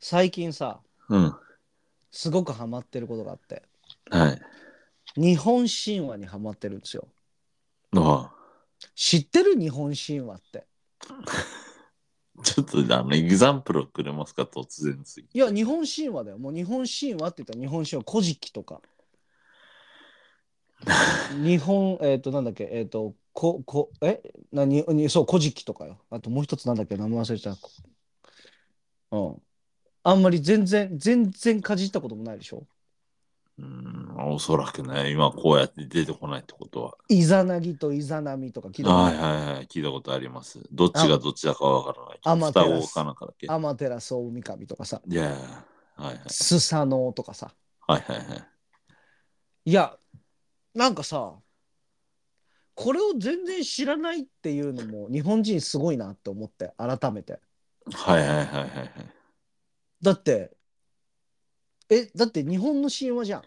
最近さうん。すごくハマってることがあってはい。日本神話にハマってるんですよあ知ってる日本神話ってあちょっと、あの、エグザンプルをくれますか、突然すぎ。いや日本神話だよもう日本神話って言ったら日本神話古事記と か日本えっ、となんだっけえっ、とここえなににそう古事記とかよあともう一つなんだっけ名前忘れちゃううんあんまり全然全然かじったこともないでしょうーん、おそらくね、今こうやって出てこないってことは。イザナギとイザナミとか聞いたことなはいいはいはい、聞いたことあります。どっちがどっちだかわからないけど。あまあ双子かなんかだっけ。天照大神とかさいやーはいスサノオとかさはいはいはいはい。いやなんかさこれを全然知らないっていうのも日本人すごいなって思って改めてはいはいはいはいはい。だってえだって日本の神話じゃん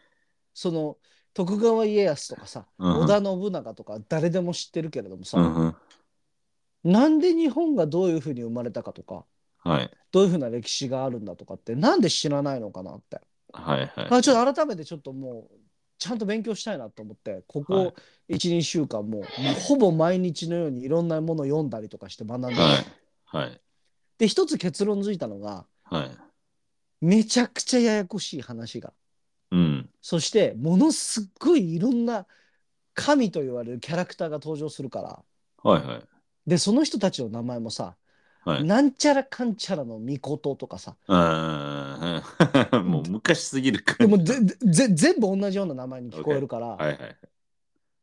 その徳川家康とかさうん織田信長とか誰でも知ってるけれどもさ、うんうん。なんで日本がどういうふうに生まれたかとかはいどういうふうな歴史があるんだとかってなんで知らないのかなってはいはい。あちょっと改めてちょっともうちゃんと勉強したいなと思ってこはこい12、週間もうほぼ毎日のようにいろんなものを読んだりとかして学んで、はいはいで一つ結論づいたのがはい。めちゃくちゃややこしい話がうん。そしてものすっごいいろんな神と言われるキャラクターが登場するからはいはい。でその人たちの名前もさ、はい。なんちゃらかんちゃらの御事とかさあー もう昔すぎるかでら。もぜぜ全部同じような名前に聞こえるから、はいはい。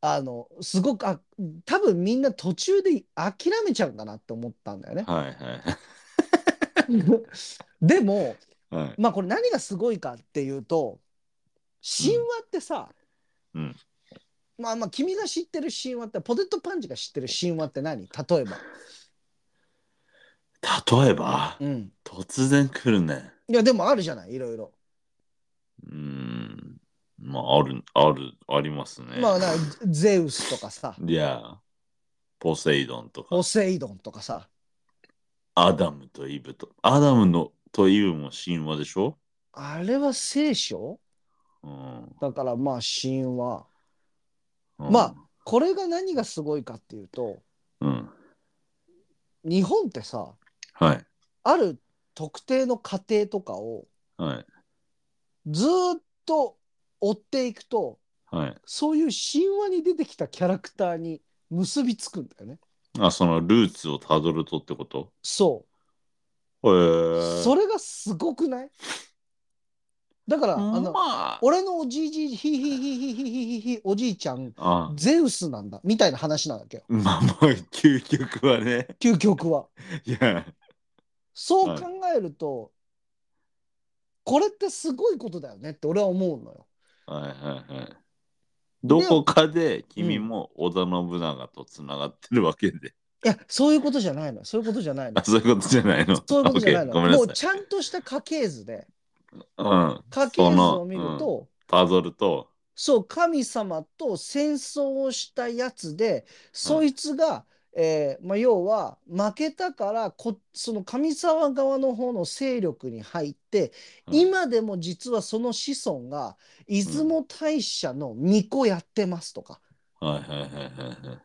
あのすごくあ多分みんな途中で諦めちゃうかなって思ったんだよね。はいはい。 でもはい。まあこれ何がすごいかっていうと神話ってさ、うんまあまあ君が知ってる神話ってポテトパンチが知ってる神話って何例えば、例えば、うん、突然来るね。いやでもあるじゃないいろいろ。うーん。まあ、ある、ある、ありますね。まあなんかゼウスとかさいや、ポセイドンとかポ、セイドンとかさアダムとイブと、アダムのとイブも神話でしょあれは聖書うん。だからまあ神話うんまあ、これが何がすごいかっていうとうん。日本ってさはい。ある特定の家庭とかをはい。ずーっと追っていくとはい。そういう神話に出てきたキャラクターに結びつくんだよね。あ、そのルーツをたどるとってことそへう、え。それがすごくないだから、あのまあ、俺のおじいじひいひいひいひいひいひいひいおじいちゃんあゼウスなんだみたいな話なんだっけどまあ、まあ、究極はね。究極は。いや、そう考えると、これってすごいことだよねって俺は思うのよ。はいはいはい。どこかで君も織田信長とつながってるわけで。いやそういうことじゃないのそういうことじゃないのあ、そういうことじゃないの。そういうことじゃない OK の。ごめんなもさうちゃんとした家系図でい。うん。家系図を見るそのと。たどると、そう神様と戦争をしたやつでそいつが、えーまあ、要は負けたからこその神様側の方の勢力に入って、うん今でも実はその子孫が出雲大社の巫女やってますとか、はいはいはいはいはい。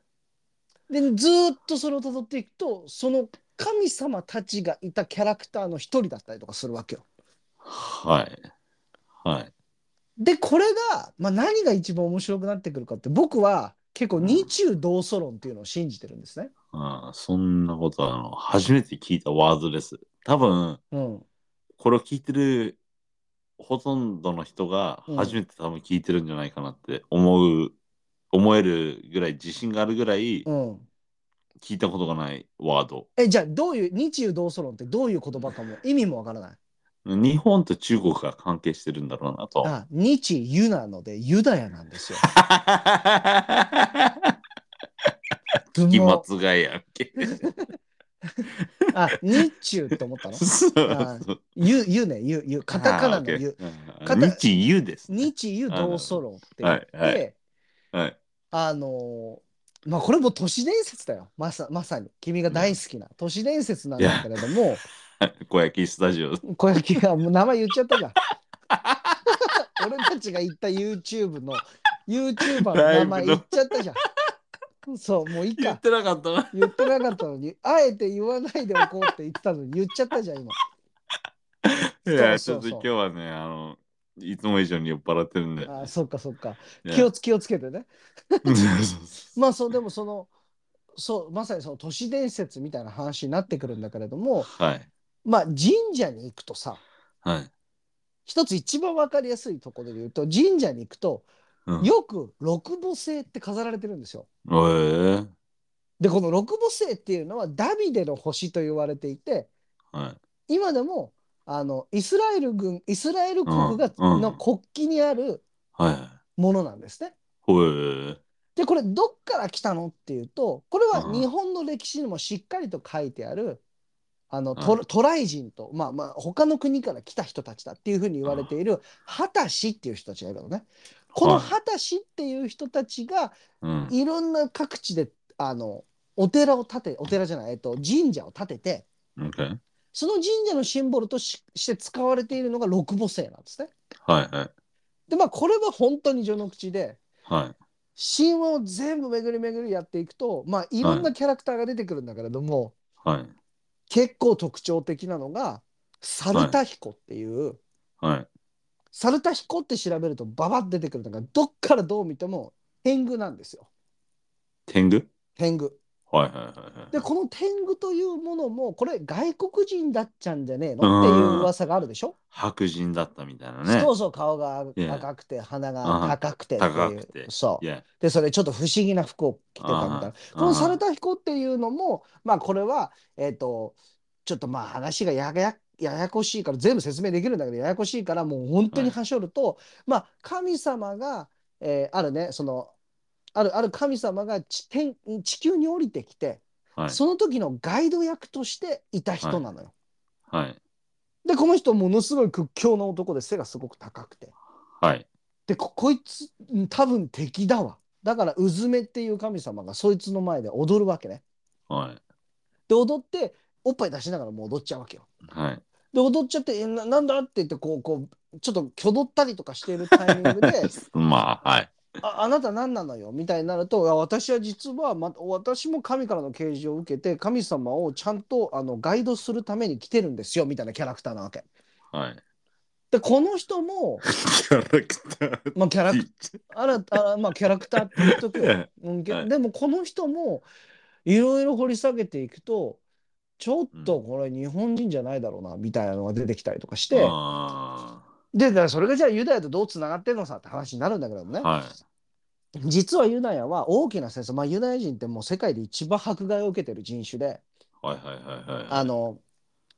でずーっとそれをたどっていくとその神様たちがいたキャラクターの一人だったりとかするわけよ。はい。はい。でこれが、まあ、何が一番面白くなってくるかって僕は結構うん日中同祖論っていうのを信じてるんですね。ああそんなことはあの初めて聞いたワードです。多分うんこれを聞いてるほとんどの人がうん初めて多分聞いてるんじゃないかなって思う、思えるぐらい自信があるぐらいうん、聞いたことがないワード。えじゃあどういう日中同祖論ってどういう言葉かも意味もわからない。日本と中国が関係してるんだろうなと。あ日ユなのでユダヤなんです よ。期末がやんけ。あ日中と思った のそうあユユねユユカタカナのユ。カタ日ユですね。日ユ同祖論って言って、はいはい。 あのーまあこれも都市伝説だよまさまさに君が大好きな都市伝説なんだけれども小焼きスタジオ。小焼きがもう名前言っちゃったじゃん 俺たちが言った YouTube の YouTuber の名前言っちゃったじゃんそうもういい言かってなかったな。言ってなかったのにあえて言わないでおこうって言ってたのに言っちゃったじゃん今いや、ちそょうっそうそうと今日はね、あの、いつも以上に酔っ払ってるんで。あーそっかそっかね気をつ気をつけてねそうそうそうまあそうでもそのそうまさにその都市伝説みたいな話になってくるんだけれども はい。まあ神社に行くとさはい。一つ一番わかりやすいところで言うと神社に行くとうんよく六母星って飾られてるんですよ。おえーでこの六母星っていうのはダビデの星と言われていてはい。今でもあのイスラエル軍イスラエル国が、うんうんの国旗にあるはい。ものなんですね。ほえでこれどっから来たのっていうとこれはうん日本の歴史にもしっかりと書いてあるあのうトトライ人と、まあまあ他の国から来た人たちだっていうふうに言われている秦氏っていう人たちがいるのね。このはい秦氏っていう人たちがうん。いろんな各地であのお寺を建てお寺じゃない、えっと、神社を建てて OK。その神社のシンボルとしして使われているのが六母星なんですね。はいはい。でまあこれは本当に序の口ではい。神話を全部巡り巡りやっていくとまあいろんなキャラクターが出てくるんだけれども、はい。結構特徴的なのがサルタヒコっていう、はい。サルタヒコって調べるとババッ出てくるのがどっからどう見ても天狗なんですよ天狗天狗。はいはいはいはい。でこの天狗というものもこれ外国人だっちゃうんじゃねえのっていう噂があるでしょ、白人だったみたいなね。そうそう顔がいや赤くて鼻が高くてって高いくうてそういや、でそれちょっと不思議な服を着てたみたいなこのサルタヒコっていうのもまあこれはえっ、とちょっとまあ話がややややこしいから全部説明できるんだけどややこしいからもう本当にはしょると、まあ神様が、えーあるねそのあるある神様が地天地球に降りてきて、はい。その時のガイド役としていた人なのよ。はい。でこの人ものすごい屈強な男で背がすごく高くてはい。でここいつん多分敵だわだからうずめっていう神様がそいつの前で踊るわけねはい。で踊っておっぱい出しながらもう踊っちゃうわけよはい。で踊っちゃってえななんだって言ってこうこうちょっと挙動ったりとかしているタイミング でまあ、はい。ああなた何なのよみたいになるといや私は実は、ま、私も神からの啓示を受けて神様をちゃんとあのガイドするために来てるんですよみたいなキャラクターなわけはい。でこの人も、キャラクター。まあ、キャラクちっちあらあまあキャラクターって言っとくよゃいうんけ はいでもこの人もいろいろ掘り下げていくとちょっとこれ日本人じゃないだろうなみたいなのが出てきたりとかして、あでだからそれがじゃあユダヤとどうつながってんのさって話になるんだけどもね、ーはい。実はユダヤは大きな戦争、まあ、ユダヤ人ってもう世界で一番迫害を受けてる人種ではいはいはいはい。あの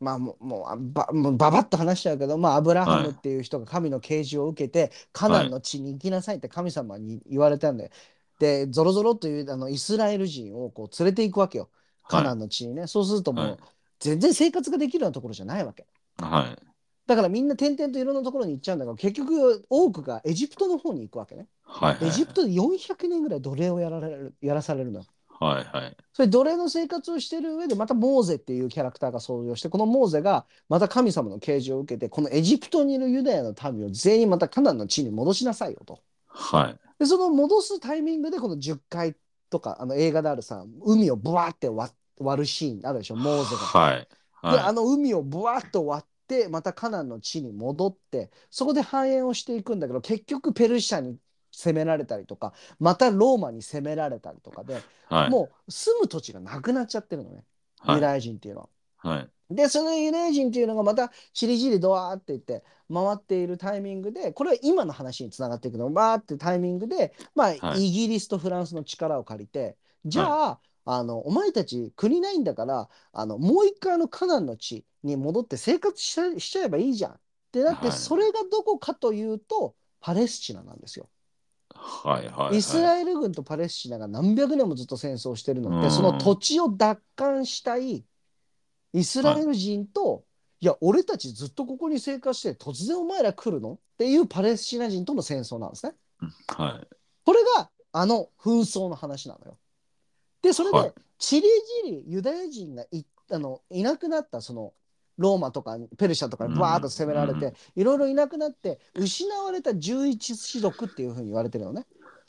まあもうもうあばもうババッと話しちゃうけど、まあ、アブラハムっていう人が神の啓示を受けて、カナンの地に行きなさいって神様に言われたんで、でゾロゾロというあのイスラエル人をこう連れていくわけよカナンの地にね、そうするともはうい全然生活ができるようなところじゃないわけはい。だからみんな転々といろんなところに行っちゃうんだけど結局多くがエジプトの方に行くわけねはい。エジプトで400年ぐらい奴隷をやられるやらされるのよト。はいはい。それ奴隷の生活をしてる上でまたモーゼっていうキャラクターが創業してこのモーゼがまた神様の啓示を受けてこのエジプトにいるユダヤの民を全員またカナンの地に戻しなさいよとはい。でその戻すタイミングでこの10回とかあの映画であるさ海をブワーって割割るシーンあるでしょモーゼが。はい。であはの海をブワーッと割ってまたカナンの地に戻ってそこで繁栄をしていくんだけど結局ペルシャに攻められたりとかまたローマに攻められたりとかで、い。はい。もう住む土地がなくなっちゃってるのね、はいユダヤ人っていうのは。はい。でそのユダヤ人っていうのがまたしりじりドワーっていって回っているタイミングでこれは今の話につながっていくのバーってタイミングで、まあはいイギリスとフランスの力を借りてじゃあ,、あのお前たち国ないんだからあのもう一回あのカナンの地に戻って生活しちゃしちゃえばいいじゃんってなって、はいそれがどこかというとパレスチナなんですよ。はいはいはい。イスラエル軍とパレスチナが何百年もずっと戦争してるのって、うんその土地を奪還したいイスラエル人と、い、や俺たちずっとここに生活して突然お前ら来るのっていうパレスチナ人との戦争なんですね。はい。これがあの紛争の話なのよ。でそれはでいちりじりユダヤ人がいあのいなくなったそのローマとかペルシャとかにバーッと攻められて、いろいろいなくなって失われた11種族っていうふうに言われてるのね。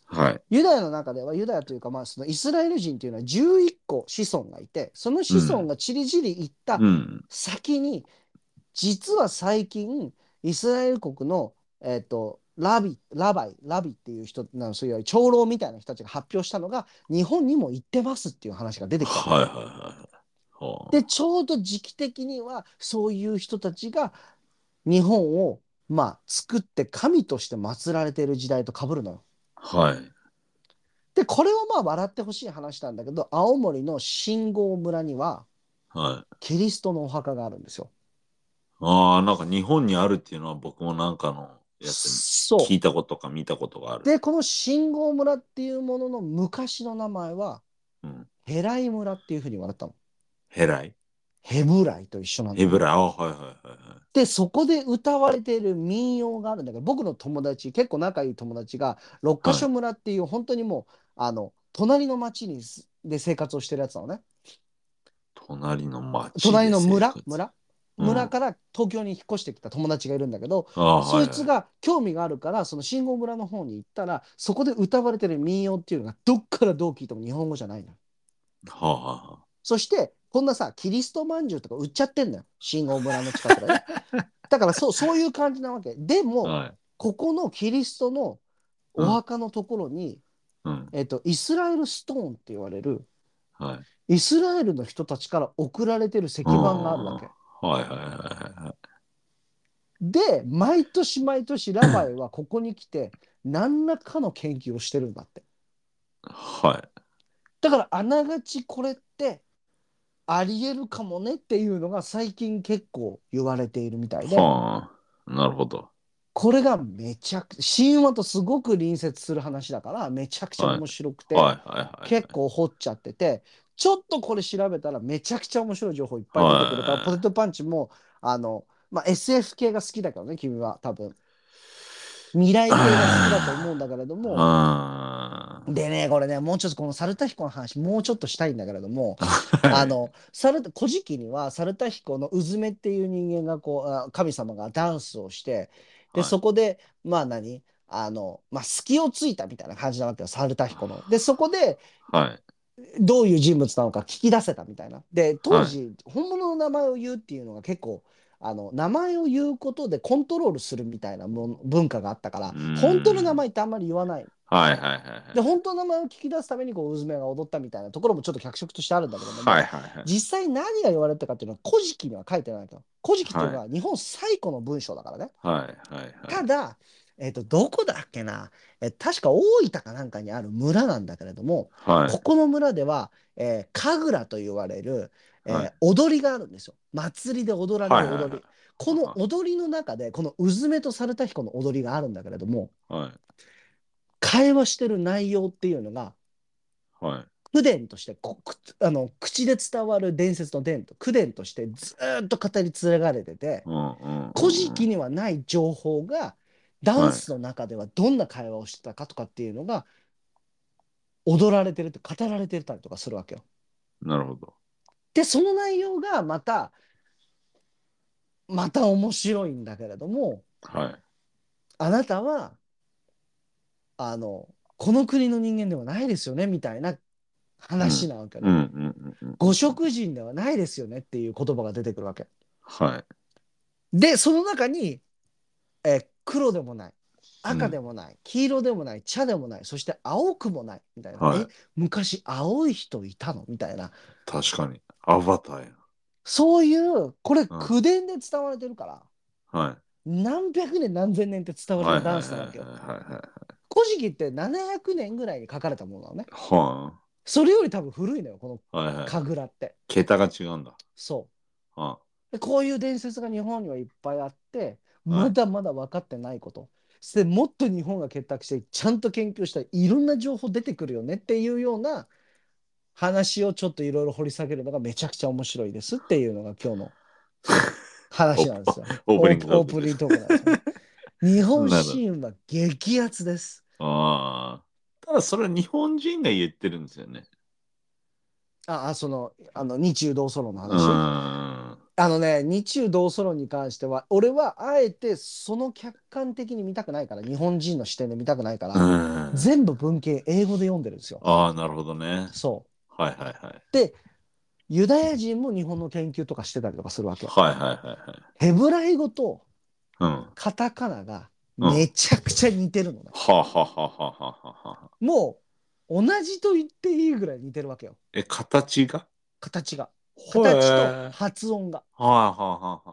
はい。ユダヤの中ではユダヤというか、まあ、そのイスラエル人というのは11個子孫がいてその子孫がちりじり行ったうん。先に、実は最近イスラエル国の、えっとラビラバイラビっていう人なんそういう長老みたいな人たちが発表したのが日本にも行ってますっていう話が出てきた。はいはいはい。はあでちょうど時期的にはそういう人たちが日本をまあ作って神として祀られている時代と被るのよ。はい。でこれはまあ笑ってほしい話なんだけど青森の信号村にははい。キリストのお墓があるんですよ。ああ、なんか日本にあるっていうのは僕もなんかのやつそう聞いたことか見たことがある。でこの信号村っていうものの昔の名前はうん、ヘライ村っていうふうに言われたの。ヘライ。ヘブライと一緒なんだヘブライ。ああはいはいはいはい。でそこで歌われている民謡があるんだけど僕の友達結構仲いい友達が六ヶ所村っていう、本当にもうあの隣の町にすで生活をしてるやつなのね隣の町で生活。隣の村あ村うん村から東京に引っ越してきた友達がいるんだけど、あそいつ。はが興味があるからその信号村の方に行ったらそこで歌われてる民謡っていうのがどっからどう聞いても日本語じゃないのよいはいはあはあはそしてこんなさキリストまんじゅうとか売っちゃってんのよ信号村の近くで、 ね、だからそうそういう感じなわけでも、あ。はい。ここのキリストのお墓のところに、うん。えっとイスラエルストーンって言われるはい。イスラエルの人たちから送られてる石板があるわけ。はいはいはいはいはい。で毎年毎年ラバイはここに来て何らかの研究をしてるんだって。はい。だからあながちこれってありえるかもねっていうのが最近結構言われているみたいではあ。なるほど。これがめちゃく神話とすごく隣接する話だからめちゃくちゃ面白くて。はいはいはいはい。結構掘っちゃっててちょっとこれ調べたらめちゃくちゃ面白い情報いっぱい出てくるからはいポテトパンチもあの、まあ、SF 系が好きだけどね君は多分未来系が好きだと思うんだけれどうもん。でねこれねもうちょっとこのサルタヒコの話もうちょっとしたいんだけれどもあのサルタ古事記にはサルタヒコのうずめっていう人間がこうあ神様がダンスをしてで、はいそこでまあ何あのまあ隙をついたみたいな感じなわけよサルタヒコの。でそこではい。どういう人物なのか聞き出せたみたいな。で当時、本物の名前を言うっていうのが結構あの名前を言うことでコントロールするみたいなもの文化があったからうん本当の名前ってあんまり言わない。はいはいはい。で本当の名前を聞き出すためにこううずめが踊ったみたいなところもちょっと脚色としてあるんだけども、はいはい はい。実際何が言われたかっていうのは古事記には書いてないと。古事記っていうのは日本最古の文章だからね。はいはいはたい。だ、えっとどこだっけな、え確か大分かなんかにある村なんだけれども、はい。ここの村では、えー、神楽と言われる、えーはい踊りがあるんですよ。祭りで踊られる踊り。はいはいはいこの踊りの中で、このうずめと猿田彦の踊りがあるんだけれども、はい会話してる内容っていうのが、はい。口伝としてこくあの、口で伝わる伝説の伝と、口伝としてずーっと語り継がれてて、うんうん。古事記にはない情報が、ダンスの中ではどんな会話をしてたかとかっていうのが、踊られてるって、語られてたりとかするわけよ。なるほど。でその内容がまたまた面白いんだけれどもはい。あなたはあのこの国の人間ではないですよねみたいな話なわけ、うんうんうんうん。五色人ではないですよねっていう言葉が出てくるわけはい。でその中に、えー黒でもない赤でもない、黄色でもない茶でもないそして青くもないみたいな、はいえ昔青い人いたのみたいな確かに。アバターやそういうこれん口伝で伝われてるから。な。はい。何百年何千年って伝わはいるはダいはいンスなわけよ。はいはい。古事記って700年ぐらいに書かれたものなのね。はそれより多分古いのよ、こあ。はいはのい。神楽って。桁が違うんだ。そはうで。こういう伝説が日本にはいっぱいあって、まだまだ分かってないこと。そしてもっと日本が結託して、ちゃんと研究したらいろんな情報出てくるよねっていうような話をちょっといろいろ掘り下げるのがめちゃくちゃ面白いですっていうのが今日の話なんですよ。あ。オープニングオープニングトークなんですよ。日本シーンは激アツです。ああ。ただそれは日本人が言ってるんですよね。ああ、その、あの、日中同窓論のう話。ん。あのね日中同ソ論に関しては俺はあえてその客観的に見たくないから日本人の視点で見たくないから、うん全部文献英語で読んでるんですよ。ああ、なるほどね。そうはいはいはい。ユダヤ人も日本の研究とかしてたりとかするわけ。はいはいはいはい。ヘブライ語とうん。はカタカナがうんめちゃくちゃ似てるのね。あ、はあはあはあはあはあ。もう同じと言っていいぐらい似てるわけよ。え、形が形が。へ形とえ発音が。はいはあはあはあ。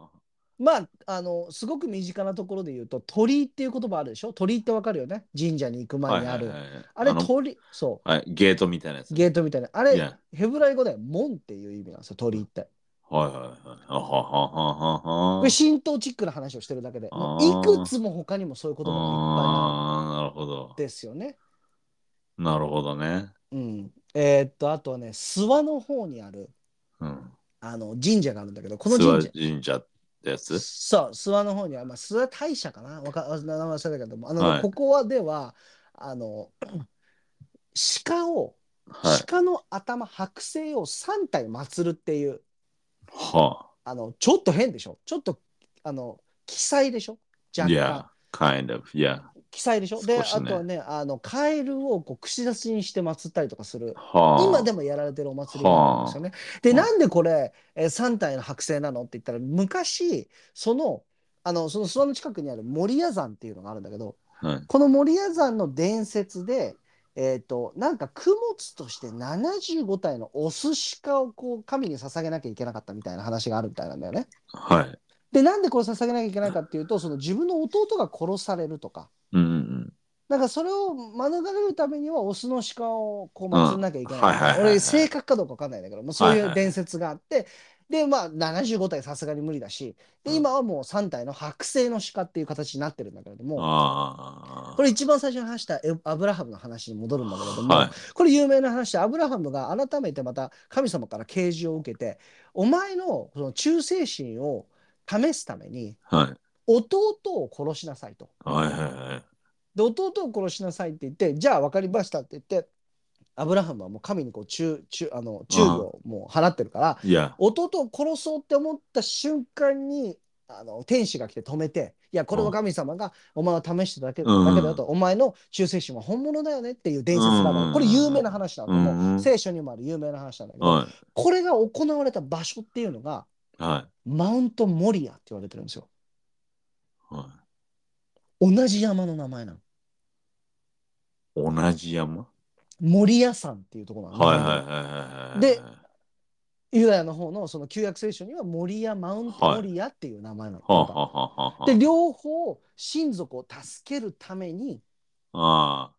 まあ、あの、すごく身近なところで言うと、鳥居っていう言葉あるでしょ鳥居ってわかるよね。神社に行く前にある。はいはいはいあれ、の鳥、そはい、ゲートみたいなやつ。う、ーゲートみたいな。あいれ、やヘブライ語で門っていう意味なんですよ、鳥居って。ト。はいはいはい。あはははははこれ、神道チックな話をしてるだけで、もうあーいくつも他にもそういう言葉がいっぱいあああ、なるほどるん。ですよね。なるほどね。うん。えーっと、あとはね、諏訪の方にある、うん。あの、神社があるんだけど、この諏神訪社。神社ってやつそう、諏訪の方には、まあ、諏訪大社かな、わか、名前忘れたけども、あの、はいここはでは、あの。鹿を、はい。鹿の頭、剥製を三体祀るっていう、はあの、ちょっと変でしょちょっと、あの、奇祭でしょあ。若 Yeah, 干、 kind of. Yeah. 奇祭でしょで、少あしねとはね、あの、カエルをこう串刺しにして祀ったりとかする。はあ。今でもやられてるお祭りがあるんですよね。で、はあなんでこれ、えー三体の剥製なのって言ったら、昔、その、あの、その諏訪の近くにある森屋山っていうのがあるんだけど、はい。この森屋山の伝説で、えっ、と、なんか供物として75体のオス鹿をこう神に捧げなきゃいけなかったみたいな話があるみたいなんだよね。はい。で、なんでこれ捧げなきゃいけないかっていうと、その自分の弟が殺されるとか、うんうんなんかそれを免れるためにはオスの鹿をこう祀んなきゃいけうんはいはいなはいい。はい俺正確かどうかわかんないんだけど、まあ、そういう伝説があって、でまあ75体さすがに無理だしうんで今はもう3体の剥製の鹿っていう形になってるんだけれどうん。も、ああ。これ一番最初に話したエアブラハムの話に戻るんだけれども、はい。これ有名な話でアブラハムが改めてまた神様から啓示を受けてお前のその忠誠心を試すためにはい。弟を殺しなさいと。はいはいはい。で弟を殺しなさいって言ってじゃあ分かりましたって言ってアブラハムはもう神にこう忠忠あの忠義をもう払ってるから、 Yeah. 弟を殺そうって思った瞬間にあの天使が来て止めていやこれは神様がお前を試してただけだ,、うだんけだとお前の忠誠心は本物だよねっていう伝説がある、うんこれ有名な話なんだけど、うん聖書にもある有名な話なんだけど、はこれが行われた場所っていうのがい。はマウントモリアって言われてるんですよい。はい同じ山の名前なの同じ山森屋山っていうところなの、はいはいはいはいはい。でユダヤの方のその旧約聖書には森やマウントモリアっていう名前なの、はあはあはあはあ。で両方親族を助けるためにああ。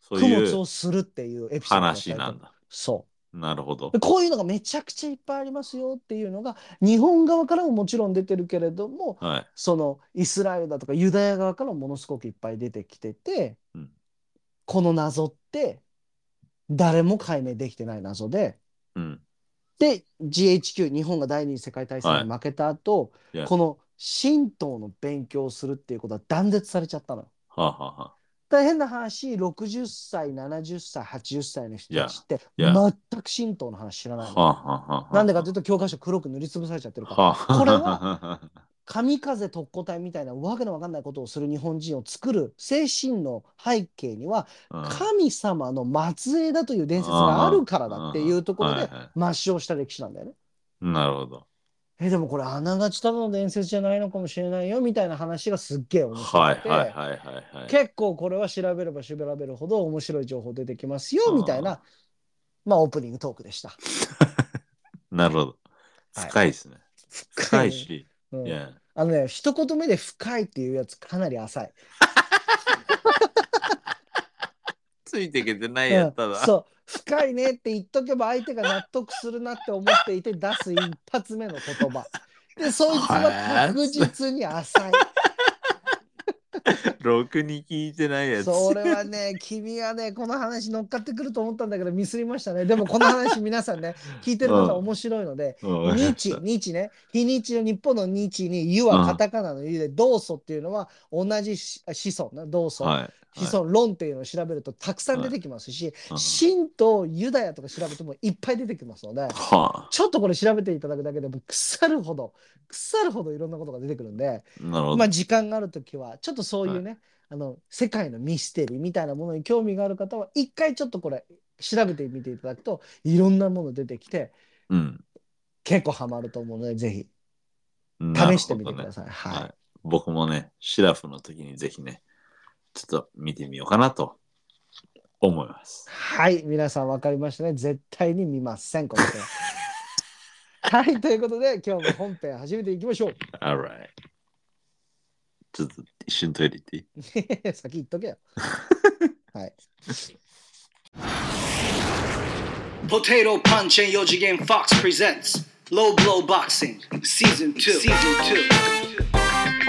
そう供い物うをするっていうエピソードが書いて話あるなんだ。そなるほどうで。こういうのがめちゃくちゃいっぱいありますよっていうのが日本側からももちろん出てるけれどもはい。そのイスラエルだとかユダヤ側からもものすごくいっぱい出てきてて、うんこの謎って誰も解明できてない謎でうん。で GHQ 日本が第二次世界大戦に負けた後、いやこの神道の勉強をするっていうことは断絶されちゃったのよ。はあはあはあ。大変な話60歳70歳80歳の人たちっていやいや全く神道の話知らないはのあはあはあ。なんでかというと教科書黒く塗りつぶされちゃってるからはあ。これは。神風特攻隊みたいなわけのわかんないことをする日本人を作る精神の背景には神様の末裔だという伝説があるからだっていうところうんではいはい抹消した歴史なんだよね。なるほど。えでもこれあながちただの伝説じゃないのかもしれないよみたいな話がすっげえ面は白いくて、はいはいはいはい。結構これは調べれば調べるほど面白い情報出てきますようんみたいなまあオープニングトークでした。なるほど。はい深いですね。深いうんし。いや。あのね一言目で「深い」っていうやつかなり浅い。ついていけてない やったうんだ。 そう深いねって言っとけば相手が納得するなって思っていて出す一発目の言葉。でそいつは確実に浅い。ろくに聞いてないやつ。それはね、君はね、この話乗っかってくると思ったんだけど、ミスりましたね。でも、この話、皆さん ね、聞いてるうん方面白いので、 うん日、日ね、日日の日本の日に、湯はカタカナの湯で、同祖っていうのは同じし子孫な、同祖。はい。はいその論っていうのを調べるとたくさん出てきますし、うん神道ユダヤとか調べてもいっぱい出てきますので、はちょっとこれ調べていただくだけでも腐るほど腐るほどいろんなことが出てくるんで、あ、なるほど。まあ、時間がある時はちょっとそういうね、あの世界のミステリーみたいなものに興味がある方は一回ちょっとこれ調べてみていただくといろんなもの出てきてうん。結構ハマると思うのでぜひなる試しほてみどてくねださい。はい、はい僕もね、シラフの時にぜひね、ちょっと見てみようかなと思います。はい、皆さん分かりましたね。絶対に見ません、こ の人。はい、ということで、今日も本編始めていきましょう。 Alright。ちょっと一瞬トイレ行っていい先言っと けよ。はい。 Potato Punch and Yojigen Fox presents Low Blow Boxing Season 2. Season 2.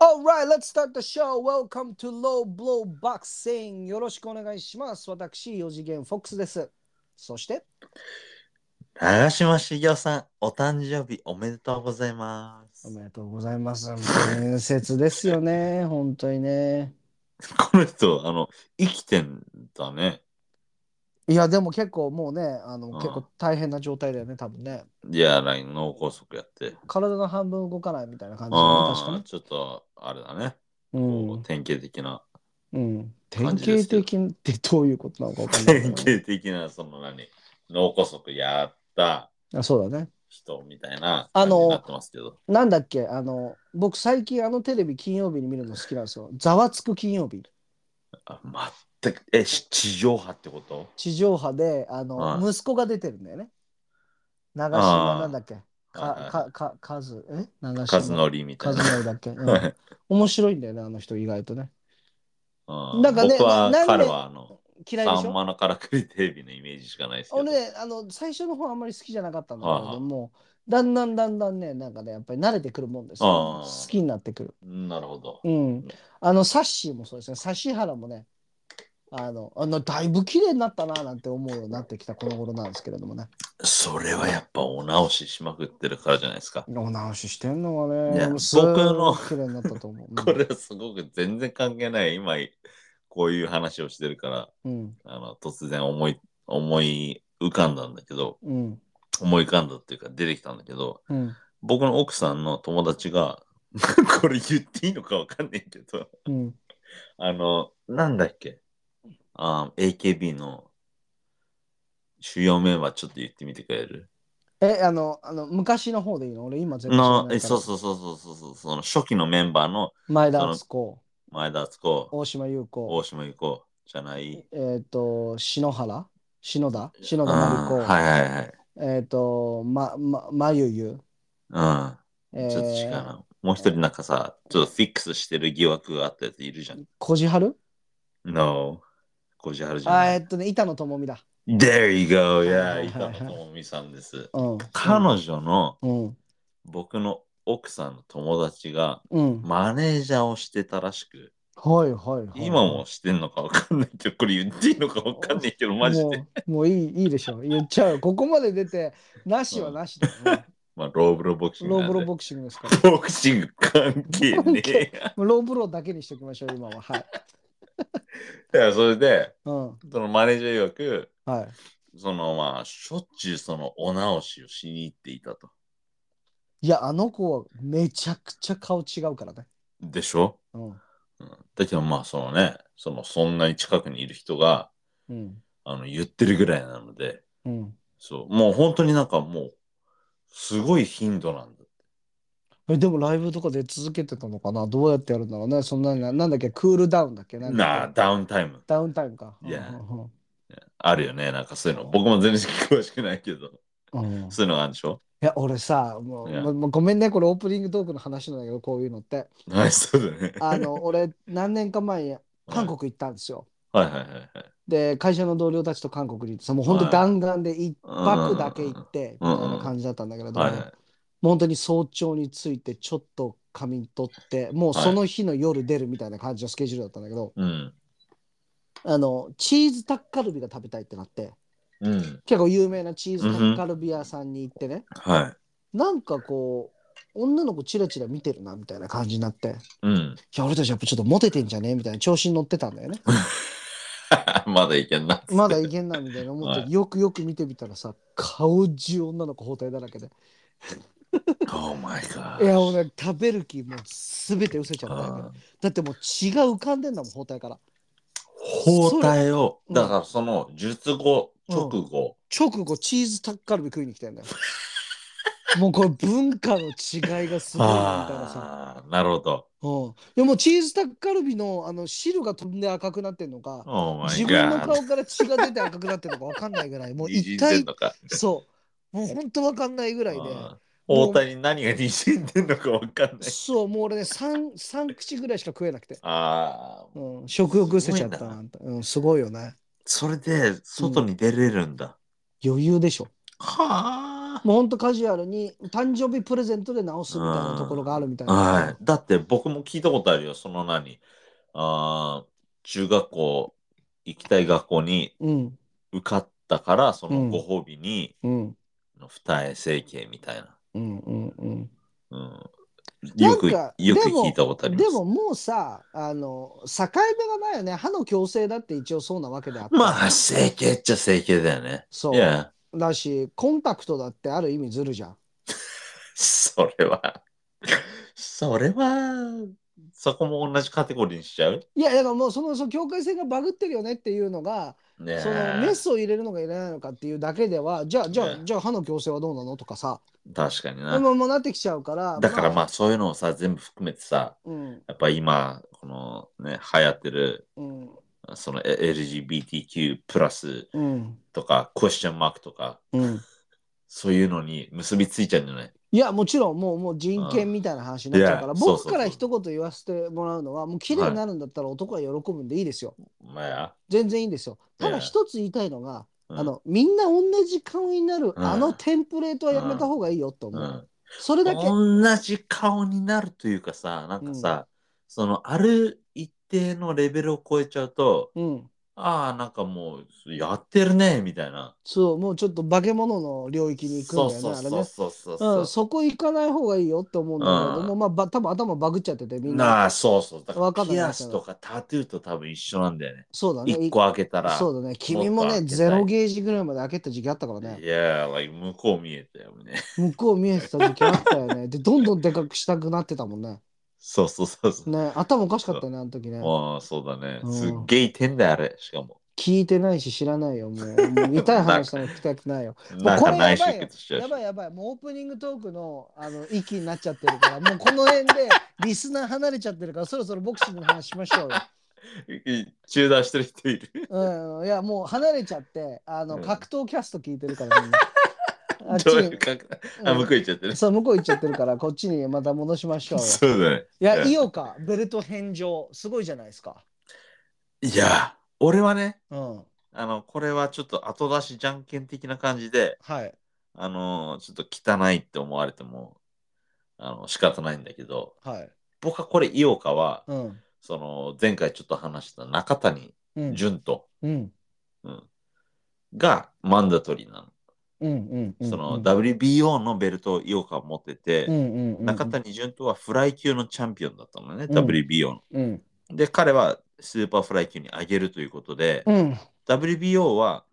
Alright, let's start the show. Welcome to Low Blow Boxing. よろしくお願いします。私、四次元フォックスです。そして、長島茂雄さん、お誕生日おめでとうございまおす。めでとうございます。伝説ですよね、 本当にね。 この人、あの、生きてんだね。いや、でも結構もうね、あのん結構大変な状態だよね、多分ね。いや、LINE 脳梗塞やって。体の半分動かないみたいな感じだね、確かああ、ね。ちょっと、あれだね。うんこう典型的な、うん、典感じ型ですけど的ってどういうことなのかわかんない典 型的な、その何、脳梗塞やったあそうだね人みたいなあ感じのになってますけど。なんだっけあの僕最近あのテレビ金曜日に見るの好きなんですよ「ざわつく金曜日あ、全く、え、し地上波ってこと」地上波であの、はい息子が出てるんだよね長島なんだっけはいはかいかかかずえ長カズ島ノリみたカズいな。ノリだっけ、うんはい面白いんだよねあの人意外とね うんなんかね僕はななんで彼はあの、嫌いでサしンょマのからくりテレビのイメージしかないですけど。俺ねあの最初の方あんまり好きじゃなかったんだけれどもだんだんだんだんねなんかねやっぱり慣れてくるもんですよあー好きになってくるなるほど。うん、あのサッシーもそうですね、指原もね、あの、あのだいぶ綺麗になったななんて思うようになってきたこの頃なんですけれどもね。それはやっぱお直ししまくってるからじゃないですか。お直ししてんのがね、いやもうすごい僕の綺麗になったと思う。 これはすごく全然関係ない。今、こういう話をしてるから、うん、あの突然思い、思い浮かんだんだけど、うん、思い浮かんだっていうか出てきたんだけど、うん、僕の奥さんの友達が、 これ言っていいのかわかんないけど、うん。あの、なんだっけあ ?AKB の主要メンバーちょっと言ってみてくれるえ、あの、あの昔の方でいいの俺今全部知らのなえいからそうそうそうそうそうそう、その初期のメンバーの前田敦子、前田敦子、大島優子、大島優子じゃない。えっ、と、篠原、篠田、篠うん田真理子、はいはいはい。えっ、と、ま、ま、まゆゆ、うん。えちょっと違うー、な。もう一人なんかさ、ちょっとフィックスしてる疑惑があったやついるじゃん。こじはる No。小路春じゃあ、なえい。っとね、板野友美だ。 There you go. はい Yeah. はいはい板野友美さんです。うん。彼女のうん。僕の奥さんの友達がうん。マネージャーをしてたらしく、はいはいはい。今もしてんのかわかんないけど、これ言っていいのかわかんないけど、マジで。もうもういいいいでしょ。言っちゃう。ここまで出て、なしはなしだよね。まあ、ローブロボクシングロなーんブで。ロロボクシングですから。ボクシング関係ねえや。 もうローブローだけにしておきましょう、今は。はい。いや、それで、うん。そのマネージャー曰く、はい。そのまあ、しょっちゅうそのお直しをしに行っていたと。いや、あの子はめちゃくちゃ顔違うからね。でしょ、うん。うん、だけどまあ、そのね、そのそんなに近くにいる人がうん。あの言ってるぐらいなので、うん。そう、もう本当になんかもう、すごい頻度なんだ。えでもライブとかで続けてたのかなどうやってやるんだろうねそんなな、なんだっけクールダウンだっけなんだっなあ、けダウンタイム。ダウンタイムか。いやうんあるよね、なんかそういうの。僕も全然詳しくないけど、うんうんそういうのがあるんでしょいや、俺さ、もう、いやもうごめんね、これオープニングトークの話なんだけど、こういうのって。はい、そうだね。あの、俺、何年か前に韓国行ったんですよ。はいはいはいはい。で、会社の同僚たちと韓国に行ってさ、もう本当はい弾丸で一うん泊だけ行って、みうんたいな感じだったんだけれどはいもはい、もう本当に早朝に着いてちょっと仮眠取ってもうその日の夜出るみたいな感じのスケジュールだったんだけど、うん。あのチーズタッカルビが食べたいってなってうん。結構有名なチーズタッカルビ屋さんに行ってね、はい。なんかこう女の子チラチラ見てるなみたいな感じになって うん。 いや俺たちやっぱちょっとモテてんじゃねみたいな調子に乗ってたんだよねまだいけんな。まだいけんなみたいな思って、はよくよく見てみたらさ顔中女の子包帯だらけで Oh my い god. や俺食べる気もう全て失せちゃったんだよあーだってもう血が浮かんでんだもん包帯から包帯を、それだからその術後、うん直後、直後チーズタッカルビ食いに来てんだよ もうこれ文化の違いがすごいなみたいなさああ、なるほど。うん、いやもうチーズタッカルビのあの汁が飛んで赤くなってんのか、 Oh my god. 自分の顔から血が出て赤くなってんのかわかんないぐら いもう一滲んでん体のか。そうもう本当わかんないぐらいであー包帯に何が滲んでんのかわかんない。そうもう俺ね 3, 三口ぐらいしか食えなくて、ああ、うん、食欲失せちゃっすたごいなあんたうん、すごいよねそれで外に出れるんだ。余裕でしょはあ。もうほんとカジュアルに誕生日プレゼントで直すみたいなところがあるみたいな、はい。だって僕も聞いたことあるよ、その何。ああ、中学校行きたい学校にうん受かったから、そうのんご褒美に、うん二重整形みたいな。うんうんうんうん。なよんく、かよくでも聞いたことありまです。ももうさあの境目がないよね歯の矯正だって一応そうなわけであって、まあ、整形っちゃ整形だよね。そいうや、だしコンタクトだってある意味ずるじゃんそれは、それは、そこも同じカテゴリーにしちゃういやだからもうそのその境界線がバグってるよねっていうのがねえそのメスを入れるのか入れないのかっていうだけではじゃあじゃあねじゃあ歯の矯正はどうなのとかさ確かにな。もうもうなってきちゃうからだからまあ、そういうのをさ、全部含めてさ、うんやっぱ今、このね、流行ってる、うんそのえ LGBTQ プラスうんとか、クエスチョンマークとか、うんそういうのに結びついちゃうんじゃないいやもちろんもうもう人権みたいな話になっちゃうからいやそうそう僕そうから一言言わせてもらうのはもう綺麗になるんだったら男は喜ぶんでいいですよまあや、全然いいんですよただいや一つ言いたいのがうんあ、のみんな同じ顔になるうんあのテンプレートはやめた方がいいよと思う、うんそれだけ同じ顔になるというかさ、なんかさ、そのある一定のレベルを超えちゃうと、うんああ、なんかもうやってるね、みたいな。そうもうちょっと化け物の領域に行くんだよねそうあれそうねそうそうそう。うん、そこ行かない方がいいよって思うんだけれども、まあば多分頭バグっちゃっててみんななあ、そうそう。だかわからんなくピなアっちゃうスとかタトゥーと多分一緒なんだよね。そうだね一個開けたら、そうだね君もねもっと開けたいゼロゲージぐらいまで開けた時期あったからねいやー、like 向こう見え たよね。向こう見えてた時期あったよねでどんどんでかくしたくなってたもんねそうそうそうそう。ね頭おかしかったよねあの時ねああ、そうだねう。んすっげえ痛いんだよ、あれ。しかも。聞いてないし知らないよもうもう痛い話なんか聞きたくないよもう なんこかれ内やばい出よ血しちゃうしやばいやばいもうオープニングトークのあの息になっちゃってるからもうこの辺で リスナー離れちゃってるからそろそろボクシングの話しましょうよ中断してる人いる。うん、いやもう離れちゃってあの、うん格闘キャスト聞いてるからみん なあっちどういにう感覚あ、向こう行っちゃってる。そう向こう行っちゃってるからこっちにまた戻しましょうよそうだね。いや井岡ベルト返上すごいじゃないですかいや、俺はね、うんあの、これはちょっと後出しじゃんけん的な感じで、はいあの、ちょっと汚いって思われても、あの、仕方ないんだけど、はい僕はこれ、井岡は、うんその、前回ちょっと話した中谷うん潤と、うんうん、がマンダトリーなうんうんうんの。その、WBO のベルトを井岡は持ってて、うんうんうん中谷潤とはフライ級のチャンピオンだったのね、うん WBO の。うんで、彼はスーパーフライ級に上げるということで、うん WBO は、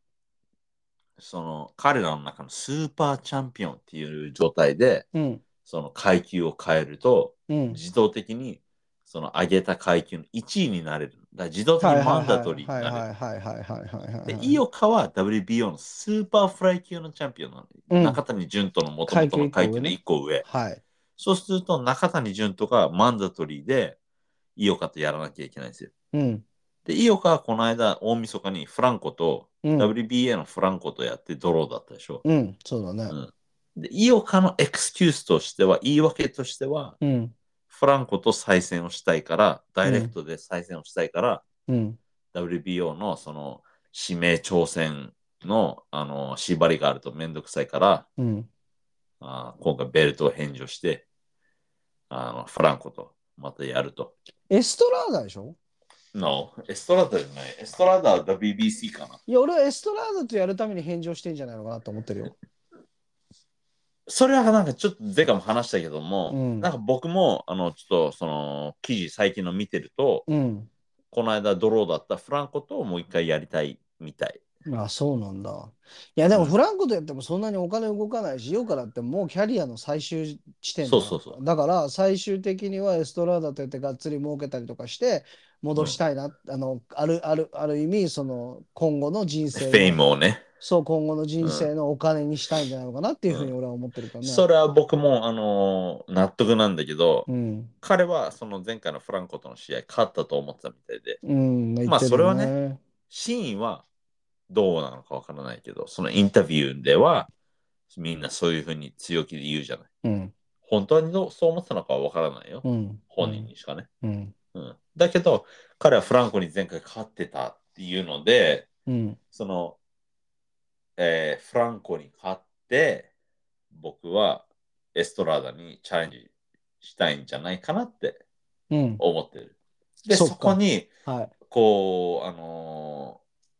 その彼らの中のスーパーチャンピオンっていう状態で、うんその階級を変えると、うん自動的にその上げた階級の1位になれる。だから自動的にマンダトリーにはいはいなれはいはいはいはいはいはいる。で、井岡は WBO のスーパーフライ級のチャンピオンなの。うん中谷潤との元々の階級の1個上。はいそうすると中谷潤とかマンダトリーで井岡とやらなきゃいけないんですよ。うんで、井岡はこの間大晦日にフランコとうん WBA のフランコとやってドローだったでしょ。うんそうだねで、井岡のエクスキュースとしては、言い訳としては、うんフランコと再戦をしたいから、ダイレクトで再戦をしたいから、うん WBO のその指名挑戦のあの縛りがあるとめんどくさいから、うんあー今回ベルトを返上して、あのフランコとまたやると。エストラーダでしょ No、エストラダじゃない。エストラダは WBC かな。いや、俺はエストラーダとやるために返上してんじゃないのかなと思ってるよ。それはなんかちょっとゼカも話したけども、うんなんか僕もあのちょっとその記事最近の見てると、うん。この間ドローだったフランコともう一回やりたいみたい。あ、そうなんだ。いや、でもうんフランコとやってもそんなにお金動かないし、ようからってもうキャリアの最終地点だそうそうそうだから最終的にはエストラーダとやってがっつり儲けたりとかして、戻したいな、あの、ある、ある、ある意味、その、今後の人フ生のェイムをね。そう、今後の人生のお金にしたいんじゃないのかなっていうふうに俺は思ってるからね。それは僕もあの納得なんだけど、うん。彼はその前回のフランコとの試合勝ったと思ってたみたいで、うん、言ってるよまあそれはね。真意はどうなのかわからないけど、そのインタビューではみんなそういうふうに強気で言うじゃない。うん。本当にどうそう思ってたのかはわからないよ。うん。本人にしかね。うん。うん、だけど彼はフランコに前回勝ってたっていうのでうん。その、えーフランコに勝って僕はエストラーダにチャレンジしたいんじゃないかなってうん。思ってる。でそそっかこにはい。こうあのー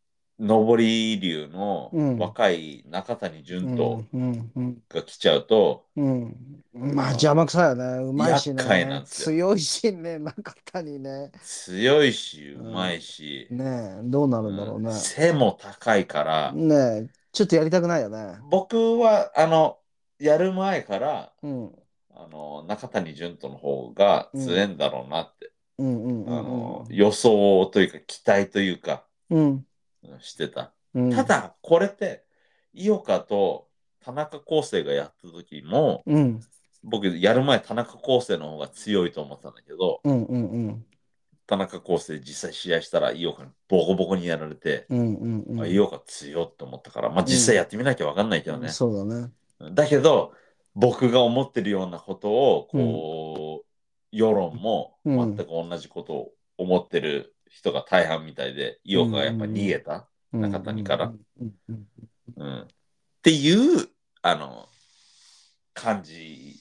上り流のうん若い中谷う潤ん。人うん。うん。が来ちゃうと、うん。まあ邪魔くさいよね。うまいしね。厄介なんです強いしね、中谷ね。強いしうまいし、ねえ、どうなるんだろうねうん。背も高いから、ねえ、ちょっとやりたくないよね。僕はあのやる前からうん。あの中谷潤人の方が強いんだろうなって、うんうんうあんの予想というか期待というかうん。うんしてた、うん。ただこれって井岡と田中康生がやった時もうん。僕やる前田中康生の方が強いと思ってたんだけどうんうんうん。田中康生実際試合したら井岡にボコボコにやられて、うんうんうん。あ井岡強いと思ったからまあ実際やってみなきゃ分かんないけどね、そうだね。だけど僕が思ってるようなことをこう、世論も全く同じことを思ってる人が大半みたいで、井岡がやっぱ逃げた、中谷からうんうんうんっていうあの感じ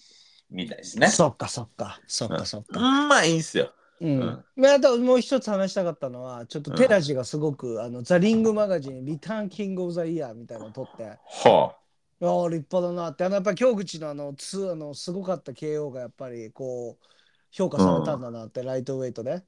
みたいですうん。ね。そっかそっか。そっかそっうか。んまあいいんすよ。うんん、まああともう一つ話したかったのはちょっとテラジがすごく、あのザ・リングマガジン「リターン・キング・オブ・ザ・イヤー」みたいなのを取ってあはあ立派だなってあのやっぱり京口のあのつあのすごかった KO がやっぱりこう評価されたんだなって、ライトウェイトで、ね。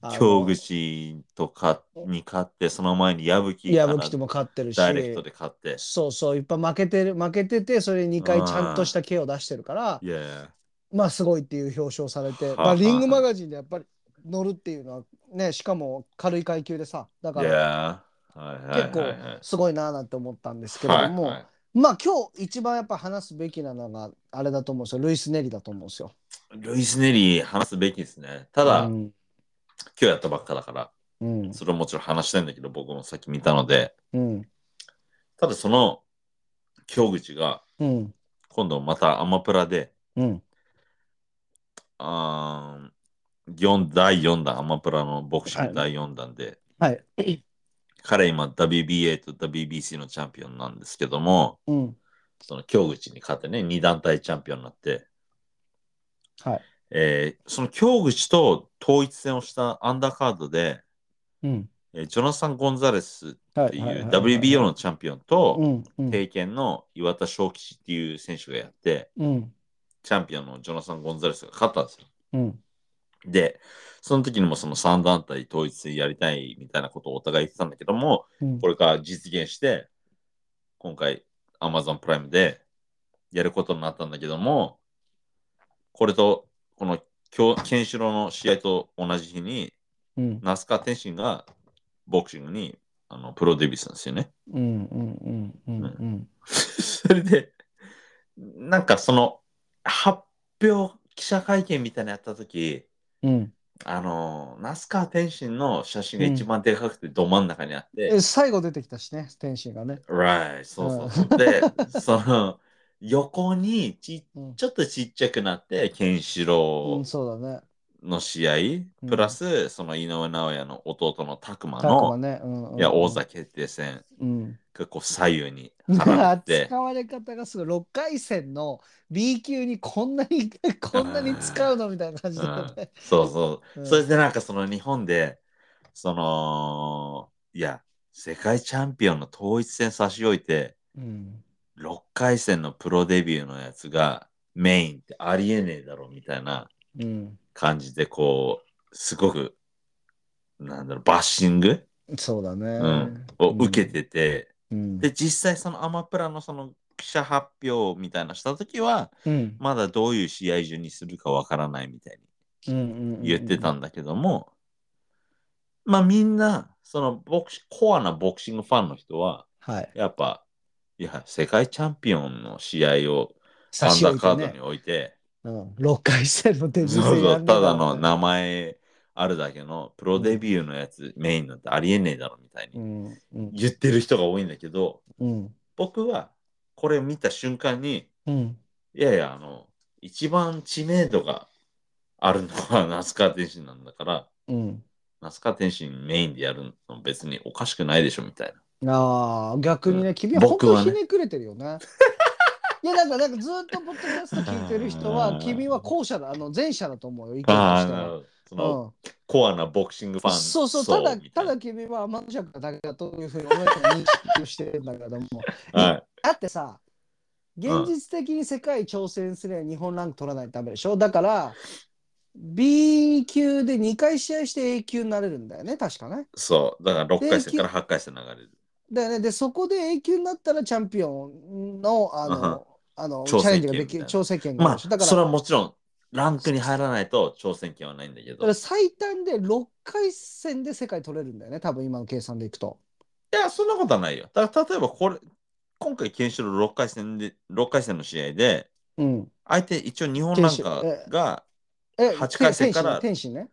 ああの京口とかに勝ってその前に矢吹矢か吹とらも勝ってるしダイレクトで勝って。そうそういっぱい負けてる負けててそれ2回ちゃんとした KO 出してるからいやいやまあすごいっていう表彰されて、はあまあ、リングマガジンでやっぱり乗るっていうのはねしかも軽い階級でさだかいら。やはいはい結はい構はいすごいなーなんて思ったんですけれども、はいはいまあ今日一番やっぱ話すべきなのがあれだと思うんですよルイス・ネリだと思うんですよ。ルイス・ネリー話すべきですね。ただ、う今ん日やったばっかだから、うんそれをもちろん話したいんだけど、僕もさっき見たので、うんただその、京口がうん今度またアマプラで、うんあー四第4弾、アマプラのボクシンはグい第4弾で、はい彼今 WBA と WBC のチャンピオンなんですけども、うんその京口に勝ってね、2団体チャンピオンになって、はいえーその京口と統一戦をしたアンダーカードで、うんえージョナサン・ゴンザレスはっていいうはいはいはい WBO のチャンピオンうと、んうん経験の岩田翔吉っていう選手がやって、うんチャンピオンのジョナサン・ゴンザレスが勝ったんですよ。うんで、その時にもその3団体統一戦やりたいみたいなことをお互い言ってたんだけども、うんこれから実現して、今回 Amazon プライムでやることになったんだけども、これと、この今日、ケンシロウの試合と同じ日に、うん那須川天心がボクシングにあのプロデビューしたんですよね。うんうんうんうんうん それで、なんかその発表記者会見みたいなのやった時うんあの、那須川天心の写真が一番でかくてど真ん中にあって、え最後出てきたしね天心がね。 right、そうそうそう。で、その横にちうんちょっとちっちゃくなって、ケンシうロんそうだね。ウの試合、うんプラスその井上尚弥の弟の拓磨タクマの、ね。うんうんいや王座決定戦うん。がこう左右に払っ扱て、われ方がすごい6回戦の B 級にこんなにこんなに使うのみたいな感じだよね。そうそう、うんそれでなんかその日本で、その、いや、世界チャンピオンの統一戦差し置いて、うん6回戦のプロデビューのやつがメインってありえねえだろみたいなうん感じでこうすごくなんだろうバッシングそうだね。んを受けてて、うん。で実際そのアマプラのその記者発表みたいなした時はうんまだどういう試合中にするかわからないみたいうんうんうんに言ってたんだけども、まあみんなそのボクシコアなボクシングファンの人ははい。やっぱいや世界チャンピオンの試合をア差ンしダ置ーいカてードねに。置いて、うん6回戦のデビュそうー戦そやうんねえただだろのうね名前あるだけのプロデビューのやつ、メインなんてありえねえだろみたいにうん言ってる人が多いんだけど、うん僕はこれを見た瞬間に、うんいやいや、あの、一番知名度があるのは那須川天心なんだから、うん那須川天心メインでやるの別におかしくないでしょみたいああ逆にね君は本僕当はにねひねくれてるよね。 いやなんかなんかずっとポッドキャスト聞いてる人うはん君は後者だあの前者だと思うよ意見とな。ああ、してなるは。ほど。その、うコアなボクシングファンん、そうそうただ層みいたなだ君は天の弱だけだというふうに俺たちは認識をしてるんだけどもはい、だってさ現実的に世界挑戦すれば日本ランク取らないとダメでしょだから B 級で2回試合して A 級になれるんだよね確かね。そう。だから6回戦から8回戦流れる。だよね。で、そこで永久になったらチャンピオンの、あうんうんの、あの、チ挑ャ戦権レンジができみたいなる、挑戦権があまるあ、し、だかそれら、はもちろん、ランクに入らないと挑戦権はないんだけだかど。らい最短で6回戦で世界取れるんだよね、多分今の計算でいくと。や、そんなことはないよ。だから例えば、これ、今回、ケンシロウ6回戦で、6回戦の試合で、うん。相手、一応日本なんかが、え、八回戦から天心ね。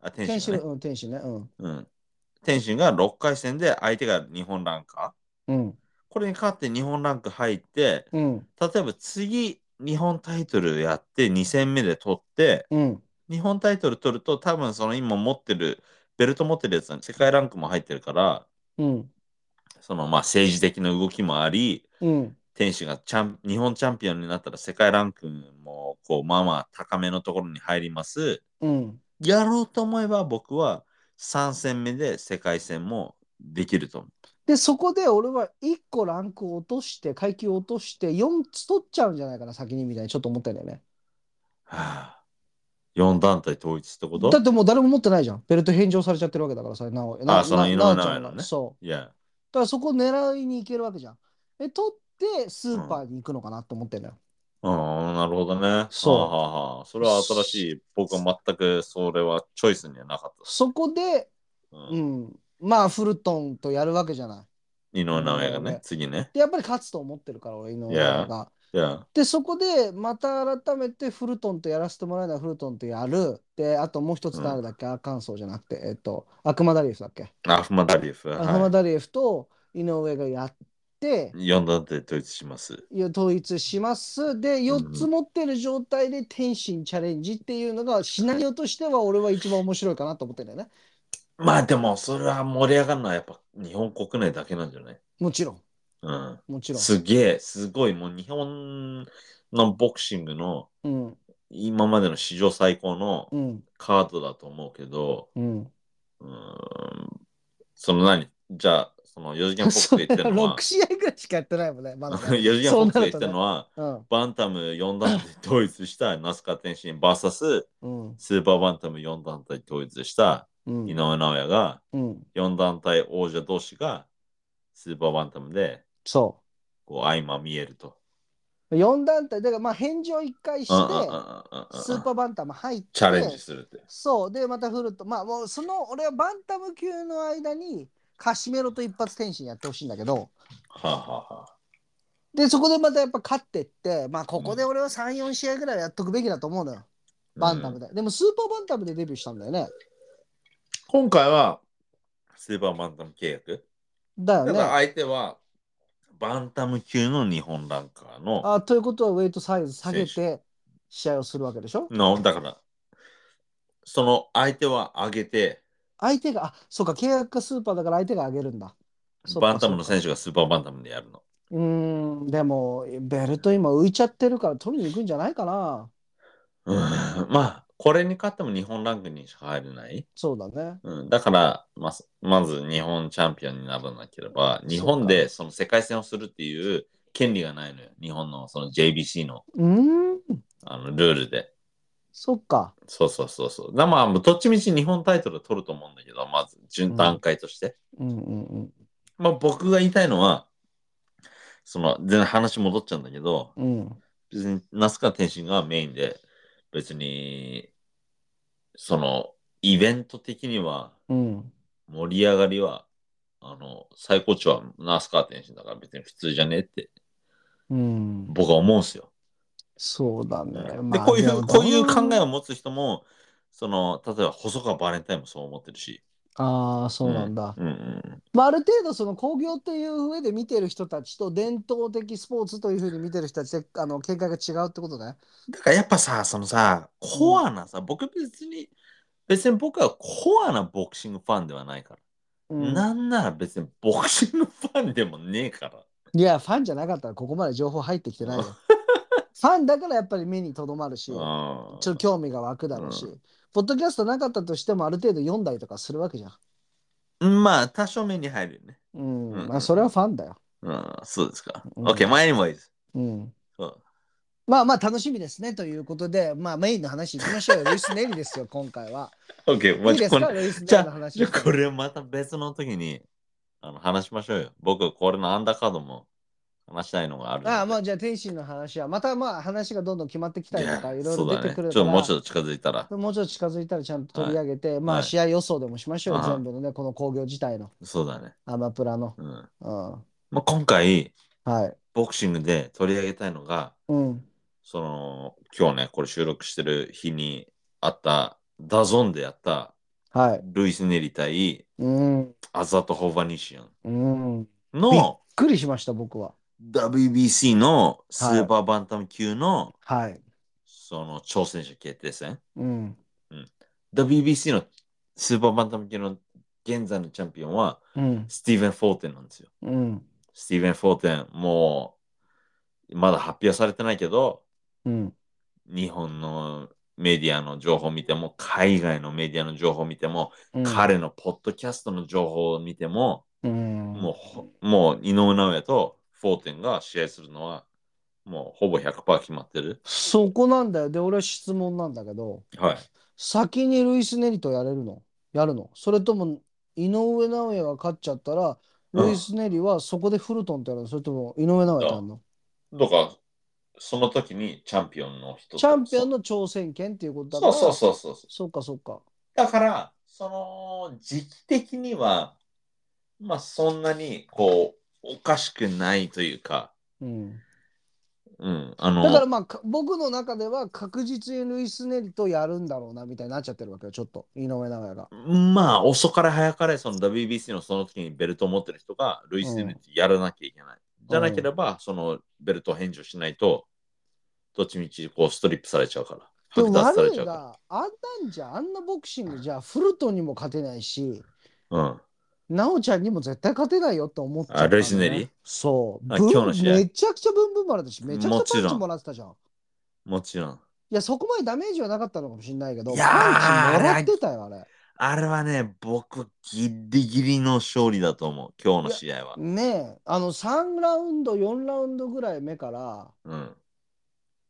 あ、天天心心ね、天心ね。うん、天心ね。うん。うん。天心が6回戦で、相手が日本ランカー。うん。これに勝って日本ランク入って、うん。例えば次、日本タイトルやって、2戦目で取って、うん。日本タイトル取ると、多分その今持ってる、ベルト持ってるやつは世界ランクも入ってるから、うん。そのまあ政治的な動きもあり、うん。天使がチャン日本チャンピオンになったら世界ランクもこうまあまあ高めのところに入ります。うん。やろうと思えば僕は3戦目で世界戦もできると思う。で、そこで俺は1個ランクを落として、階級を落として、4つ取っちゃうんじゃないかな、先にみたいにちょっと思ったんだよね。はあ、4団体統一ってことだってもう誰も持ってないじゃん。ベルト返上されちゃってるわけだからさ、なお、なあその井上なおち尚ゃ弥んのがねそう。いや、だからそこ狙いに行けるわけじゃん。え、取ってスーパーに行くのかなと思ってんだよ。うん、なるほどね。そうはあはあはあそれは新しい。僕は全くそれはチョイスにはなかっそこで、た。う、うんん、まあフルトンとやるわけじゃない。井上な尚弥がるほどねね、次ね。で、やっぱり勝つと思ってるから、俺、井上尚弥が。いや、で、そこでまた改めてフルトンとやらせてもらえないフルトンとやる。で、あともう一つ誰だっけ、アーカンソーじゃなくて、えっと、アクマダリエフだっけ。アフマダリエフ。アクマはダリエフと井上がやって、い、4団体統一します。いや統一します。で、4つ持ってる状態で天心チャレンジっていうのが、シナリオとしては俺は一番面白いかなと思ってんだよね。まあでもそれは盛り上がるのはやっぱ日本国内だけなんじゃないもちろん、うん。もちろん。すげえ、すごい、もう日本のボクシングのうん、今までの史上最高のうん、カードだと思うけど、うん。うーん、その何じゃあ、その4次元ボックスそでれ言っ てるのは6、試合ぐらいしかやってないもんね、まだ、 ね。 4次元ボックスで言ってるのは。は、うんバンタム4団体統一した那須川天心 VS うんスーパーバンタム4団体統一したうん井上尚弥が、うん4団体王者同士がスーパーバンタムでそこう相まみえると。う。4団体、だからまあ返上1回してうんうんうんうんうんうんスーパーバンタム入って、チャレンジするって。そう、で、またフルトン、まあもうその、俺はバンタム級の間に、カシメロと一発天心やってほしいんだけど、はあ、はあはあ、で、そこでまたやっぱ勝ってって、まあ、ここで俺は3、4試合ぐらいはやっとくべきだと思うのよ。バンタムうんで。でも、スーパーバンタムでデビューしたんだよね。今回はスーパーバンタム契約。だよだからね。相手はバンタム級の日本ランカーの。あということは、ウェイトサイズ下げ選て試合をするわけでしょのだからその相手は上げて、相手が、あ、そうか、契約がスーパーだから相手が上げるんだ。そうかバンタムの選手がスーパーバンタムでやるの。うーん、でも、ベルト今浮いちゃってるから取りに行くんじゃないかな。うんまあ、これに勝っても日本ランクにしか入れない。そうだね。うん、だからまず、まず日本チャンピオンにならなければ、日本でその世界戦をするっていう権利がないのよ。日本のその JBC のうーん、あのルールで。そっか。そうそうそうそう。だまあ、どっちみち日本タイトルを取ると思うんだけど、まず、順段階として。うんうんうん。まあ、僕が言いたいのは、その、全然話戻っちゃうんだけど、うん、別に、那須川天心がメインで、別に、その、イベント的には、うん、盛り上がりは、あの、最高潮は那須川天心だから別に普通じゃねえって、うん。僕は思うんすよ。そうだね。で、こういでう、もこういう考えを持つ人も、その、例えば細川バレンタインもそう思ってるし、ああ、そうなんだ。うんうんまあ、ある程度その興行という上で見てる人たちと伝統的スポーツというふうに見てる人たちであの見解が違うってことね。だからやっぱさ、そのさ、コアなさ、僕別に、別に僕はコアなボクシングファンではないから。うんなんなら別にボクシングファンでもねえから。いやファンじゃなかったらここまで情報入ってきて ないよ。ファンだからやっぱり目にとどまるし、ちょょっと興味が湧くだろうし、うポッドキャストなかったとしてもある程度読んだりとかするわけじゃん。まあ、多少目に入るよね。うん、うんまあ、それはファンだよ。うん、そうですか。うん OK、まあ、anyways。うん。そうまあまあ楽しみですねということで、まあメインの話いきましょう よ。ルイス・ネリですよ、今回は。 OK、いまいであ、すこか、れ、ルイス・ネじリゃのあ、話じゃあこれまた別の時にあの話しましょうよ。僕、これのアンダーカードも話したいのがあるので。ああまあじゃあ天心の話はまたまあ話がどんどん決まってきたりとかいろいそろうだ出てくるね。ちかょらっともうちょっと近づいたら。もうちょっと近づいたらちゃんと取り上げて、まはあい試合予想でもしましょうよ、はい全部のねこの興行自体のそうだね。アマプラの、うん。うん、はまあ、今回、いボクシングで取り上げたいのが、うんその、今日ね、これ収録してる日にあった、ダゾンでやった、はいルイス・ネリ対うんアザト・ホーバニシアンうんびっのくりしました僕は WBC のスーパーバンタム級の、はいその挑戦者決定戦。うん、 WBC のスーパーバンタム級の現在のチャンピオンはうんスティーブン・フォーテンなんですよ。うんスティーブン・フォーテン、もうまだ発表されてないけど、うん日本のメディアの情報を見ても、海外のメディアの情報を見ても、うん彼のポッドキャストの情報を見ても、うんもうほもう井上尚弥とフォーテンが試合するのは、もうほぼ100%決まってる。そこなんだよで俺は質問なんだけどはい。先にルイス・ネリとやれるのやるのそれとも井上尚弥が勝っちゃったらうんルイス・ネリはそこでフルトンとやるのそれとも井上尚弥とやるのだから、その時にチャンピオンの人とチャンピオンの挑戦権っていうことだかそうらそうそうそうそう。そうかそうかだから、その時期的には、まあそんなにこう、おかしくないというか、うんうん、あの、だからまあか僕の中では確実にルイス・ネリとやるんだろうなみたいになっちゃってるわけよちょっと井上尚弥がまあ遅かれ早かれ、その WBC のその時にベルトを持ってる人が、ルイス・ネルやらなきゃいけない。じゃなければ、そのベルトを返上しないと、どっちみちこうストリップされちゃうから、で剥も奪され悪ちいゃうかがあんなんじゃあんなボクシングじゃフルトンにも勝てないしら。うん。奈緒ちゃんにも絶対勝てないよって思っちゃったんだあルイスネリそう。あブン今日の試合めちゃくちゃブンブンもらったし、めちゃくもちちゃろパンんチもらってたじゃん。もちろん。いや、そこまでダメージはなかったのかもしれないけど、いやーパンチもらってたよ、あれ。あれはね、僕、ギリギリの勝利だと思う、今日の試合は。ねえ、あの3ラウンド、4ラウンドぐらい目から、うん。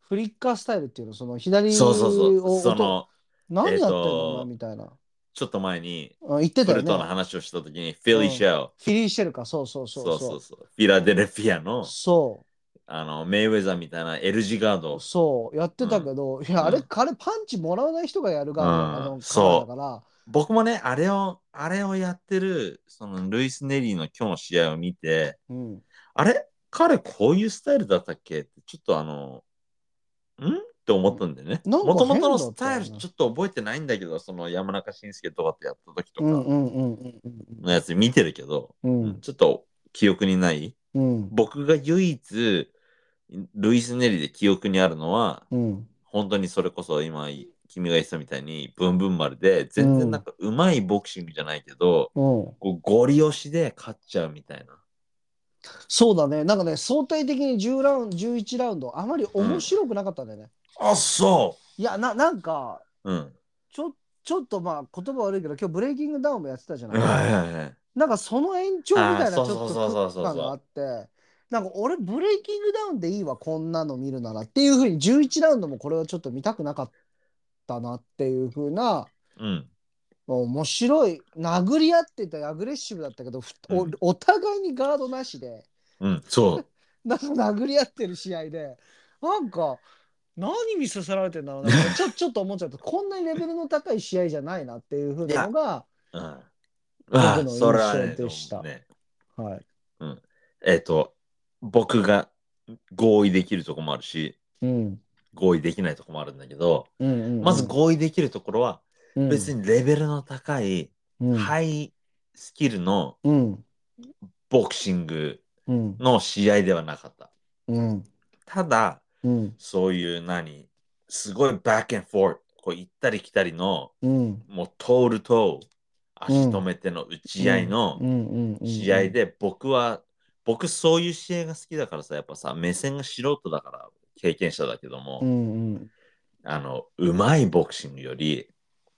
フリッカースタイルっていうの、その左をそうそうそう。そ音の、何やってんえのー、とみたいな。ちょっと前に、うん言ってフたルよトンのね。話をしたときに、フィリーシェル、フィリーシェルか、そうそうそうそそうそうう。そう、フィラデルフィアの、そあの、メイウェザーみたいな L 字ガードう、。そう、やってたけど、いや、あれ、うん彼、パンチもらわない人がやる側うのんカラーだから、僕もね、あれを、あれをやってる、その、ルイス・ネリーの今日の試合を見て、うん、あれ彼こういうスタイルだったっけって、ちょっとあの、んって思ったんでね。なんかもともとの変だっスたタよイねルちょっと覚えてないんだけど、その山中慎介とかってやった時とうん、うん、かうん、うんのやつ見てるけど、うん、うん、ちょっと記憶にないうん、僕が唯一ルイス・ネリで記憶にあるのはうん。本当にそれこそ今君が言ってたみたいに、ブンブン丸で、全然なんかうまいボクシングじゃないけど、うん。こうゴリ押しで勝っちゃうみたいな。そうだね。なんかね、相対的に10ラウンド、11ラウンド、あまり面白くなかったんだよね。あ、そいや、な、なんか、ううん。ちょ、ちょっとまあ、言葉悪いけど、今日ブレイキングダウンもやってたじゃはいはない。いはい。なんかその延長みたいなちょあーっそうとそうそうそうそう空気感があって、なんか俺、ブレイキングダウンでいいわ、こんなの見るならっていうふうに、11ラウンドもこれはちょっと見たくなかったなっていうふうな、うん。面白い、殴り合ってたアグレッシブだったけど、ふおうんお互いにガードなしで。うん、そう。なんか殴り合ってる試合でなんか何見せさられてんだろう なってちょちょっと思っちゃったこんなにレベルの高い試合じゃないなっていうふうなの が、うん。まあ、僕のそれはね印象でしたねはいえっ、と、僕が合意できるとこもあるし、うん合意できないとこもあるんだけど、うんうん、まず合意できるところは、うん、別にレベルの高い、にい、ハイスキルのうんボクシングうんの試合ではなかった。うんただ、うんそういう何、すごいバック and フォーこう行ったり来たりの、うんもう通ると足止めての打ち合いのうんうんうん試合で、僕は、僕そういう試合が好きだからさ、やっぱさ、目線が素人だから経験者だけども、うんうんあの、うまいボクシングより、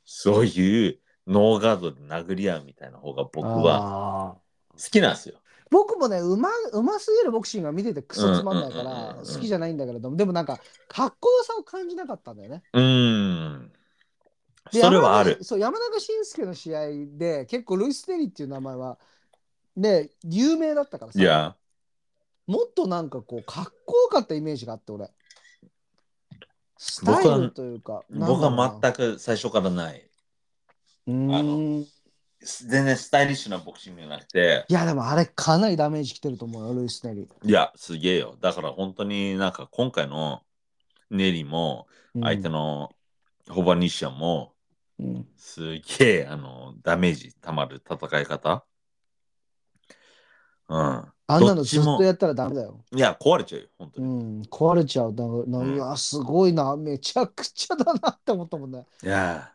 そういうノーガードで殴り合うみたいな方が僕はは好きなんですよ。僕もねうまうますぎるボクシングが見ててクソつまんないかうんうんうんらうん好きじゃないんだけれどもでもなんかかっこよさを感じなかったんだよねうーん。でそれはあ山る中。そう山中伸介の試合で結構ルイス・テリーっていう名前はね有名だったからさいや、もっとなんかこうかっこよかったイメージがあって俺スタイルというか僕は全く最初からない。全くあのい全然スタイリッシュなボクシングじゃなくて、やでもあれかなりダメージきてると思うよルイス・テリー、いや、すげえよ。だから本当になんか今回のネリも、うん相手のホバニシアンも、うんすげえ、あの、ダメージたまる戦い方。うん。あんなどのっちずっもとやったらダメだよ、いや、壊れちゃうよ、本当うに。ん、壊れちゃうだからうんいやすごいなめちゃくちゃだなって思ったもんねいや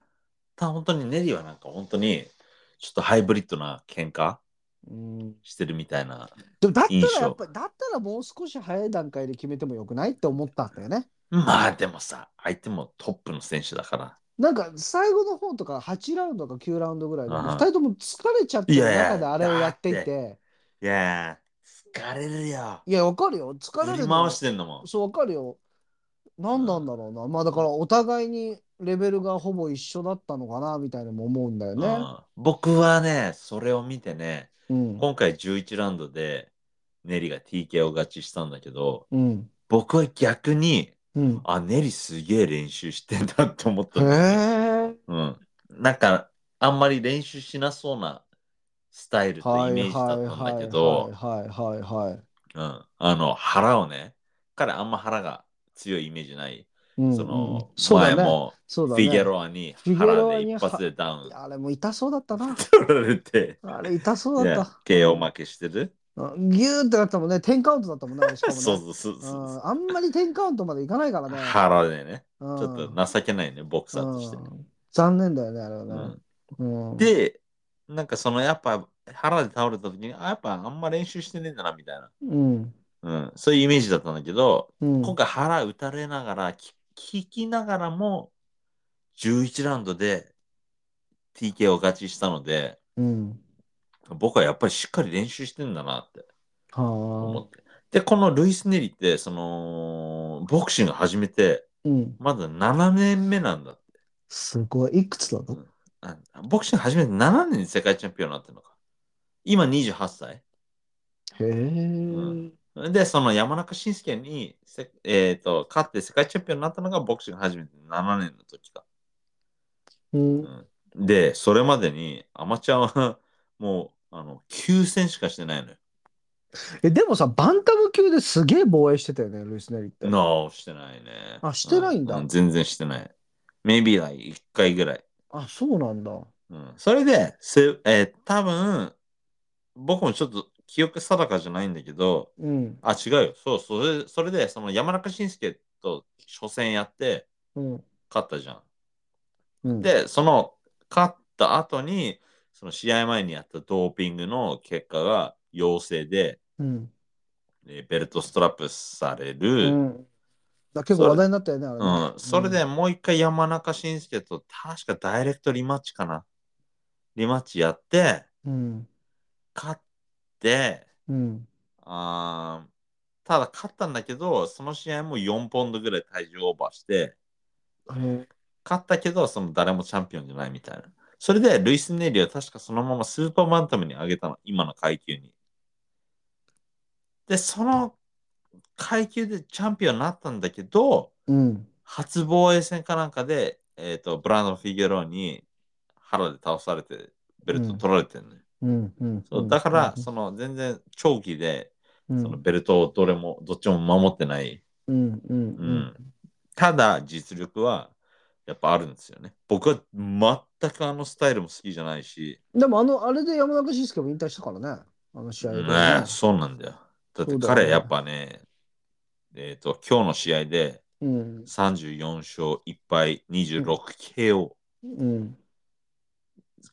ー、ただ本当にネリはなんか本当に、ちょっとハイブリッドな喧嘩うんしてるみたいな。でもだっ印た象らやっぱりだったらもう少し早い段階で決めてもよくないって思ったんだよね。まあでもさ、相手もトップの選手だから。なんか最後の方とか8ラウンドか9ラウンドぐらいであは2人とも疲れちゃってるいやいや中であれをやっていだっていやー、疲れるよ。いやわかるよ疲れ振るりの回してんのも。そうわかるよ何なんだろうな、まあだからお互いにレベルがほぼ一緒だったのかなみたいなのも思うんだようね。ん僕はね、それを見てね、うん今回11ラウンドでネリが TKO 勝ちしたんだけど、うん僕は逆に、うん、あ、ネリすげえ練習してんだって思ったへ。えうん。なんか、あんまり練習しなそうなスタイルとはイメいージだはいったんだはけいど、はいはいはいはい。うん。あの、腹をね、彼あんま腹が強いイメージない。うんそうんの、そうだ前ね。も、そうフだィギねュ。ロアにフィギュロ腹アでに一発でダウンあれも痛そうだ ったな。取られて、あれ痛そうだっね KO 負けしてる。た。うんギューってなったもんね、10カウントだったもんね、あれしかもね。そうそうそううそんあんまり10カウントまでいかないから う。ね。腹でね、うちんょっと情けないね、ボクサーとしてう。ん残念だよね、あれはうねん。うん、で、なんかそのやっぱ腹で倒れた時に、あ、やっぱあんま練習してねえんだな、みたいな。うん。うん、そういうイメージだったんだけど、うん今回腹打たれながら、き聞きながらも、11ラウンドで TK を勝ちしたので、うん。僕はやっぱりしっかり練習してんだなって思はって。で、このルイス・ネリって、その、ボクシング始めて、あ。うん。まだ7年目なんだって。すごい。いくつだとあボクシング始めて7年で世界チャンピオンになってるのか。今28歳。へえ、んで、その山中伸介にせ、えーと、勝って世界チャンピオンになったのがボクシング始めて7年の時か。うん。うんで、それまでにアマチュアは もうあの9戦しかしてないのよ。え、でもさ、バンタム級ですげえ防衛してたよね、ルイス・ネリって。 No, してないね。あしてないんだう全然してない。Maybe like 1回ぐらい。あ、そうなんだ。うん、それで、せえー多分僕もちょっと記憶定かじゃないんだけど、うん。あ、違うよ。そう、それそれで、その山中伸介と初戦やってうん。勝ったじゃん。うん、で、その勝った後に、その試合前にやったドーピングの結果が陽性で、うんえーベルトストラップされうる。ん、だ結構話題になったよね、あれうねん、それでもう一回山中慎介と確かダイレクトリマッチかな。リマッチやって、うん。勝って、うん。あーただ勝ったんだけど、その試合も4ポンドぐらい体重オーバーして、へ勝ったけど、その誰もチャンピオンじゃないみたいな。それで、ルイス・ネイリーは確かそのままスーパーバンタムに上げたの、今の階級に。で、その階級でチャンピオンになったんだけど、うん。初防衛戦かなんかで、えっ、と、ブランドン・フィギュローに腹で倒されて、ベルト取られてるね、うん。うん。そうだから、その全然長期で、うん、そのベルトをどれも、どっちも守ってない。うん。う。うんん。ただ、実力は、やっぱあるんですよね。僕は全くあのスタイルも好きじゃないし、うん。でも、あの、あれで山中慎介も引退したからね。あの試合で、ね、そうなんだよ。だってそうだよ彼ねやっぱね、えっ、と、今日の試合でうん。 34勝1敗 26KO。うん。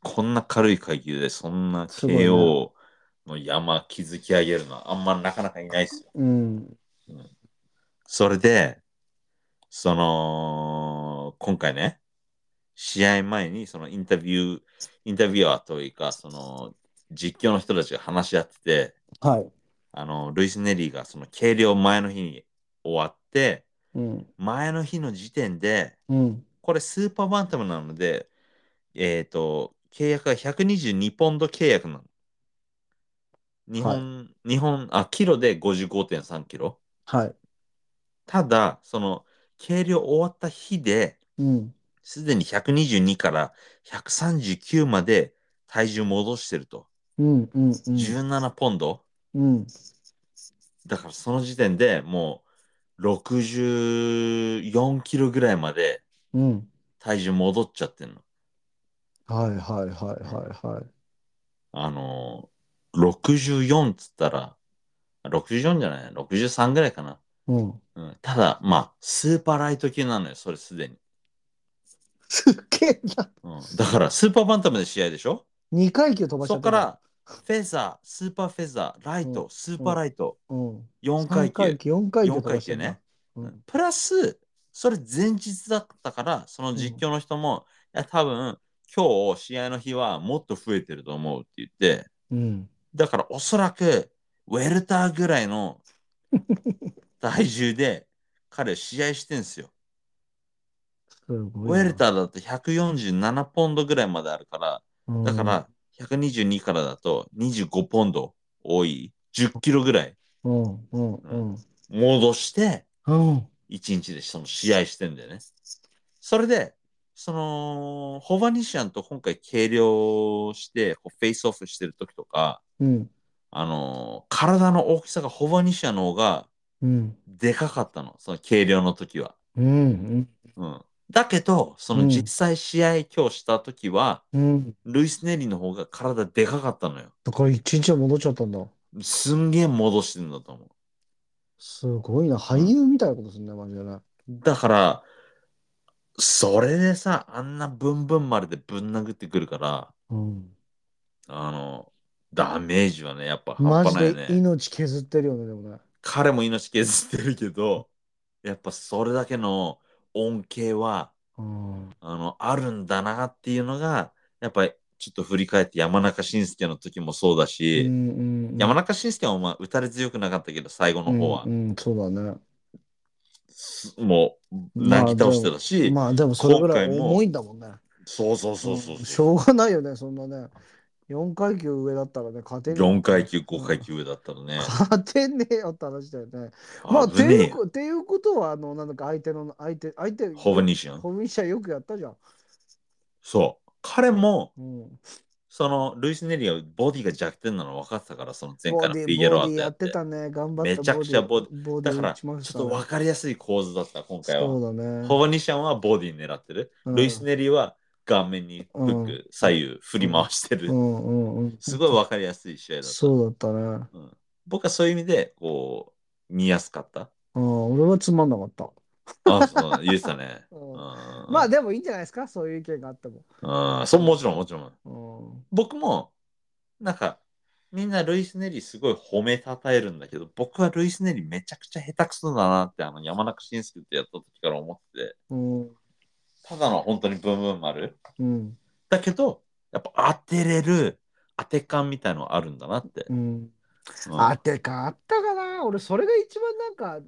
こんな軽い階級でそんなすごいね KO の山築き上げるのはあんまなかなかいないですよ。うん。それで、その、今回ね、試合前にそのインタビュー、インタビュアーというか、その実況の人たちが話し合ってて、はい。あの、ルイス・ネリーがその計量前の日に終わって、うん。前の日の時点で、うん。これスーパーバンタムなので、えっ、と、契約が122ポンド契約なの。日本、日本、あ、キロで55.3キロ。はい。ただ、その、計量終わった日で、うん。すでに122から139まで体重戻してると。うん。うん。 17ポンド。うん。だからその時点でもう64キロぐらいまでうん。体重戻っちゃってんの。はい。はい。はい。はい。はい。あのー、64っつったら、64じゃない、63ぐらいかな。うん。うん、ただ、まあ、スーパーライト級なのよ、それすでに。すっげえな。うん、だから、スーパーバンタムで試合でしょ二階級飛ばしちゃそっこたかね。ら、フェザー、スーパーフェザー、ライト、うんスーパーライト、うん。 4三階階級。級、四階級四飛ば階して級んだね。。うんうんプラス、それ前日だったから、その実況の人も、いや、多分、今日、試合の日はもっと増えてると思うって言って、うん。だからおそらく、ウェルターぐら いの体重で、彼試合してんすよ。すごいな。ウェルターだと147ポンドぐらいまであるから、うんだから、122からだと25ポンド多い、10キロぐらいうんうんうん戻して、うん1日でその試合してんだよね。それで、その、ホバニシアンと今回計量して、こうフェイスオフしてる時とか、うんあのー体の大きさがホバニシアンの方がうんでかかったの、その計量の時は。うんうん。だけど、そうのん実際試合今日した時は、うんルイス・ネリーの方が体でかかったのよ。だから一日は戻っちゃったんだすんげえ戻してんだと思う。すごいな俳優みたいなことすんねマジでねだから、それでさ、あんなブンブン丸でぶん殴ってくるから、うんあの、ダメージはね、やっぱ半マ端ジないよでね。命削ってるよねでもね彼も命削ってるけど、やっぱそれだけの恩恵は、うんあの、あるんだなっていうのが、やっぱりちょっと振り返って山中慎介の時もそうだうし、んうん山中慎介はまあ打たれ強くなかったけど、最後の方は、うんうんそうだねすもう、泣き倒してたし、まあでもそれぐらい今回も重いんだもんねそうそうそうそううんしそう。ょうがないよねそんなね四階級上だったらね勝てねえ4階級、5階級上だったらね。勝てねえよって話だよねまあ、って危ねえいうよ。こっていうことは、あの、なんだか相手の、相手、相手、ホブニシアン。ホブニシャよくやったじゃん。そう。彼も、うん。その、ルイス・ネリーはボディが弱点なの分かってたから、その前ボ回のディフィギュアロボアディでややっってて。たね、頑張っためちゃくちゃボディ。ボデだィから、ち打ょっちとま分しかりやすい構図だった、今た回ねは。そうだね。ホバニシャンはボディ狙ってる。うんルイス・ネリーは顔面にフック、左右振り回してうんる。うんうん。すごい分かりやすい試合だった。そうだったね。うん僕はそういう意味で、こう、見やすかった。うん、俺はつまんなかった。あ、そう、言ってたね。 ううんんまあでもいいんじゃないですかそういう意見があっても。あ、うん、そう、もちろん、もちろん。うん僕も、なんか、みんなルイス・ネリーすごい褒めたたえるんだけど、僕はルイス・ネリーめちゃくちゃ下手くそだなって、あの、山中伸介ってやった時から思ってて、うんただの本当にブンブン丸。うんだけど、やっぱ当てれる当て感みたいのあるんだなって。うん、うんあてかあったかな俺それが一番なんか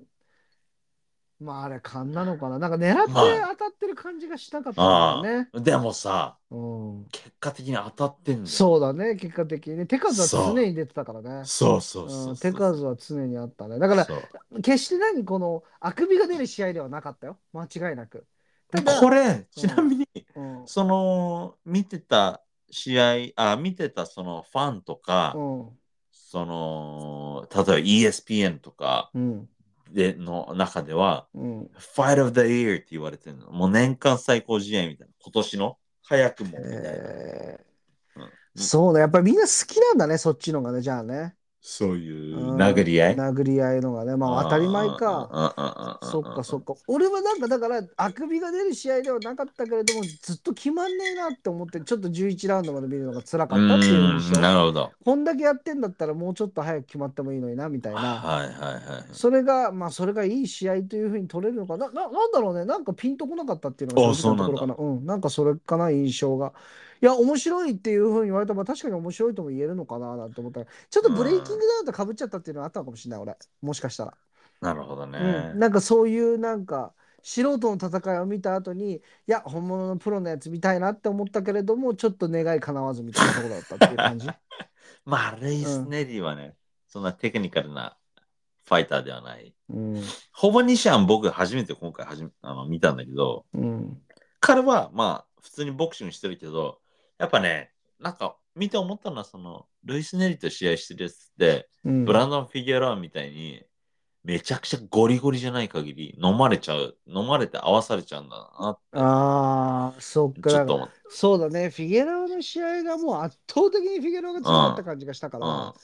まああれ勘なのかななんか狙ってま当たってる感じがしなかったんだよね、でもさ、うん、結果的に当たってんだよ。そうだね結果的にね手数はそう常に出てたからねそうそうそううんそ手う。数は常にあったねだからそう決して何このあくびが出る試合ではなかったよ間違いなくただこれ、ちなみに、うんその、見てた試合、あ、見てたそのファンとか、うんその、例えば ESPN とかうんでの中では、うん、 Fight of the Year って言われてるの。もう年間最高試合みたいな。今年の早くもみたいな。えーうんそうねやっぱりみんな好きなんだねそっちのがねじゃあねそういううん殴り合い。殴り合いのがねまあ当たり前かかそっかそっか俺はなんかだからあくびが出る試合ではなかったけれどもずっと決まんねえなって思ってちょっと11ラウンドまで見るのが辛かうったっていう印ん、象なるほど。こんだけやってんだったらもうちょっと早く決まってもいいのになみたいなはいはいはい。それがまあそれがいい試合というふうに取れるのかなななんだろうねなんかピンとこなかったっていうのがあ正直なところかなうん、なんかそれかな印象がいや面白いっていうふうに言われたらまあ確かに面白いとも言えるのかななんて思ったらちょっとブレイキングダウンとかぶっちゃったっていうのはあったのかもしれない俺もしかしたら。なるほどうねん、。なんかそういうなんか素人の戦いを見た後にいや本物のプロのやつ見たいなって思ったけれどもちょっと願い叶わずみたいなところだったっていう 感じまあ、レイス・ネリーはね、そんなテクニカルなファイターではない。うんほぼ西ン僕初めて今回初めあの見たんだけど、うん彼はまあ普通にボクシングしてるけど、やっぱね、なんか見て思ったのはそのルイス・ネリーと試合してるやつって、うんブランドン・フィギュアラーみたいにめちゃくちゃゴリゴリじゃない限り飲まれちゃう、飲まれて合わされちゃうんだなあーそっってかちょだっとか思らっそうだねフィギュアラの試合がもう圧倒的にフィギュアラが強かった感じがしたから、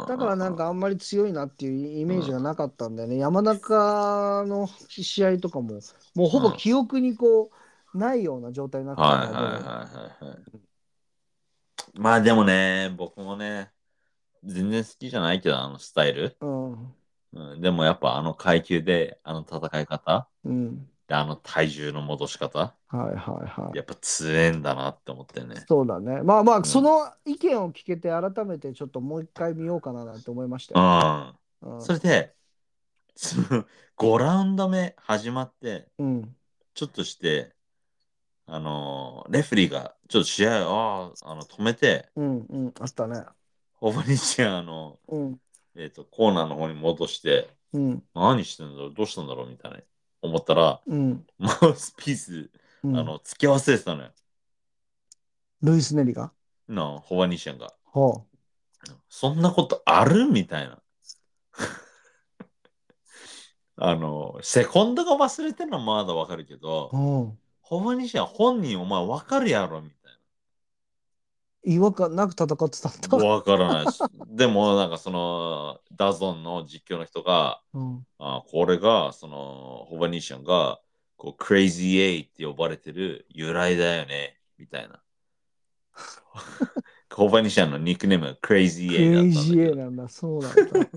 た。だからなんかあんまり強いなっていうイメージがなかったんだよね、山中の試合とかももうほぼ記憶にこうないような状態になってはいたはいから、はいはいはい。まあでもね、僕もね、全然好きじゃないけど、あのスタイル。うんうん、でもやっぱあの階級で、あの戦い方、うんであの体重の戻し方、はいはいはい。やっぱ強えんだなって思ってね。そうだね。まあまうあ、んその意見を聞けて、改めてちょっともう一回見ようかななんて思いましたうよ。ん。うんそれで、 その5ラウンド目始まって、うん。ちょっとして、あのーレフェリーが、ちょっと試合をあーあの止めて、うん。うん。あったね。ほぼ日あの、うん。えっ、と、コーナーの方に戻して、うん。何してんだろうどうしたんだろうみたいな思ったら、うん。マウスピース、うあんの、付け忘れてたのよ。ルイス・ネリが。なあ、ホワニシャンが。ほそんなことあるみたいな。 あの、セコンドが忘れてるのはまだわかるけどう。、うん。ホワニシャン本人お前わかるやろみたい違和感なく戦ってたんな。だ。わからないです。でも、なんかその、ダゾンの実況の人が、うん。あこれが、その、ホバニーシャンが、こう、クレイジーエイって呼ばれてる由来だよね、みたいな。ホバニーシャンのニックネームはクレイジクーエイだレっイたんジーだ A けど、なんだ。そうなんだ。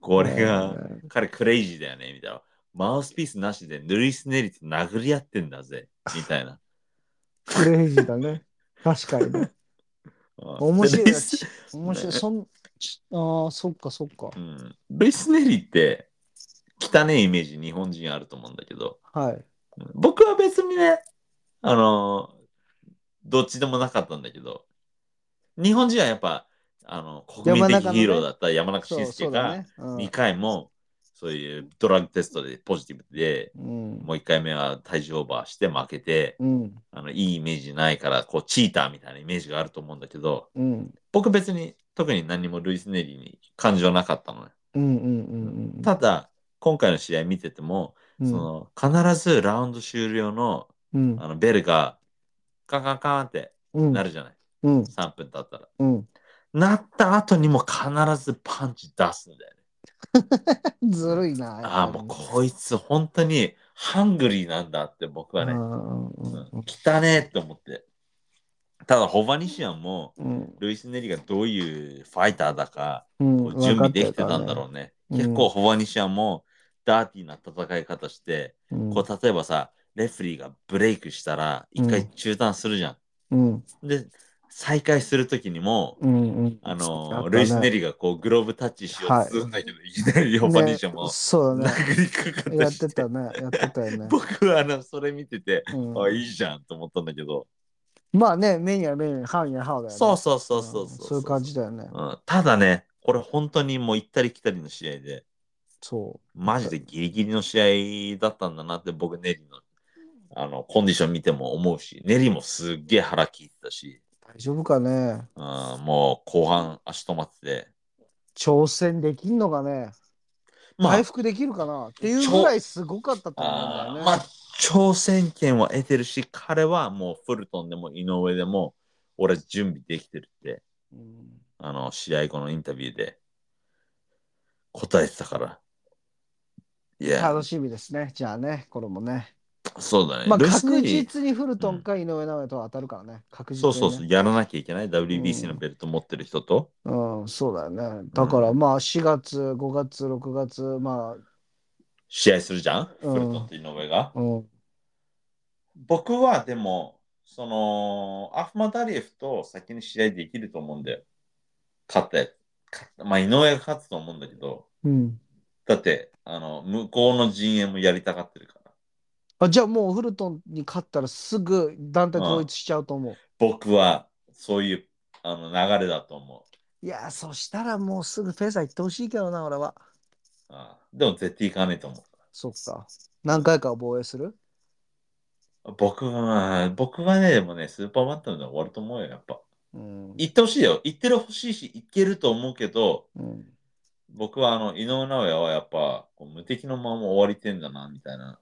これが、えー。彼クレイジーだよね、みたいな。マウスピースなしでルイス・ネリと殴り合ってんだぜ、みたいな。クレイジーだね。確かにね。面面白いルなイス,、面白い。そんちああ、そっかそっかう。ん、ルイス・ネリって、汚いイメージ日本人あると思うんだけど、はい。僕は別にね、あのどっちでもなかったんだけど、日本人はやっぱ、あの、国民山的中のねヒーローだった山中そう伸そ介うだが、ね。う2ん回も、そういうドラッグテストでポジティブで、うん。もう1回目は体重オーバーして負けて、うん。あの、いいイメージないから、こう、チーターみたいなイメージがあると思うんだけど、うん。僕別に特に何もルイス・ネリーに感情なかったのね。うんうんうんうん。ただ、今回の試合見てても、うんその、必ずラウンド終了のうんあのベルがカンカンカンってうんなるじゃない、うん3分経ったらうんなった後にも必ずパンチ出すんだよねずるいな。ああもうこいつ本当にハングリーなんだって僕はね、うんうん汚ねえって思って。ただ、ホバニシアンも、うんルイス・ネリがどういうファイターだか、うん準備できてたんだろうね。うん結構、ホバニシアンもダーティーな戦い方して、うんこう例えばさ、レフェリーがブレイクしたら、一回中断するじゃん。うんで、再開するときにも、うんうんああったのねルイス・ネリがこうグローブタッチしようとするんだけど、いきなりホバニシアンもねそうだね 殴りかかっやたっしてたねやってたよね、 僕はあのそれ見てて、うんあいいじゃんと思ったんだけど、まあねメニューはメニューハンやハウだよねそうそうそうそううんそういう感じだよねうんただねこれ本当にもう行ったり来たりの試合でそマジでギリギリの試合だったんだなって僕ネリのあのコンディション見ても思うしネリもすっげえ腹切ったし、う大丈夫かねうん、もう後半足止まってて挑戦できんのかねまあ回復できるかなっていうぐらいすごかったと思あうんだーよまねあ挑戦権は得てるし彼はもうフルトンでも井上でも俺準備できてるってうん。あの試合後のインタビューで答えてたからいや楽しみですね。じゃあね、これもね。そうだね、まあルイス確ネリー実にフルトンか井上尚弥とは当たるからね。確実そに、うね。そうそう、やらなきゃいけない WBC のベルト持ってる人と、うん、そうだよね。だからまあ4月、5月、6月、ま試合するじゃん、うんフルトンと井上が。あ、うん。僕はでも、その、アフマダリエフと先に試合できると思うんだよ。勝って、勝ってまあ、井上が勝つと思うんだけど、うん、だって、あの、向こうの陣営もやりたがってるから。あじゃあもうフルトンに勝ったらすぐ団体統一しちゃうと思う。僕は、そういうあの流れだと思う。いやー、そしたらもうすぐフェザー行ってほしいけどな、俺は。あでも、絶対行かねえと思う。そっか。何回かは防衛する僕は、僕はね、でもね、スーパーバンタムで終わると思うよ、やっぱ。うん。行ってほしいよ。行ってるほしいし、行けると思うけど、うん、僕はあの井上尚弥はやっぱこう無敵のまま終わりてんだなみたいな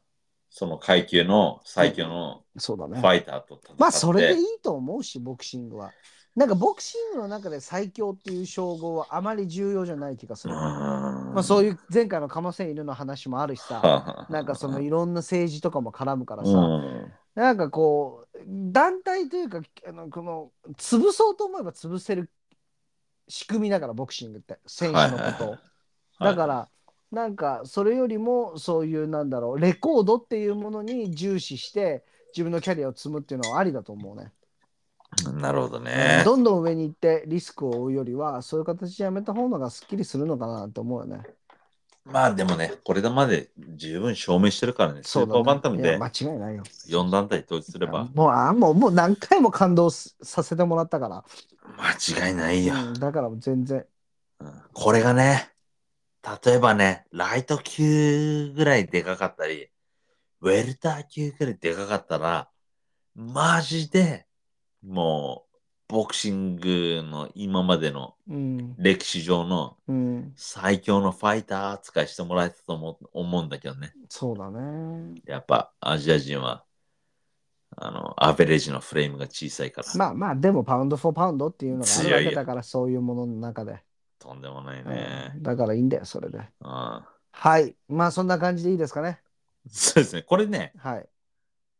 その階級の最強のそうだねフ。ァイターと戦って、まあそれでいいと思うしボクシングは。なんかボクシングの中で最強っていう称号はあまり重要じゃない気がする。ままあそういういう前回のカマセン犬の話もあるしさ、さなんかそのいろんな政治とかも絡むからうさ、んなんかこう団体というかあのこの潰そうと思えば潰せる仕組みだからボクシングって選手のはいことをはいは。だからなんかそれよりもそういうなんだろうレコードっていうものに重視して自分のキャリアを積むっていうのはありだと思うね。はいなるほどねどんどん上に行ってリスクを負うよりはそういう形でやめた方のがすっきりするのかなって思うよね。まあでもねこれまで十分証明してるからねスそーうだパーバンタムね、いやで間違いないよ。 4団体統一すればもうあもうもう何回も感動すさせてもらったから、間違いないよ、うんだから全然うんこれがね例えばねライト級ぐらいでかかったりウェルター級ぐらいでかかったら、マジで、もう、ボクシングの今までのうん歴史上のうん最強のファイター扱いしてもらえたと思う思うんだけどね。そうだね。やっぱアジア人は、あの、アベレージのフレームが小さいから、まあまあでもパウンド・フォー・パウンドっていうのがあるわ強けいよだからそういうものの中で、とんでもないうんね。だからいいんだよそれで。うん。はいまあそんな感じでいいですかね。そうですね。これね、はい。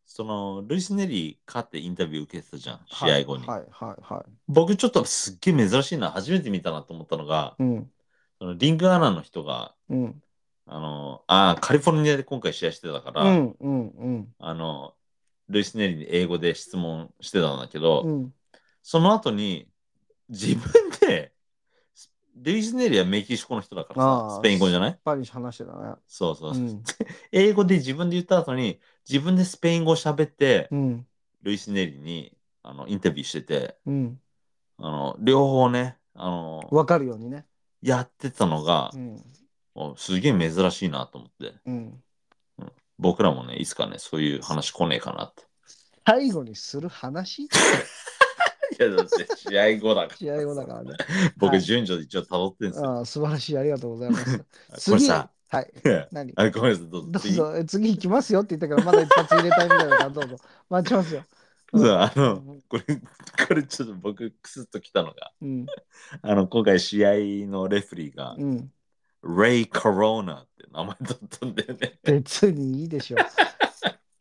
その、ルイス・ネリー勝ってインタビュー受けてたじゃん、試合後に。はいはいはい、はい僕ちょっとすっげえ珍しいな、初めて見たなと思ったのが、うんそのリングアナの人が、うんあの、あーカリフォルニアで今回試合してたから、うんうんうんあの、ルイス・ネリーに英語で質問してたんだけど、うんその後に、自分で、ルイス・ネリーはメキシコの人だからあさー、スペイン語じゃないスパニッシュ話してたね。そうそう、うん英語で自分で言った後に、自分でスペイン語喋って、うんルイス・ネリーにあのインタビューしてて、うんあの両方ね、あの、わかるようにね。やってたのがう、んおすげえ珍しいなと思って、うん、僕らもね、いつかね、そういう話来ねえか なって。最後にする話いやだって 試合後だから。試合後だから ね。は僕い順序で一応辿ってんすよ。ああ素晴らしい、ありがとうござい ます。これ次、はさ、い、何 あごめんなさい、どうどぞう。ぞ、え次行きますよって言ったから、まだ一発入れたいみたいなから、どうぞ。待ちますよ。次そうあうの、んこれ、これちょっと僕、クスッときたのが、うん、あの、今回試合のレフェリーが、うん、レイ・コロナって名前だったんだよね。別にいいで しょ。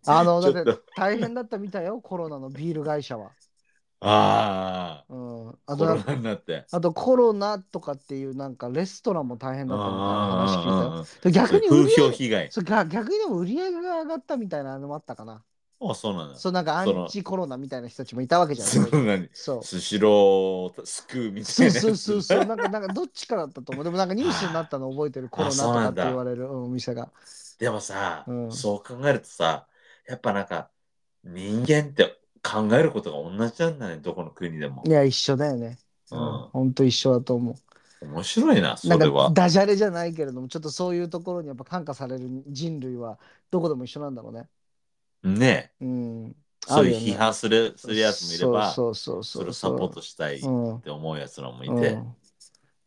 あの、ちだょっっとて大変だったみたいよ、コロナのビール会社は。あうん。あ、あコとロナになって。あとコロナとかっていうなんかレストランも大変だったみたいな話聞いたよ。でああ逆に売風り上評げ被害。そうが逆にでも売り上げが上がったみたいなのもあったかな。あそうなんだ。そうなんかアンチコロナみたいな人たちもいたわけじゃそん。うなんだ。そう。スシローを救うみたそいうなやつ。そうそうそう、なんか、なんか、どっちかだったと思う。でも、なんかニュースになったの覚えてる、コロナとかって言われる、うんお店が。でもさ、うんそう考えるとさ、やっぱなんか人間って考えることが同じなんだね、どこの国でもい。や、一緒だよね。ううんん、本当一緒だと思面白いな、う。そなんれかは。ダジャレじゃないけれども、ちょっとそういうところにやっぱ感化される人類はどこでも一緒なんだろうね。ねうん。そういうあるよね批判する,、するやつもいれば、そそうそうそうそう。れをサポートしたいっうんて思うやつらもいて、うん、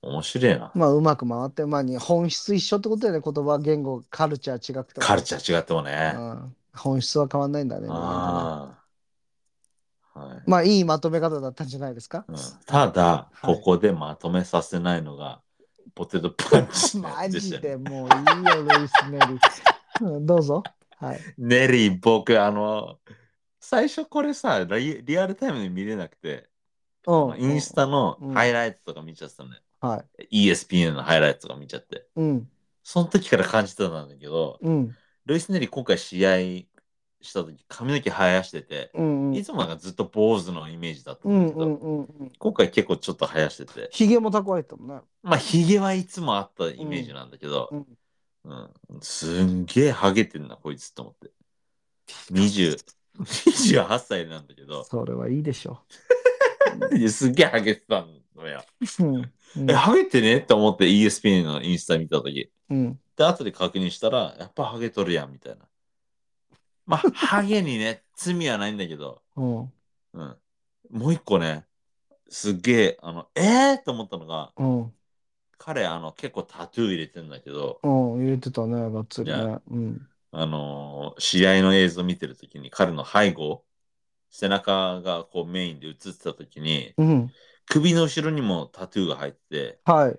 面白いな。まあうまく回って、まあ、に本質一緒ってことだよね言葉言語カルチャー違くてもカルチャー違ってもね。うん、本質は変わんないんだねああはいまあいいまとめ方だったんじゃないですか、うんただ、はいここでまとめさせないのが、ポテトパン チのマやつしジたねでもういいよ、ルイス・ネリー。うんどうぞ。はい。ネリー、僕、あの、最初これさ、リリアルタイムで見れなくて、うん。インスタのうんハイライトとか見ちゃってたのね。はい。 ESPN のハイライトとか見ちゃって。うん。その時から感じてたんだけど、うん。ルイス・ネリー今回試合した時、髪の毛生やしてて、うん。うん。いつもなんかずっと坊主のイメージだったうんだん。けうん。ど、うん。今回結構ちょっと生やしてて、ひげも蓄えてたもんね。まあ、ヒゲはいつもあったイメージなんだけど、うん。うん、すんげえハゲてんな、こいつと思って。20 28歳なんだけど、それはいいでし ょいやすっげえハゲてたのよ。う。うん。うんえ、ハゲてねって思って ESPN のインスタ見たとき。うん。で、後で確認したら、やっぱハゲとるやんみたいな。まあ、ハゲにね、罪はないんだけど、うん。うん。もう一個ね、すっげえ、あの、えー、と思ったのが、うん。彼、あの、結構タトゥー入れてんだけど、うん。入れてたね、がっつりいねや。うん。あのー試合の映像見てるときに、彼の背後、背中がこうメインで映ってたときに、うん。首の後ろにもタトゥーが入ってて、はい。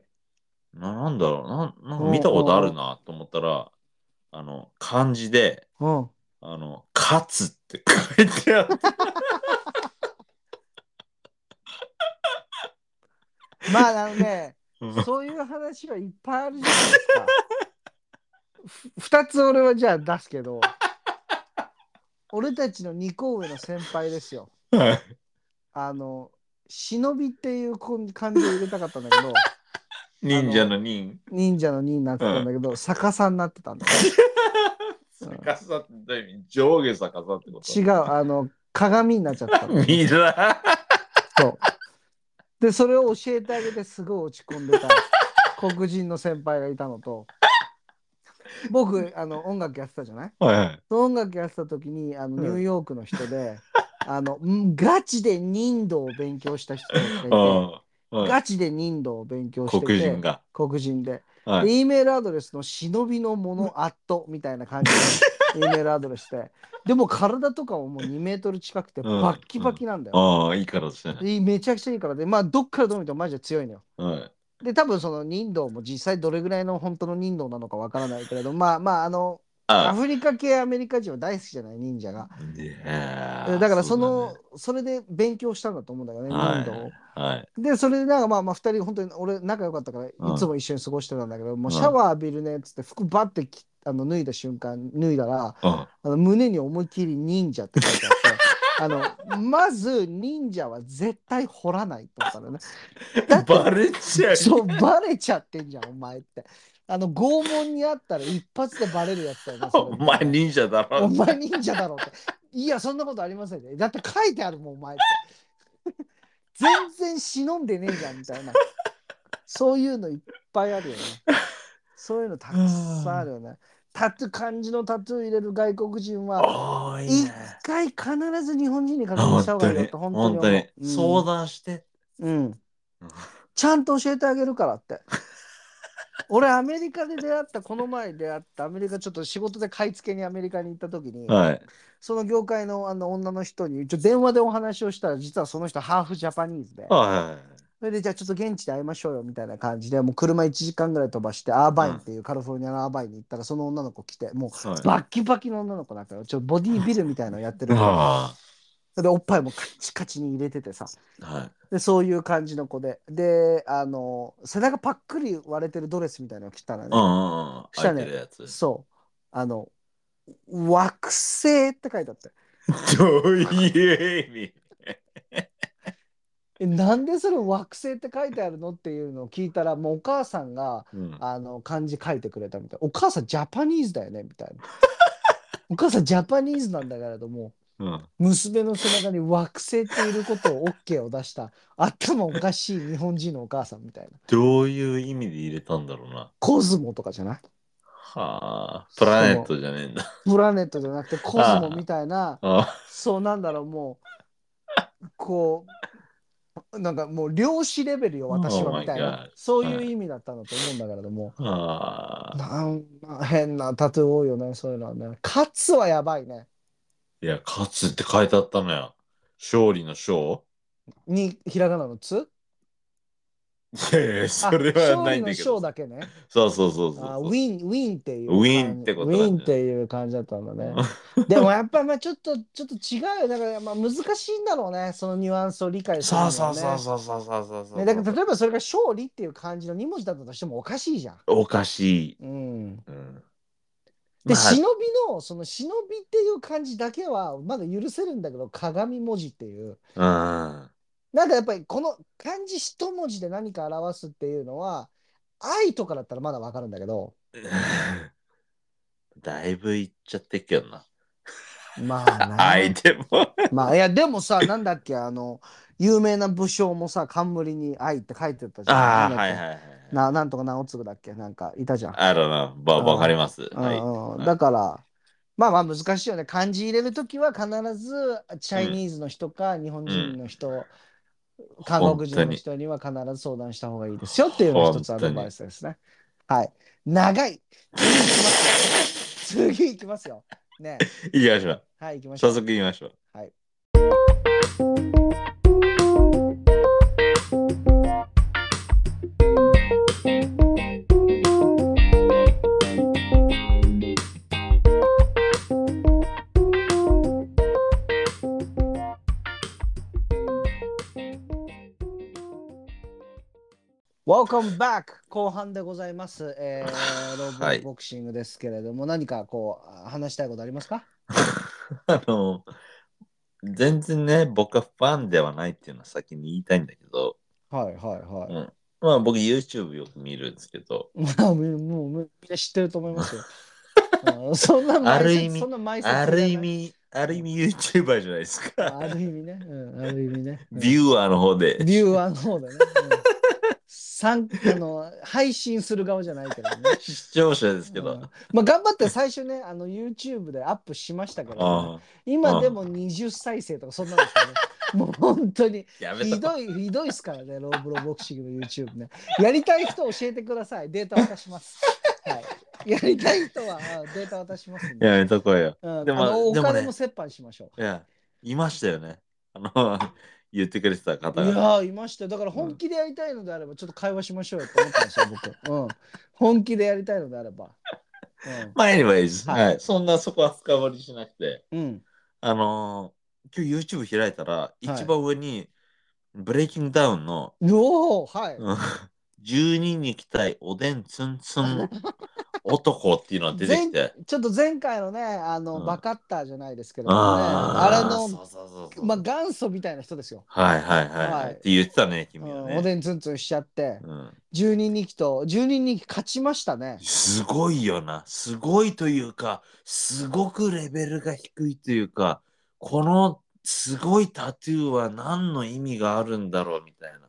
ななんだろうなんなんか見たことあるなと思ったら、あの、漢字で、うん。あの、勝つって書いてあった。まあ、あのね、 うんそういう話はいっぱいあるじゃないですか。ふ二つ俺はじゃあ出すけど、俺たちの二個上の先輩ですよ。はいあの、忍びっていうこん漢字を入れたかったんだけど、忍者の忍。忍者の忍になってたんだけど、逆さになってたんだよ。うん逆さってどういう意味上下逆さってこと違う、あの、鏡になっちゃったんだよ見らそう。で、それを教えてあげて、すごい落ち込んでた黒人の先輩がいたのと、僕、あの、音楽やってたじゃないはい。その音楽やってた時にあのうんニューヨークの人で、 あのんガチで忍道を勉強した人たちがいて、うんうんガチで忍道を勉強してて黒人が。黒人で、はでい。 E メールアドレスの忍びのものアットみたいな感じ で E メールアドレスででも体とかももう2メートル近くてうんバッキバキなんだよ、ああ、いいからですね。でめちゃくちゃいいからでまあどっからどう見てもマジで強いのよはい。で多分その忍道も実際どれぐらいの本当の忍道なのかわからないけれどまあまああのアあフリカ系アメリカ人は大好きじゃない忍者がいえやーだからそのそ,、れで勉強したんだと思うんだよね、は何い度もうだねはい。でそれでなんかまあまあ2人本当に俺仲良かったからいうんつも一緒に過ごしてたんだけど、もううんシャワー浴びるねっつって服バッてきあの脱いだ瞬間脱いだらうんあの胸に思いっきり忍者って書いてあ ってあのまず忍者は絶対掘らないとかねだってバレちゃう。そうバレちゃってんじゃんお前ってあの拷問にあったら一発でバレるやつだよねそおれ前忍者だろ。お前忍者だろうって。 いや、そんなことありませんね。だって書いてあるもん、お前って。 全然忍んでねえじゃん、みたいな。そういうのいっぱいあるよね。そういうのたくさんあるよね。タトゥー、漢字のタトゥー入れる外国人は、おーいい一ね。回必ず日本人に確認本した方が当いいよっにて、本当に本思当にう。うん相談して。うん。ちゃんと教えてあげるからって。俺、アメリカで出会った、この前出会った、アメリカちょっと仕事で買い付けにアメリカに行った時に、はい。その業界のあの女の人にちょ電話でお話をしたら実はその人ハーフジャパニーズではそれでじゃあちょっと現地で会いましょうよみたいな感じでもう車1時間ぐらい飛ばしてアーバインっていうカリフォルニアのアーバインに行ったらその女の子来てもうそうバッキバキの女の子なんかよちょっとボディービルみたいなのやってるからあそれでおっぱいもカチカチに入れててさあはいでそういう感じの子でであの背中パックリ割れてるドレスみたいなの着たのうんうね、んうんした空いねてるやつそうあの惑星って書いてあってどういう意味えなんでそれ惑星って書いてあるのっていうのを聞いたらもうお母さんがあの漢字書いてくれたみたいお母さんジャパニーズだよねみたいなお母さんジャパニーズなんだけれどもうん娘の背中に惑星っていることを OK を出した頭おかしい日本人のお母さんみたいなどういう意味で入れたんだろうなコズモとかじゃないはあプラネットじゃねえんだプラネットじゃなくてコズモみたいなあそうなんだろうもうこうなんかもう量子レベルよ私 Oh は my みたいな God そういう意味だったんだと思うんだけれども、ああなんまあ変なタトゥー多いよねそういうのはねカツはやばいねいや勝つって書いてあったのよ勝利の勝にひらがなの「つ」いやいやそあれは勝な利いんの「だけ賞」どだけねそうそうそうそうあそうウィンウィンっていうウィンってことウだねィンっていう感じだったんだね でもやっぱまあちょっとちょっと違うよだからまあ難しいんだろうねそのニュアンスを理解するのそはうねそうそうそうそうそうそうそうねだから例えばそれが「勝利」っていう感じの2文字だったとしてもおかしいじゃんおかしい、うんうん、で、まあ忍びの、その忍びっていう漢字だけは、まだ許せるんだけど、鏡文字っていう。うんなんかやっぱり、この漢字一文字で何か表すっていうのは、愛とかだったらまだわかるんだけど、 だいぶいっちゃってっけどな。まあね相手 も。まあ、いや、でもさ、なんだっけ、あの、有名な武将もさ、冠に愛って書いてたじゃん。あなんあ、だっはいけはいはい。な、なんとか直次だっけなんか、いたじゃん。あらな、ばうんわかります。はい。うんうんはいだから、まあまあ難しいよね。漢字入れるときは必ずチャイニーズの人か日本人の人、韓国人の人には必ず相談した方がいいですよっていうのが一つアドバイスですね。はい。長い。次いきますよ。次いきますよ。ね。行きましょう。はい、行きましょ早う。速行きましょう。はい。Welcome back! 後半でございます。えー、ロはーいボボクシングですけれども、何かこう、話したいことありますかあの、全然ね、僕はファンではないっていうのは先に言いたいんだけど、はいはいはい。まあ僕 YouTube よく見るんですけど、まあ、もうもうみんな知ってると思いますよ。うんそんなあ毎る節意味そんな毎節あいらなるい意。味、ある意味 YouTuber じゃないですあか。る意味ね。うん、ある意味ね。うんビューアーの方で。ビューアーの方でね。うん参あの配信する側じゃないけどね。視聴者ですけうどん。まあ、頑張って最初ねあの YouTube でアップしましたけど、ね、ああ今でも20再生とかそんなんですよね。もう本当にやめひた。どいひどいですからねローブロボクシングの YouTube ね。やりたい人教えてくださいデータ渡します。 はい、やりたい人はあデータ渡しますんで。やめとこうよ。うんでもあのおでもね金も折半しましょいや、いましたよね。あの、 言ってくれてたう。方いが。やーいましたよだから本気でやりたいのであればちょっと会話しましょうよと思ったんですよ、僕。うん。本気でやりたいのであれば。まあ、anyways、はいはい。そんなそこは深掘りしなくて、うん。うん、あのー今日 YouTube 開いたら、い一番上に、ブレイキングダウンの、おおはい。うん12に期待おでんつんつん男っていうのが出てきて。ちょっと前回のねあの、うんバカッターじゃないですけどもねああれーのそうそうそうそうまあ、元祖みたいな人ですよ。はいはいはい、はいって言ってたね、う君はん、おね。でんツンツンしちゃってうん、 12人気と12人気勝ちましたね。すごいよな。すごいというか、すごくレベルが低いというか、このすごいタトゥーは何の意味があるんだろうみたいな。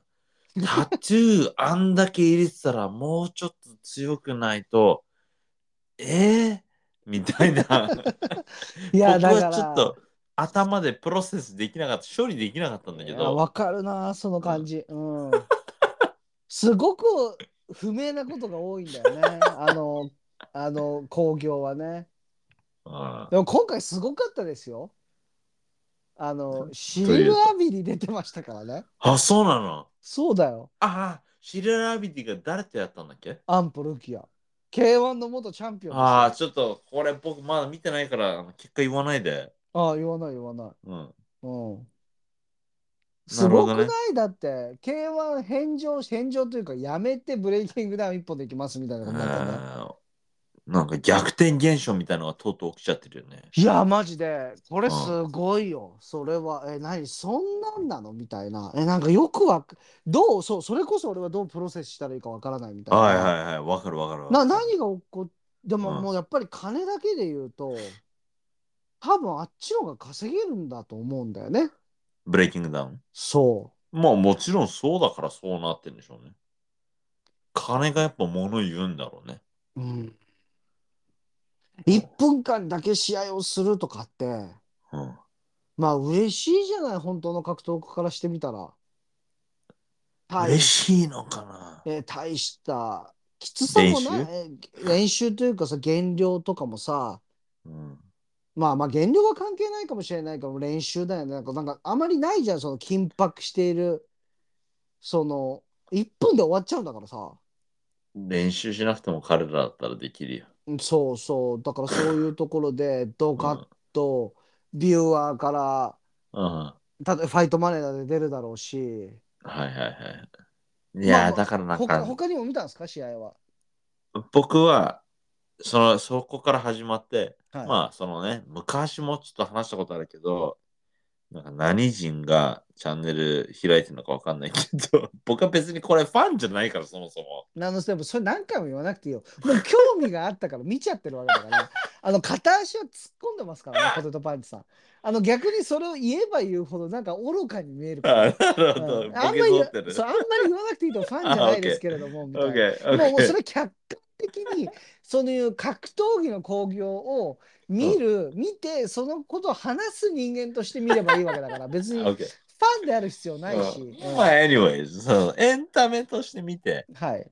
タトゥーあんだけ入れてたらもうちょっと強くないと、えー、みたいな。いや僕だからはちょっと頭でプロセスできなかった、処理できなかったんだけいやど、わかるなその感じ、うん、すごく不明なことが多いんだよね あのあの興行はねうんでも今回すごかったですよあのシルアビリ出てましたからねあ、そうなのそうだよ。ああ、シリアルアビディが誰とやったんだっけアンプルキア。K1 の元チャンピオンですよああ、ちょっとこれ僕まだ見てないからあの結果言わないで。ああ、言わない言わない。うん。うん。すなるほごくどなねいだって、K1 返上、返上というか、やめてブレイキングダウン一本できますみたいなことになったね。あーなんか逆転現象みたいなのがとうとう起きちゃってるよね。いや、マジで、これすごいよ。それは、え、何、そんなんなのみたいな。え、なんかよくわか、どう、そう、それこそ俺はどうプロセスしたらいいかわからないみたいな。はいはいはい、わかるわかるわかる。な何が起こっでもうんもうやっぱり金だけで言うと多分あっちの方が稼げるんだと思うんだよねブレイキングダウンそまあもちろんそうだからそうなってるんでしょうね。金がやっぱ物言うんだろうね。う、うん、1分間だけ試合をするとかってうん。まあ嬉しいじゃない本当の格闘家からしてみたら大嬉しいのかなえー大したきつさもないえー練習というかさ減量とかもさうん。まあまあ減量は関係ないかもしれないけど練習だよねなんかなんかあまりないじゃんその緊迫しているその1分で終わっちゃうんだからさ練習しなくても彼らだったらできるよ。そうそうだからそういうところでドカッとビューアーからうん。うんたとえファイトマネーで出るだろうしはいはいはい。いまやー、あまあだからなん他か、他にも見たんですか試合は、僕は、その、そこから始まって、はいまあ、そのね、昔もちょっと話したことあるけど、なんか何人がチャンネル開いてるのかわかんないけど、 僕は別にこれファンじゃないから、そもそも。あのでもそれ何回も言わなくていいよもう興味があったから見ちゃってるわけだから あの片足は突っ込んでます からねポテトパンチさんあの逆にそれを言えば言うほどなんか愚かに見えるから あなるほど。うんあボんまケり取言ってる。そうあんまり言わなくていいとファンじゃないですけれど も、みたオいッな。ケー、オッケもうーもうそれ客観的に、そういう格闘技の興行を見る、見て、そのことを話す人間として見ればいいわけだ から、別にフオァッケー。ンである必要ないし。うんまあ、anyways、そのエンタメとして見て。はい。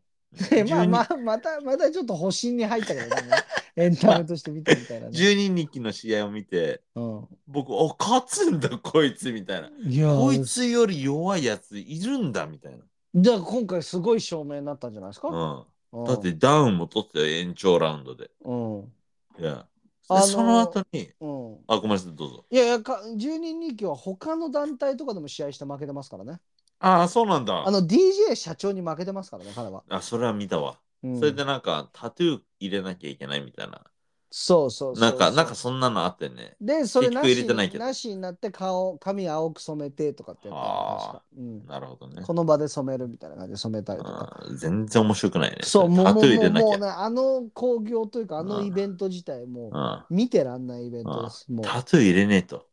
で まあまあ、また、またちょっと保身に入ったけどね、 エンタメとして見てみたいな、ね。 12日の試合を見て、うん僕、お、勝つんだ、こいつみたいな。いやこーいつより弱いやついるんだみたいな。だから今回すごい証明になったんじゃないですか。う、うんんだって、ダウンも取ってたよ延長ラウンドで。うん。いやあのーでその後に、うん。あ、ごめんなさい、どうぞ。いやいやか12人気は他の団体とかでも試合して負けてますからね。ああ、そうなんだ。あの DJ 社長に負けてますからね、彼は。あ、それは見たわ。うんそれでなんか、タトゥー入れなきゃいけないみたいな。そうそうそうそうなんか、なんかそんなのあってね。で、それなし結局入れてないけにどなしになって顔、髪青く染めてとかってやったの確はか、うん。なるほどね。この場で染めるみたいな感じで染めたりとか。あー全然面白くないね。そう、もう、タトもゥーう、入もれう、なきもゃ。うね、あの興行というか、あうのんイベント自体、もう、う見てらんないイベントです。もん、う、タトゥー入れねえと。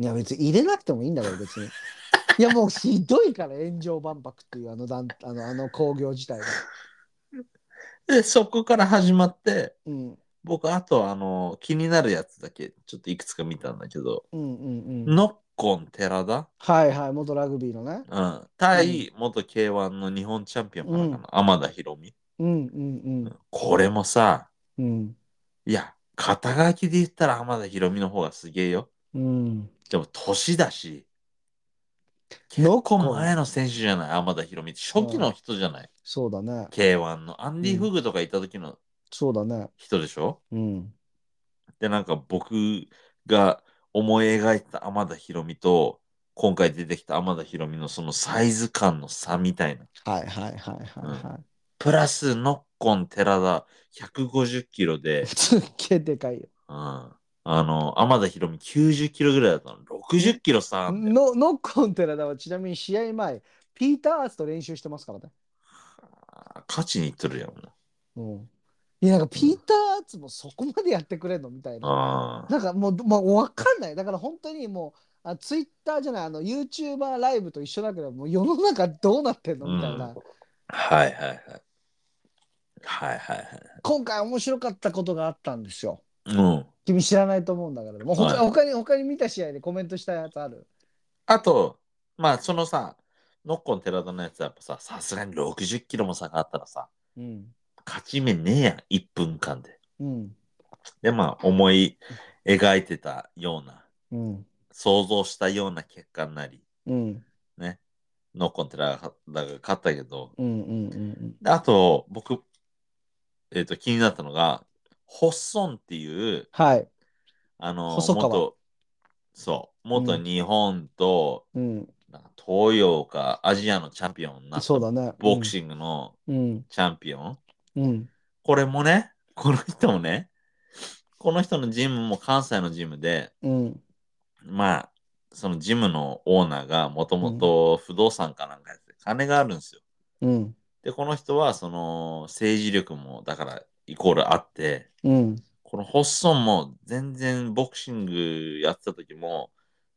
いや、別に入れなくてもいいんだから、別 に。いや、もう、ひどいから、炎上万博っていう、あの団、あの、あの興行自体が。で、そこから始まって、うん、僕、あと、あの、気になるやつだけ、ちょっといくつか見たんだけど、うん、うん、うん。ノッコン寺田、はいはい、元ラグビーのね。うん、対元 K1 の日本チャンピオンからかな、うん天田博美、うんうんこれもさ、うん。うん。いや、肩書きで言ったら天田博美の方がすげえよ。うん。でも、年だし、結ノッコン構前の選手じゃない、天田博美って。初期の人じゃない、そうだね。 K1 の。アンディ・うんフグとかいた時のそうだね。人でしょ、うん。で、なんか僕が思い描いた天田博美と、今回出てきた天田博美のそのサイズ感の差みたいな。はいはいはいはいはプラス、ノッコン、寺田、150キロい。で、すっげえでかいよ。うん、あの、天田博美90キロぐらいだったの。60キロ差あんだよのノッコン寺田はちなみに試合前、ピーター・アースと練習してますからね。あー勝ちにいっとるやん。うん。いや、なんかピーター・アーツもそこまでやってくれんのみたいな。あーなんかもう、まあ、わかんない。だから本当にもう、あツイッターじゃない、あの、YouTuber ライブと一緒だけど、もう世の中どうなってんのみたいな。うんはいはいはい。はいはいはい。今回面白かったことがあったんですよ。うん。君知らないと思うんだけれども、はい他他に他に見た試合でコメントしたやつあるあと、まあ、そのさ、ノッコン、寺田のやつはやっぱさ、さすがに60キロも差があったらさ、うん。勝ち目ねえやん、1分間で。うん。で、まあ、思い描いてたような、うん。想像したような結果になり、うん。ノッコン寺田が勝ったけど、うんうんうんであと、僕、えっ、と、気になったのが、ホッソンっていう、はい。あの、細川元、そう、元日本と、うん。なんか東洋かアジアのチャンピオンになったそうだね。ボクシングのうん。チャンピオン、うん。これもね、この人もね、この人のジムも関西のジムで、うん。まあ、そのジムのオーナーがもともと不動産かなんかやってて、金があるんですよ。うん。で、この人はその政治力もだからイコールあって、うん。このホッソンも全然ボクシングやってた時も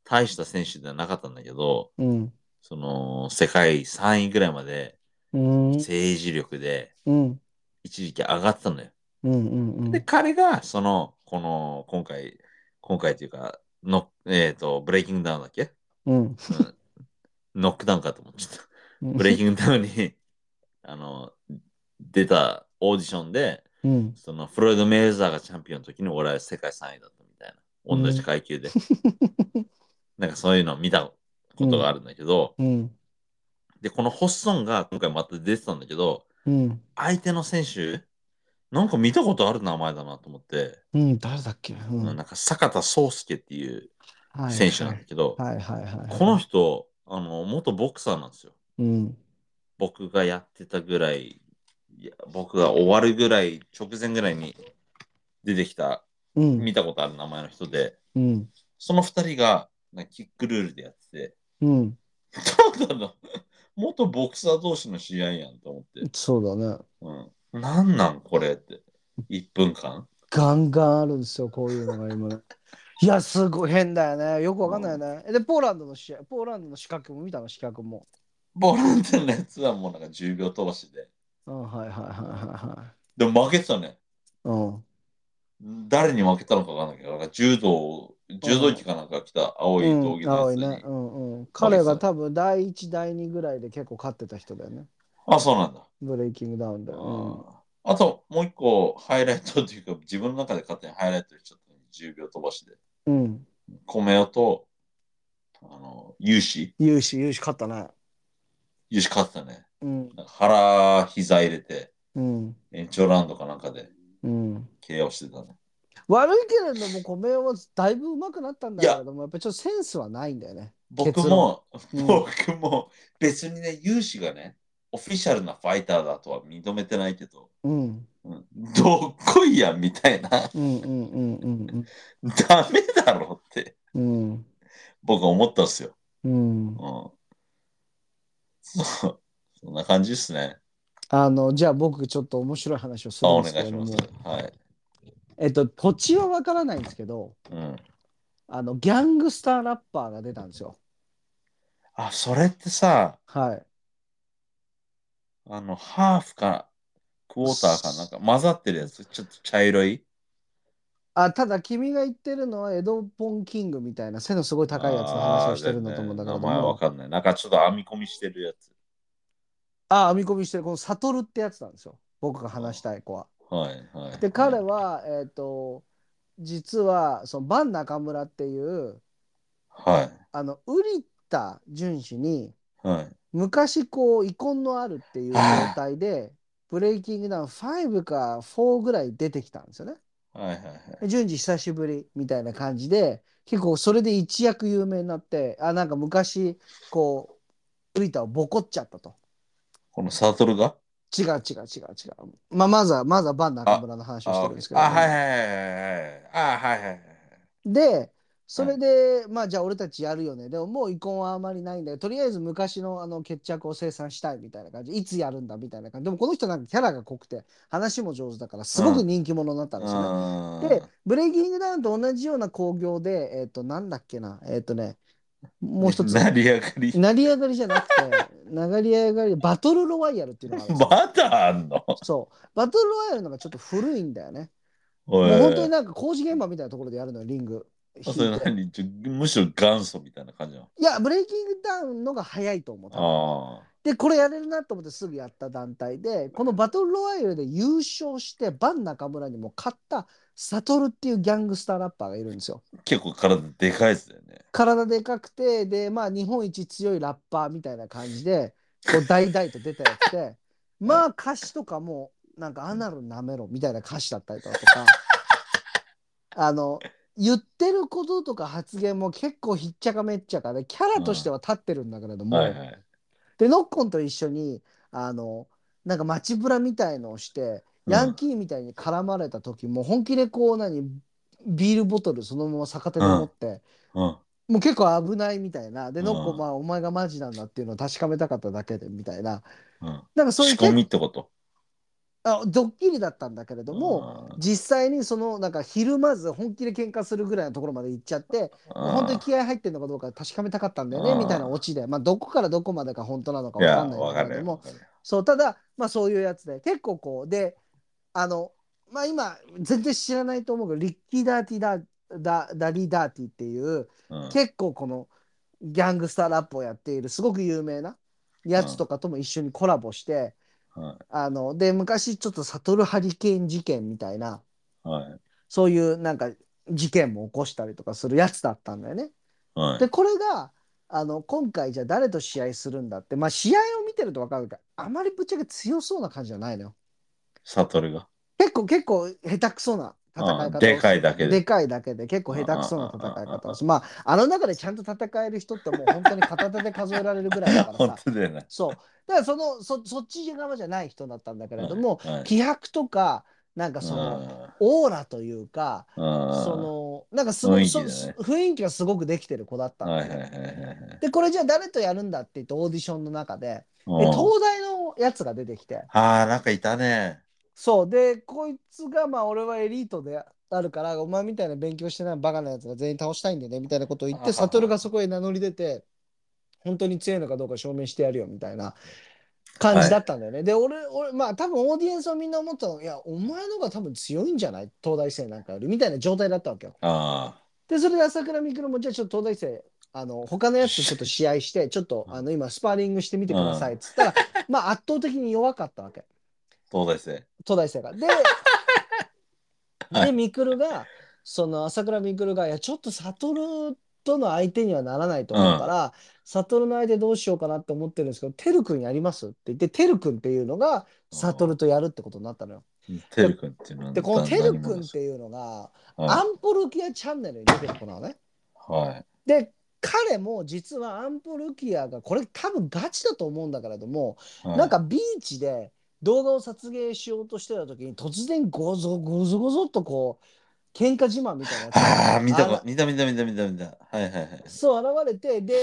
大した選手ではなかったんだけど、うん。その世界3位ぐらいまでうん。政治力でうん。一時期上がってたのよ。うんうんで、彼が、その、この、今回、今回というか、のえっ、と、ブレイキングダウンだっけうん。ノックダウンかと思っち ゃった。うん。ブレイキングダウンに、あの、出たオーディションで、うん。その、フロイド・メイザーがチャンピオンの時に俺は世界3位だったみたいな。同じ 階級で。なんかそういうのを見たことがあるんだけど、うん。で、このホッソンが今回また出てたんだけど、うん。相手の選手、なんか見たことある名前だなと思って、うん。誰だっけうなんか坂田宗介っていうはい選手なんだけど、はいはいはいはい。この人あの、元ボクサーなんですよ。うん。僕がやってたぐらい、いや僕が終わるぐらい、直前ぐらいに出てきた、うん。見たことある名前の人で、うん。その2人がなんかキックルールでやってうん。て、ただの元ボクサー同士の試合やんと思って、そうだね。うん、なんなんこれって、1分間。ガンガンあるんですよ、こういうのが今ね。いや、すごい変だよね。よくわかんないよね。で、ポーランドの試合、ポーランドの資格も見たの、資格も。ボランティアのやつはもうなんか10秒飛ばしで。うん、はいはいはいはでも負けてたね。いはい。誰に負けたのかわかんないけど、なんか柔道、柔道着かなんか着た青いうん。道うん、着の青やいつに、ね。うんうん。彼が多分第一、第二ぐらいで結構勝ってた人だよね。あ、そうなんだ。ブレイキングダウンで。うん。あと、もう一個、ハイライトっていうか、自分の中で勝手にハイライトしちゃったのに10秒飛ばしで。うん。米尾と、あの、勇士、勇姿、勇姿勝ったね。勇士勝ってたね。うん。なんか腹、膝入れて、うん。延長ラウンドかなんかでうん。 KO してたね。悪いけれども、米はだいぶ上手くなったんだけれども、やっぱりちょっとセンスはないんだよね。僕結も論、うん僕も、別にね、勇士がね、オフィシャルなファイターだとは認めてないけど、うん。うんどっこいやみたいな、 うんうんうんうんダメだろってうん。うん。僕思ったんですよ。うんう、ん。そう、そんな感じですね。あのじゃあ僕ちょっと面白い話をすあ、るんおです願けいれしどまもす。はい。えっと土地はわからないんですけどうん。あのギャングスターラッパーが出たんですよあ、それってさ、はいあの、ハーフか、クォーターかなんか混ざってるやつ、ちょっと茶色い。あただ君が言ってるのはエド・ポン・キングみたいな背のすごい高いやつの話をしてるんだと思うんだけあーど全然名前わもかんない。なんかちょっと編み込みしてるやつ。あ編み込みしてるこのサトルってやつなんですよ僕が話したい子ははいはい。で彼はえっと実はそのバン中村っていうはあのウリッタ淳氏にい。はい。昔こう遺恨のあるっていう状態でブレイキングダウン5か4ぐらい出てきたんですよね。はいはいはい。順次久しぶりみたいな感じで結構それで一躍有名になってあなんか昔こうウリタをボコっちゃったと。このサトルが違う違う違う違う。まあまずはまずはバン中村の話をしてあ、るんですけど、あはいはいはいはい。あ、はいはいはい。でそれで、まあじゃあ俺たちやるよねでももう遺恨はあまりないんでとりあえず昔のあの決着を清算したいみたいな感じいつやるんだみたいな感じでもこの人なんかキャラが濃くて話も上手だからすごく人気者になったんですよね。うんでブレイキングダウンと同じような興行でえっ、となんだっけなえっ、とねもう一つ成り上がり。成り上がりじゃなくて流れ上がりバトルロワイヤルっていうのがあるんですよまだあんのそうバトルロワイヤルのがちょっと古いんだよね。おもうい本当になんか工事現場みたいなところでやるのよリング。あそれ何ちょむしろ元祖みたいな感じなのいや、ブレイキングダウンのが早いと思う多分。あでこれやれるなと思ってすぐやった団体でこのバトルロワイヤルで優勝してバン中村にも勝ったサトルっていうギャングスターラッパーがいるんですよ。結構体でかいですよね。体でかくてでまあ日本一強いラッパーみたいな感じでこう大々と出たやつ でまあ歌詞とかもなんかアナル舐めろみたいな歌詞だったりとか あの言ってることとか発言も結構ひっちゃかめっちゃかでキャラとしては立ってるんだけれども、はいはい。でノッコンと一緒にあのなんか街ぶらみたいのをしてヤンキーみたいに絡まれた時も本気でこう何ビールボトルそのまま逆手で持って。うん。もう結構危ないみたいな。で、うんノッコ、まあ、お前がマジなんだっていうのを確かめたかっただけで、みたいな。うん、なんかそうい仕う込結みってことあドッキリだったんだけれども、も実際にその、なんか、ひるまず本気で喧嘩するぐらいのところまで行っちゃって、本当に気合入ってるのかどうか確かめたかったんだよね、うんみたいなオチで。まあ、どこからどこまでが本当なのかいわや、かんないわんだかけれるどよ。もわ、かるよそう、ただ、まあ、そういうやつで、結構こう、で、あの、まあ、今、全然知らないと思うけど、リッキー・ダーティダダダリー・ダーティっていう、うん結構このギャングスターラップをやっているすごく有名なやつとかとも一緒にコラボして、は。あので昔ちょっと悟るハリケーン事件みたいないはい。そういうなんか事件も起こしたりとかするやつだったんだよね。はい。でこれがあの今回じゃあ誰と試合するんだってまあ試合を見てると分かるけどあまりぶっちゃけ強そうな感じじゃないのよ。サトルが。結構結構下手くそな戦い方をすうるんでかいだけででかいだけで結構下手くそな戦い方をするまああの中でちゃんと戦える人ってもう本当に片手で数えられるぐらいだから本さ 当だよね。そうだからそのそそっち側じゃない人だったんだけれども、はいはい気迫とかなんかその、オーラというかうん、うんそのなんかすごい雰囲気だそね雰囲気がすごくできてる子だったんだはよいはいはいはいはい。でこれじゃあ誰とやるんだって言ってオーディションの中ででうん東大のやつが出てきて、ああ、なんかいたね。そうでこいつがまあ俺はエリートであるからお前みたいな勉強してないバカなやつが全員倒したいんでねみたいなことを言っあはてはサトルがそこへ名乗り出て本当に強いのかどうか証明してやるよみたいな感じだったんだよね、で俺俺まあ多分オーディエンスをみんな思ったのいやお前の方が多分強いんじゃない東大生なんかよりみたいな状態だったわけよあでそれで朝倉未来もじゃあちょっと東大生あの他のやつとちょっと試合してちょっとあの今スパーリングしてみてくださいっつったらまあ圧倒的に弱かったわけあ、東大生。東大生が。 で、はで、みくるが、その朝倉みくるが、いや、ちょっと悟との相手にはならないと思うから、悟の相手どうしようかなって思ってるんですけど、てるくんやりますって言って、てるくんっていうのが、悟とやるってことになったのよ。てるくんっていうのはで、このてるくんっ何者ですていうのが、はいアンポルキアチャンネルに出てる子なのね。はい。で、彼も実はアンポルキアが、これ多分ガチだと思うんだけれども、はいなん、かビーチで動画を撮影しようとしてた時に突然ゴゾゴゾゴゾっとこう喧嘩自慢みたいなやつああ、見たあらこ見た見た見た見た見た。はいはいはい。そう現れてで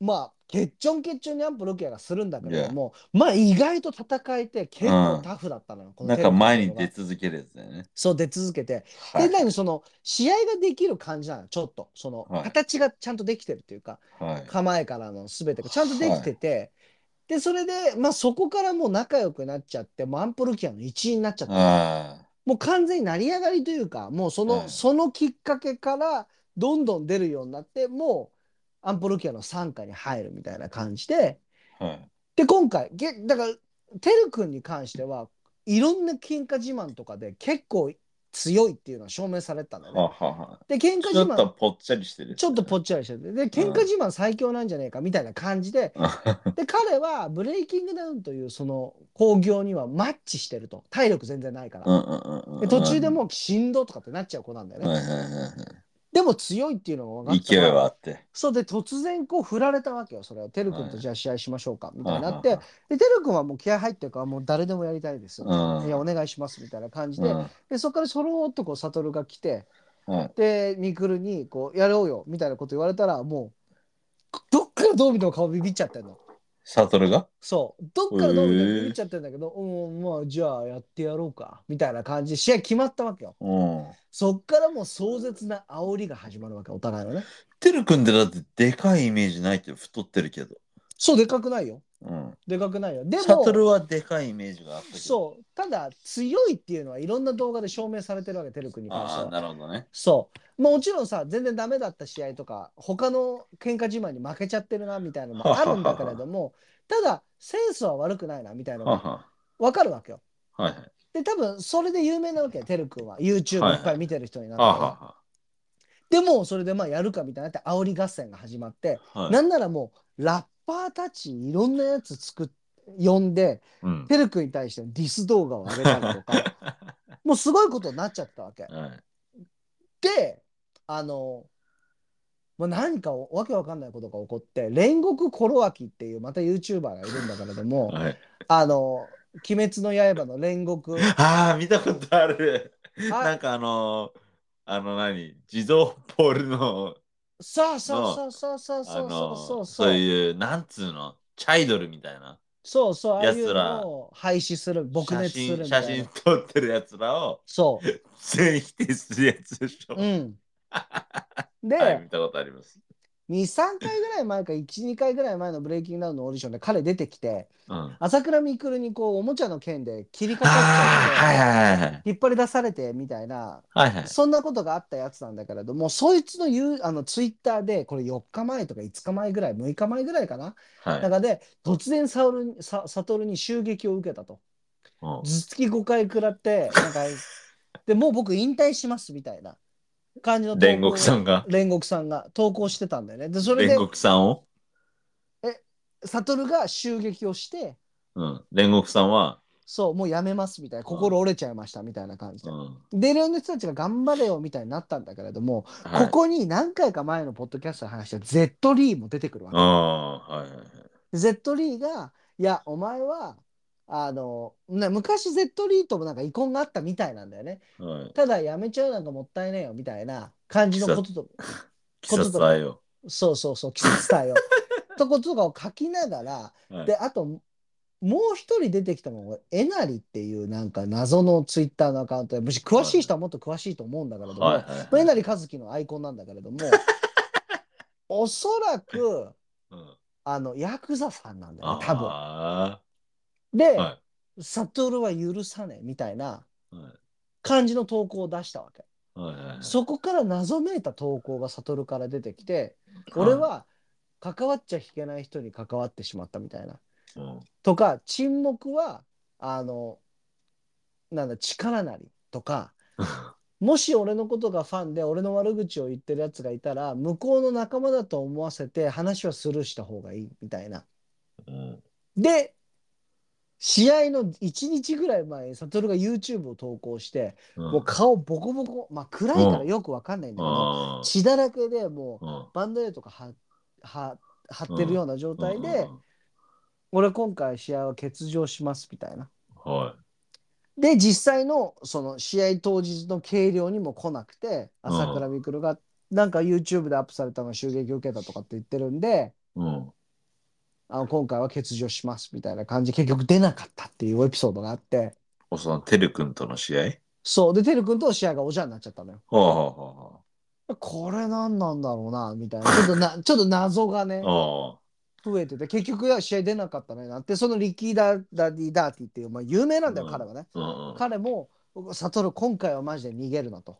まあケッチョンケッチョンにアンプロキアがするんだけれども、まあ意外と戦えて結構タフだったのよ、このなんテレかビの前に動画出続けるやつだよね。そう出続けて、はでい。何その試合ができる感じなのちょっとその、はい形がちゃんとできてるっていうかはい。構えからの全てがちゃんとできてて、でそれで、まあ、そこからもう仲良くなっちゃってもうアンポルキアの一員になっちゃったあもう完全に成り上がりというかもうその,、うんそのきっかけからどんどん出るようになってもうアンポルキアの傘下に入るみたいな感じであ、はい。で今回げだからてるくんに関してはいろんな喧嘩自慢とかで結構強いっていうのは証明されたんだよはね。はは。で喧嘩ち自ょっと慢ぽっちゃりしてる。ちょっとぽっっちゃりしててで喧嘩自慢最強なんじゃねえかみたいな感じでで彼はブレイキングダウンというその興行にはマッチしてると体力全然ないから、で途中でもうしんどとかってなっちゃう子なんだよね、はいはいはいはでも強いっていうのが分い。かった勢いからはあって。そうで突然こう振られたわけよそれをてるくんとじゃあ試合しましょうかみたいになって、うんでてるくんはもう気合入ってるからもう誰でもやりたいですよ、うんいやお願いしますみたいな感じで,、うんはでそこからそろーっとこう悟が来ていでみくるにこうやろうよみたいなこと言われたらもうどっからどう見ても顔ビビっちゃってんの。サトルがそう。どっからどうみたいに言っちゃってんだけど、うん、まあ、じゃあやってやろうか。みたいな感じで試合決まったわけよ。うん。そっからもう壮絶な煽りが始まるわけ、お互いのね。てるくんってだってでかいイメージないけど、太ってるけど。そう、でかくないよ。うん、でかくないよ。でシャもト、ルはでかいイメージがあったけど。そう、ただ強いっていうのはいろんな動画で証明されてるわけ、テル君に関してああ、は。なるほどね。そう。もちろんさ、全然ダメだった試合とか、他の喧嘩自慢に負けちゃってるなみたいなのもあるんだけれど も、ただ、センスは悪くないなみたいなのはがは分かるわけよ。はいはい。で、多分それで有名なわけよ、てるくんは。YouTube はいいはいっぱい見てる人になって。ははでも、それでまあやるかみたいになって、煽り合戦が始まって、は。はい、なんならもう、ラッパーたちいろんなやつ作っ呼んで、うん。てるくんに対してのディス動画を上げたりとか、 もうすごいことになっちゃったわけ。はいであの、まあ、何かわけわかんないことが起こって煉獄コロワキっていうまた YouTuber がいるんだけれども はい、あの「鬼滅の刃」の煉獄 ああ、見たことある。なあんかあのー、あの何、自動ポールの、そうそうそうそうそうあそうのーそうそうそういう、なんつうの、チャイドルみたいな。そうそうああやいうつらのを廃止する撲滅写する真みた写い真な撮ってるやつらをそ全員否定するやつでしょ。ううんで、 はい、見たことあります。 23回ぐらい前か12回ぐらい前のブレイキングダウンのオーディションで彼出てきてうん、あ朝倉未来にこうおもちゃの剣で切りかかっちあー、ゃはっいてはいはいはい。引っ張り出されてみたいなはいはい。そんなことがあったやつなんだけれども、そいつの言うあのツイッターで、これ4日前とか5日前ぐらい、6日前ぐらいかな、はい中で、突然サウルにさサトルに襲撃を受けたと。うん頭突き5回食らって、なんか、でもう僕引退しますみたいな感じの投稿を煉獄さんが、煉獄さんが投稿してたんだよね。で、それ煉で、獄さんを、サトルが襲撃をして、うん、煉獄さんは、そう、もうやめますみたいな、心折れちゃいましたみたいな感じうでん。で、いろんな人たちが頑張れよみたいになったんだけれども、はい、ここに何回か前のポッドキャストで話した Z リーも出てくるわけ。ああー、はいはいはい。 Z リーが、いや、お前は、あの、な昔 Z リーともなんか遺恨があったみたいなんだよね。はい、ただやめちゃうなんかもったいねえよみたいな感じのことと、鬼殺隊を。そうそうそう、季節 伝えを。とことかを書きながら、はいで、あと、もう一人出てきたのが、えなりっていうなんか謎のツイッターのアカウントで、もし詳しい人はもっと詳しいと思うんだけれども、はいはいはいえなりかずきのアイコンなんだけれ ども、おそらく、うんあの、ヤクザさんなんだよね、多分。あで、ーはサトルは許さねえみたいないはい感じの投稿を出したわけ。はいはいはいそこから謎めいた投稿がサトルから出てきて、うん俺は関わっちゃいけない人に関わってしまったみたいな。うんとか、沈黙は、あの、なんだ、力なりとか、もし俺のことがファンで俺の悪口を言ってるやつがいたら向こうの仲間だと思わせて話はスルーした方がいいみたいな。うんで試合の1日ぐらい前にサトルが YouTube を投稿してうんもう顔ボコボコまあ暗いからよくわかんないんだけどあー血だらけでもううんバンドエイドとかはは貼ってるような状態うんうんで俺今回試合は欠場しますみたいな。うんはで実際のその試合当日の計量にも来なくてうん朝倉未来がなんか YouTube でアップされたのが襲撃を受けたとかって言ってるんでいうんあの今回は欠場しますみたいな感じで結局出なかったっていうエピソードがあっておそのてるくんとの試合そうでてるくんと試合がおじゃになっちゃったのよはあはあはこれ何なんだろうなみたいなちょっとなちょっと謎がねあは増えてて結局は試合出なかったねなってそのリッキーダ・ダディ・ダーティっていう、まあ、有名なんだようん彼はねあうんうん彼も「サトル今回はマジで逃げるな」と。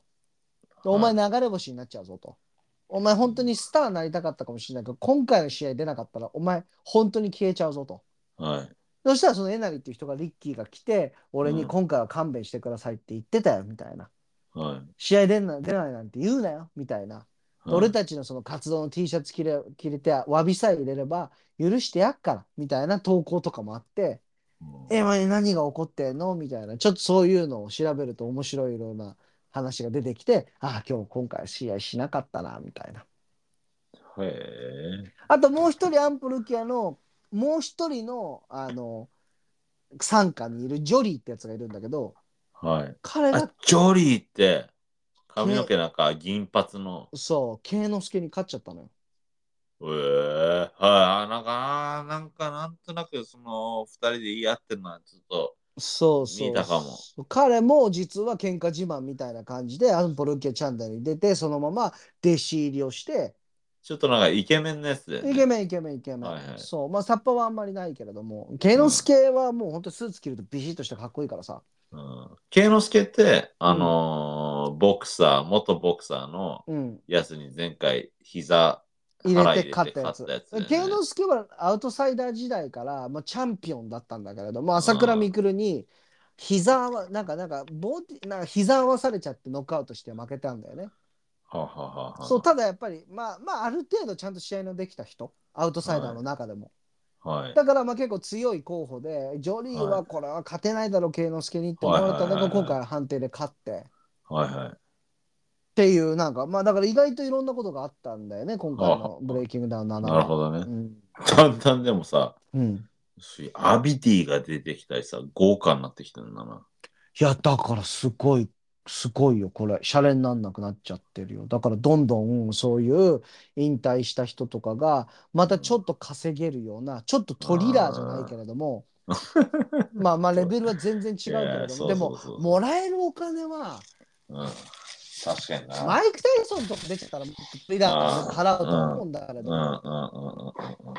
お前流れ星になっちゃうぞと。お前本当にスターになりたかったかもしれないけど、今回の試合出なかったら、お前本当に消えちゃうぞと。はいそしたらそのえなりっていう人がリッキーが来て、俺うにん今回は勘弁してくださいって言ってたよみたいな。はい試合出ない出ないなんて言うなよみたいな。俺たちのその活動の T シャツ着れ着れて、詫びさえ入れれば許してやっからみたいな投稿とかもあって、うんえ、お前何が起こってんのみたいな、ちょっとそういうのを調べると面白いような話が出てきて、ああ、今日今回試合しなかったなみたいな。へえあともう一人アンプルキアのもう一人のあの傘下にいるジョリーってやつがいるんだけどはい彼あがジョリーって髪の毛なんか銀髪のそう慶之助に勝っちゃったのよええはいあなんかあーなんかなんとなくその二人で言い合ってるのはちょっとそうそう見たかも彼も実は喧嘩自慢みたいな感じでアンプルキアチャンネルに出てそのまま弟子入りをしてちょっとなんかイケメンのやつで、イケメンイケメンイケメン、はいはいそうまあサッパはあんまりないけれどもケイノスケはもうほんとスーツ着るとビシッとしてかっこいいからさうん。ケイノスケって、あのーボクサー、元ボクサーのうんやつに前回膝入腹れて勝ったやつ入れて勝ったやつだケよイねノスケはアウトサイダー時代から、まあ、チャンピオンだったんだけれども朝倉未来に膝はなんかなんかボディなんか膝合わされちゃってノックアウトして負けたんだよねはあはあはあはあそうただやっぱりまあまあある程度ちゃんと試合のできた人アウトサイダーの中でも、はい。だからまあ結構強い候補でジョリーははいこれは勝てないだろう慶之助にって思われたのはいはいがはいはい今回判定で勝ってっはいはい。ていうなんかまあだから意外といろんなことがあったんだよね今回の「ブレイキングダウン7」なるほどね。うんだんだんでもさ、うん、アビディが出てきたりさ、豪華になってきてるんだな。いやだからすごいすごいよこれシャレになんなくなっちゃってるよだからどんどんそういう引退した人とかがまたちょっと稼げるようなちょっとトリラーじゃないけれどもまあ まあレベルは全然違うけれいやどそもうでもそうそうもらえるお金はうん。確かにな。マイク・タイソンとか出てたら、トリラー払うと思うんだけれうんうんど、うんうんうん。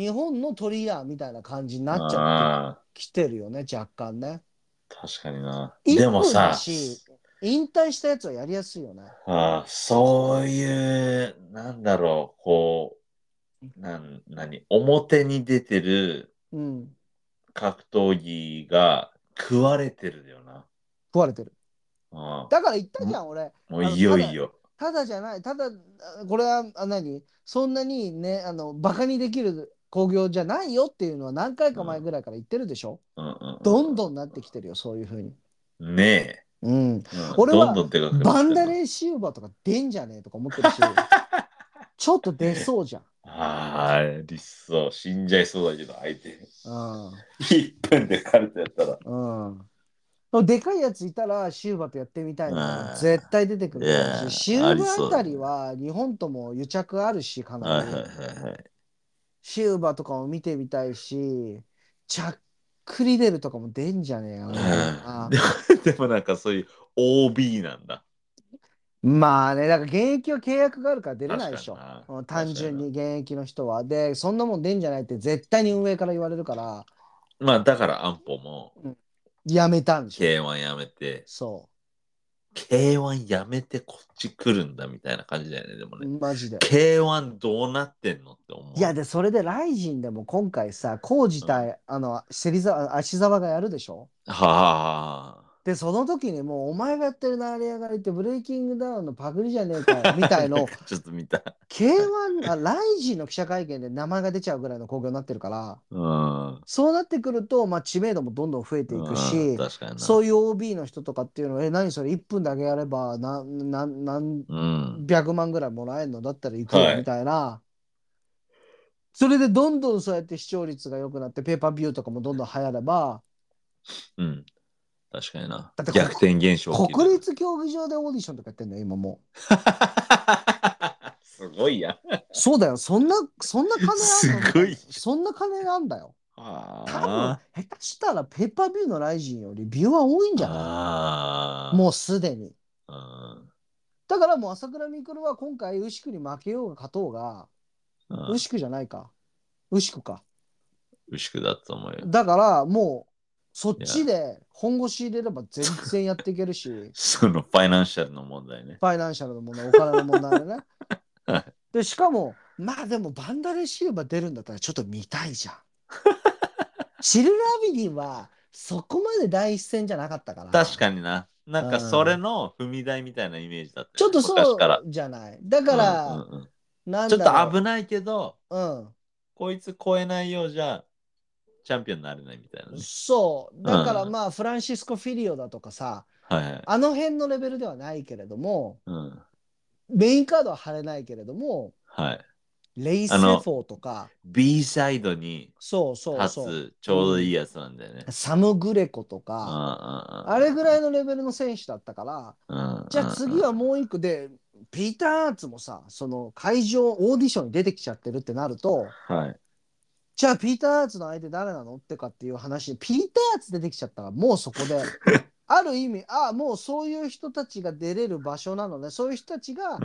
日本のトリラーみたいな感じになっちゃってあきてるよね、若干ね。ー確かにな。一で分もさだ、し引退したやつはやりやすいよね。あーそういう、なんだろう、こう、なん、なに、表に出てるうん。格闘技が食われてるよな。食われてる。うん、だから言ったじゃん、俺。もういよいよ。ただじゃない、ただ、あこれはあ何そんなにね、あの、バカにできる興行じゃないよっていうのは何回か前ぐらいから言ってるでしょ。うんうんうんどんどんなってきてるよ、そういうふうに。ねうん。え。うん俺はどんどんでかくなってるバンダレーシウバーとか出んじゃねえとか思って るし、ちょっと出そうじゃん。ああ、理想。死んじゃいそうだけど、相手。う1分でカルテやったら。ん。うん。でかいやついたらシウバとやってみたいなう、ん絶対出てくるだろうし、いシやウありバそうあたりは日本とも癒着あるし、かなり。いはい。シウバとかも見てみたいし、チャックリデルとかも出んじゃねえかな。うんでもでもなんかそういう OB なんだ。まあね、だから現役は契約があるから出れ確なかいにでしょ。なうん単純に。現役の人は。で、そんなもん出んじゃないって絶対に運営から言われるから、まあだから安保もやめたんでしょ。 K1 やめて、そ K1 やめてこっち来るんだみたいな感じだよね。でもう、ね、マジで。 K1 どうなってんのって思う。いや、で、それで、ライジンでも今回さ、コウ自体、あの、芹沢、足沢がやるでしょはあはで、その時にもう、お前がやってる成り上がりって、ブレイキングダウンのパクリじゃねえかよ、みたいあはのあ。、ちょっと見た。 K1、あライジンの記者会見で名前が出ちゃうぐらいの興行になってるから、うん。そうなってくると、まあ、知名度もどんどん増えていくうしん、確かにな。そういう OB の人とかっていうのは、え、何それ、1分だけやれば、な、な、なん、うん。百万ぐらいもらえるのだったら行くよはいみたいな、それでどんどんそうやって視聴率が良くなってペーパービューとかもどんどん流行ればうん。確かになだって。逆転現象起きる国立競技場でオーディションとかやってんのよ今もう すごいやん。そうだよそんなそんな金あんのすごいそんな金があんだよ多分あ下手したらペーパービューのライジンよりビューは多いんじゃなあいもうすでにう。だからもう朝倉未来は今回牛久に負けようが勝とうがうん。牛久じゃないか牛久か牛久だと思うよ。だからもうそっちで本腰入れれば全然やっていけるし フそのファイナンシャルの問題ね。ァイナンシャルの問題お金の問題でね はいでしかもまあでもバンダレシウバ出るんだったらちょっと見たい じゃんシルラビリはそこまで第一戦じゃなかったから確にかにな。なんかそれの踏み台みたいなイメージだったよね、ちょっとそう昔から。じゃないだから、うんうんうんなんちょだっろうと危ないけど、うんこいつ超えないようじゃ、チャンピオンになれないみたいなね。そうだからうんまあフランシスコ・フィリオだとかさはいはい。あの辺のレベルではないけれどもうん。メインカードは張れないけれどもはい。レイ・セあフォのーとか、 B サイドにそうそう立そう、つちょうどいいやつなんだよね。サム・グレコとうんか、うんうんあれぐらいのレベルの選手だったから、じゃあ次はもう一個で、ピーター・アーツもさ、その会場、オーディションに出てきちゃってるってなると、うんうんはい。じゃあピーター・アーツの相手誰なのってかっていう話で、ピーター・アーツ出てきちゃったから、もうそこ で、ある意味、ああ、もうそういう人たちが出れる場所なのね、そういう人たちがはい、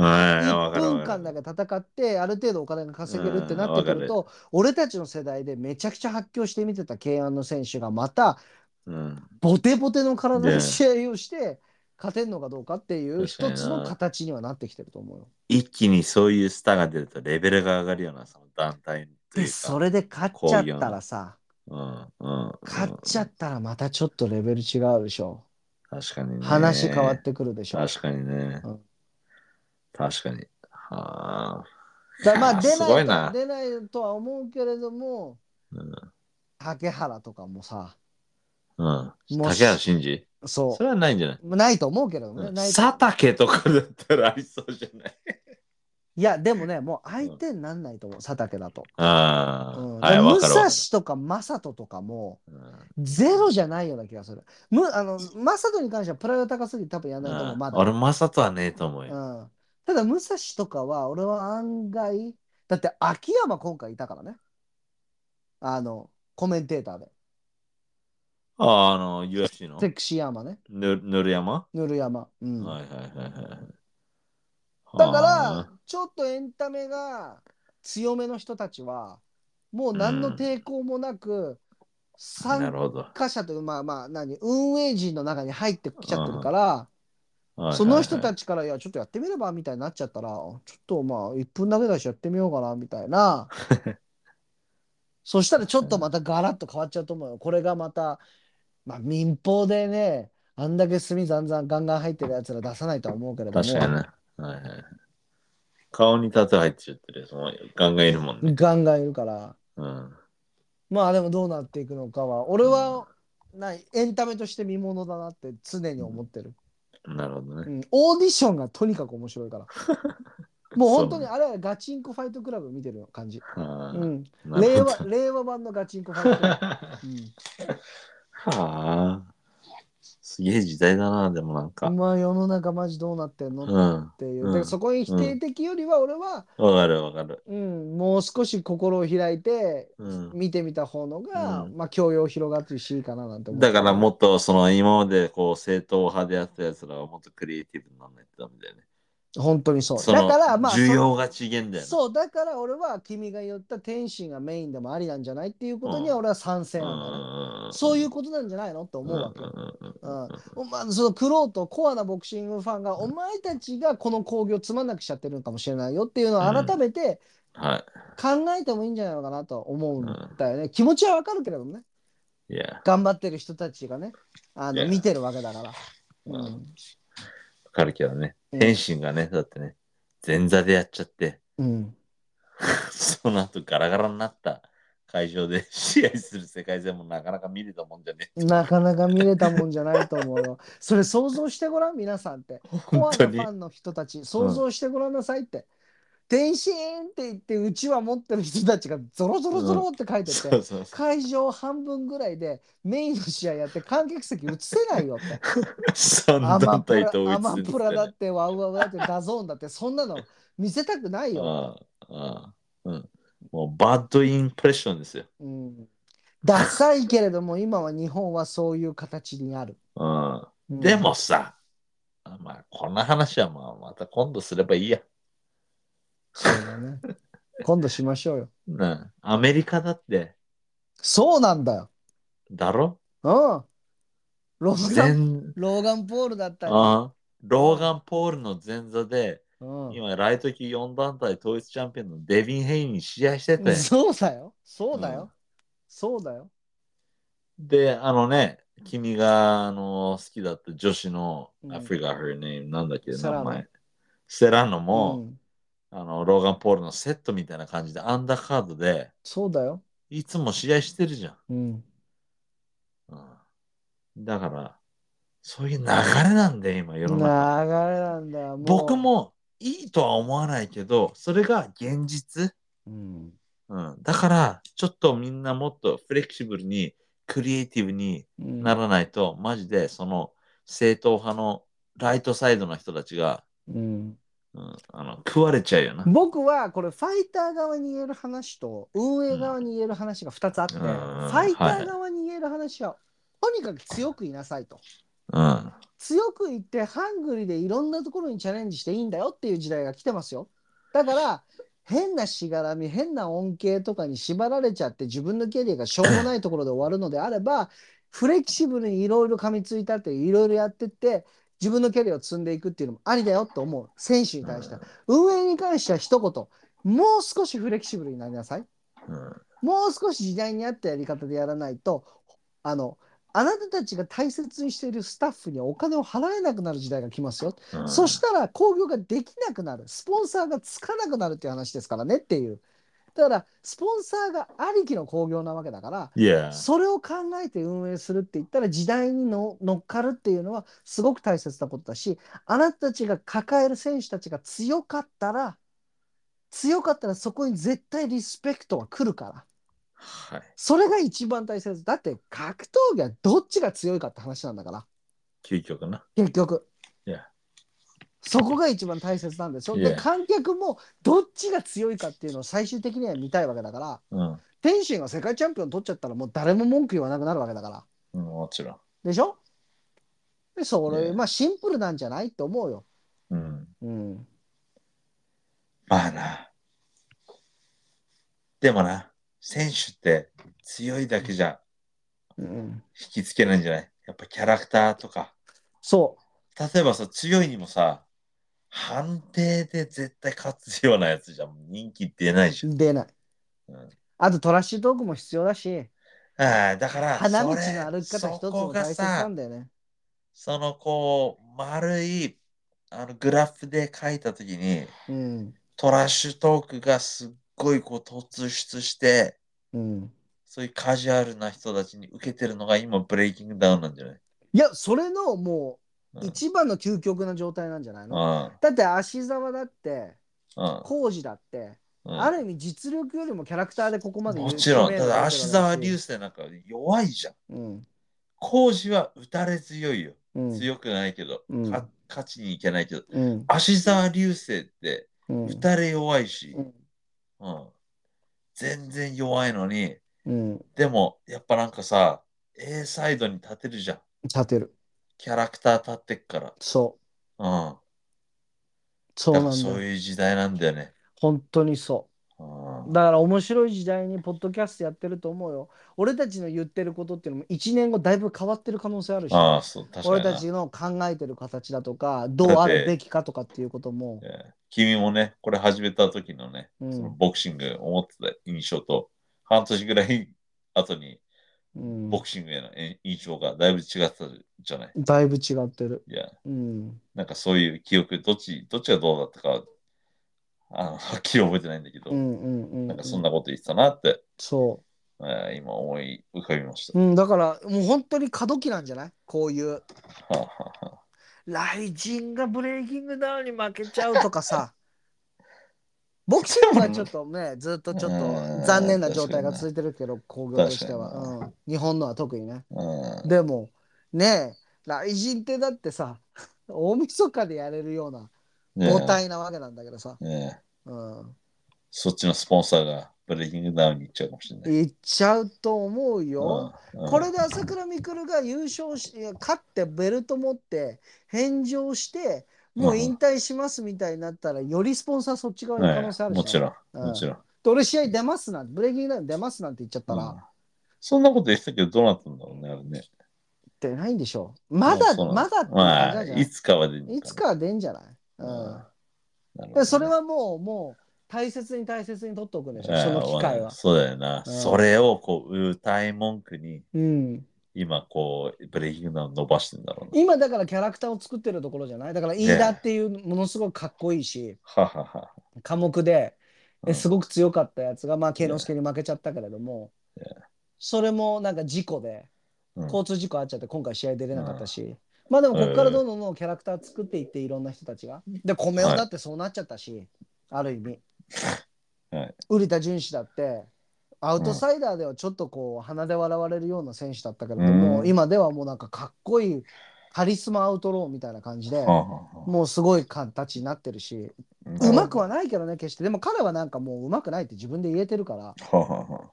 わ1かるわ分か間なんか戦って、ある程度お金が稼げるってなってくると、俺たちの世代でめちゃくちゃ発狂して見てた慶安の選手がまたうん。ボテボテの体のね試合をして勝てんのかどうかっていう確一かになつの形にはなってきてると思うよ。一気にそういうスターが出るとレベルが上がるようなその団体といでうか。それで勝っちゃったらさうんうん、勝っちゃゃったらまたちょっとレベル違うでしょ。確かにね。話変わってくるでしょ。確かにね。うん確かに。はあ。だまいやあー出すないごいとはな出ないとは思うけれども、うん竹原とかもさ、うん。も竹原慎二そ。それはないんじゃないうないと思うけれどもね。うんないと佐竹とかだったらありそうじゃないいや、でもね、もう相手になんないと思う、佐竹だと。ああ、うんはい、わ武かる蔵わ。とか正人とかも、うんゼロじゃないような気がする。むあの正人に関してはプライド高すぎて多分やらないと思う、まだ。俺、マサとはねえと思うよ。うん、ただ、武蔵とかは、俺は案外、だって秋山今回いたからね。あの、コメンテーターで。ああ、あの、UFC のセクシー山ね、ぬぬる山、ぬる山。うんはいはいはいはい。だかはら、ちょっとエンタメが強めの人たちは、もう何の抵抗もなく、あ、な参るほど。加者という、まあまあ何、運営陣の中に入ってきちゃってるから、その人ち、たちから、いや、ちょっとやってみればみたいになっちゃったら、ちょっとまあ、1分だけだしやってみようかなみたい な。そしたらちょっとまたガラッと変わっちゃうと思うよ。これがまた、まあ、民放でね、あんだけ炭ざんざんガンガン入ってるやつら出さないとは思うけれども。確かにね。はいはいはい、顔にタトゥー入っちゃってるやつもガンガンいるもんね。ガンガンいるから。うん。まあでもどうなっていくのかは、俺は、ないエンタメとして見ものだなって常に思ってる、なるほどうね。んオーディションがとにかく面白い から。もう本当にあれはガチンコファイトクラブ見てる感じ。はあうん、なる令ほど和令和版のガチンコファイトクラ はあ。すげえ時代だな、でもなんブ。うかん、。まあ世の中マジどうなってんうのん。っわていう。うんだからそこに否定的よりは俺は、かるわかる。うん、もう少し心を開いてうん。見てみた方のが、うんまあ教養広がってるしいいかななんて思う。だからもっとその今までこう正統派でやったやつらはもっとクリエイティブにならないとダメだよね。本当にそう。そのだからまあ需要が違えんだよね。そうだから俺は君が言った天心がメインでもありなんじゃないっていうことにはうん俺は賛成なんだよね、そういうことなんじゃないのって思うわけよ、おまあ、そのクロートコアなボクシングファンがお前たちがこの興行つまんなくしちゃってるのかもしれないよっていうのを改めては考えてもいいんじゃないのかなとは思うんだよね、気持ちはわかるけれどもねい。いや、頑張ってる人たちがねあの Yeah. 見てるわけだから、ううんんわかるけどうね。ん天心がね、だってね、前座でやっちゃって、 うん、その後ガラガラになった会場で 試合する世界戦もなかなか見れたもんじゃねなかなか見れたもんじゃないと思うよそれ想像してごらん皆さんってえ。コ本ア当なフに。ァンの人たち、想像してごらんなさいって。天心って言って、うちわ持ってる人たちがゾロゾロゾロって書いてて、そうそうそ会場半分ぐらいでメインの試合やって観客席映せないよって。う。そんアなマ団プ体ラ統アマ一するプラだって、ワウワウだって、ダゾーンだって、そんなの見せたくないよ。ああああうん。もうバッドインプレッションですよ。うん、ダサいけれども、今は日本はそういう形にある。うん。うんでもさ、まあ、こんな話はまあまた今度すればいいや。そうだね。今度しましょうよ。うん。アメリカだって、そうなんだよ。だろうん。ローガン・全、ローガンポールだったり。ああローガン・ポールの前座で、うん今、ライト級4団体統一チャンピオンのデビン・ヘイに試合してて、そうだよ。そうだよ。うんそうだよ。で、あのね、君があの好きだった女子の、うん I forgot her name、なんだっけ、セラ名ノ前。セラノうも、ん、あのローガン・ポールのセットみたいな感じで、アンダーカードで、そうだよ。いつも試合してるじゃん。うん。うんだから、そういう流れなんだよ、今、世流れの中。なんだよ。う僕、もいいとは思わないけど、それが現実。うん。うん、だから、ちょっとみんなもっとフレキシブルに、クリエイティブにならないと、マジで、その、正統派のライトサイドの人たちが、うん、うん、あの食われちゃうよな。僕はこれファイター側に言える話と運営側に言える話が2つあって、うんファイター側に言える話はとにかく強くいなさいとうん。強く言ってハングリーでいろんなところにチャレンジしていいんだよっていう時代が来てますよだから変なしがらみ変な恩恵とかに縛られちゃって自分のキャリアがしょうもないところで終わるのであればフレキシブルにいろいろ噛みついたっていろいろやってって自分のキャリアを積んでいくっていうのもありだよと思う選手に対しては運営に関しては一言もう少しフレキシブルになりなさいうんもう少し時代に合ったやり方でやらないとあのあなたたちが大切にしているスタッフにお金を払えなくなる時代が来ますようんそしたら興行ができなくなる、スポンサーがつかなくなるっていう話ですからねっていう。だから、スポンサーがありきの興行なわけだから、 Yeah. それを考えて運営するって言ったら、時代にの乗っかるっていうのはすごく大切なことだし、あなたたちが抱える選手たちが強かったら、強かったらそこに絶対リスペクトが来るから。はい。それが一番大切。だって格闘技はどっちが強いかって話なんだから。究極な。結局。いやそこが一番大切なんですよ。いで、や観客もどっちが強いかっていうのを最終的には見たいわけだから、うん。天心が世界チャンピオン取っちゃったらもう誰も文句言わなくなるわけだから。うんもちろん。でしょで、それ、ねまあシンプルなんじゃないと思うよ。うん。うん。まあな。でもな、選手って強いだけじゃうん、引きつけないんじゃないやっぱキャラクターとか。そ例えばさ、強いにもさ、判定で絶対勝つようなやつじゃん人気出ないじゃん。う、出ない。うんあとトラッシュトークも必要だし、ああ、だから、花道のそれ歩き方一つそこもが大切なさん、だよね。そのこう、丸いあのグラフで書いたときに、うん。トラッシュトークがすっごいこう突出して、うん。そういうカジュアルな人たちに受けてるのが今ブレイキングダウンなんじゃない、いや、それのもうんう一番の究極な状態なんじゃないの、うんだって芦沢だって、うん浩二だって、うんある意味実力よりもキャラクターでここまでもちろん、有た名なだわけ芦沢し流星なんか弱いじゃん。うん浩二は打たれ強いよ。うん強くないけど、うんか勝ちにいけないけど、うん芦沢流星ってうん打たれ弱いし、うんうん、全然弱いのに、うんでもやっぱなんかさ、A サイドに立てるじゃん。立てるキャラクター立ってっから。そうん。うそうだなからんだそういう時代なんだよね。。本当にそううんだから面白い時代にポッドキャストやってると思うよ俺たちの言ってることっていうのも1年後だいぶ変わってる可能性あるしああ、そう、確か俺になたちの考えてる形だとかどうあるべきかとかっていうこともえー君もね、これ始めた時のね、うんそのボクシング思ってた印象と、半年ぐらい後にうんボクシングへのえ印象がだいぶ違ったじゃない。だいぶ違ってるいや、うんなんかそういう記憶、どっち、どっちがどうだったか、あの はっきり覚えてないんだけど、うんうんうんなんかそんなこと言ってたなって、そうえー今思い浮かびました。うん、だからもう本当に過渡期なんじゃないこういうはあはあはあ雷神がブレイキングダウンに負けちゃうとか さボクシングはちょっとねずっとちょっうんと残念な状態が続いてるけど興行として確かには、うん、日本のは特にねうんでもねえ雷神ってだってさ 大晦日でやれるようなねえ母体なわけなんだけどさ、ねえうん、そっちのスポンサーがブレイキングダウンに行っちゃうかもしれない。いっちゃうと思うよ、うんうんこれで朝倉未来が優勝し勝ってベルト持って返上してもう引退しますみたいになったらよりスポンサーそっち側に行く可能性あるもちん。ろん、うんもちろん。で俺試合出ますなんてブレーキングダウン出ますなんて言っちゃったら、うんそんなこと言ってたけど、どうなったんだろうね、あれね。出ないんでしょう。まだ、そうまだってま感あ、じなんじゃないいつかは出るのいつかは出んじゃない、な。うんなるほどねでそれはもうもう大切に大切に取っておくんでしょ、その機会うんは。そうだよな。うんそれをこう、歌い文句に、うん、今こう、ブレイキングダウン伸ばしてんだろうな。今だからキャラクターを作ってるところじゃないだから飯田っていうものすごくかっこいいし、ははは。科目でうえんすごく強かったやつが、まあ、慶之助に負けちゃったけれども、 Yeah. それもなんか事故で、うん交通事故あっちゃって、今回試合出れなかったし、まあでも、ここからどんどんどんキャラクター作っていって、いろんな人たちが。で、米は尾いだってそうなっちゃったし、ある意味 はい。瓜田淳史だって、アウトサイダーではちょっとこう、鼻で笑われるような選手だったけれども、うん今ではもうなんかかっこいい、カリスマアウトローみたいな感じで、はははもうすごい形になってるし。なうるまほくはないけどね、決して。でも彼はなんかもううまくないって自分で言えてるから。どははは。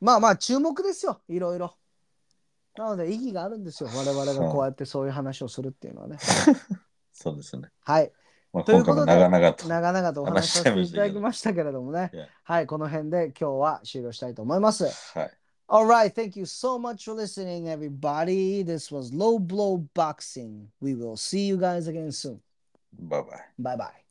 まあまあ注目ですよ、いろいろ。なので意義があるんですよ、我々がこうやってそういう話をするっていうのはね。そうですね。はい。まあ、という今こ回ともで長々と。長々とお話しさせていただきましたけれどもね Yeah.。はい、この辺で今日は終了したいと思います。はい。 Alright, thank you so much for listening, everybody. This was Low Blow Boxing. We will see you guys again soon. バイバイ。 Bye bye.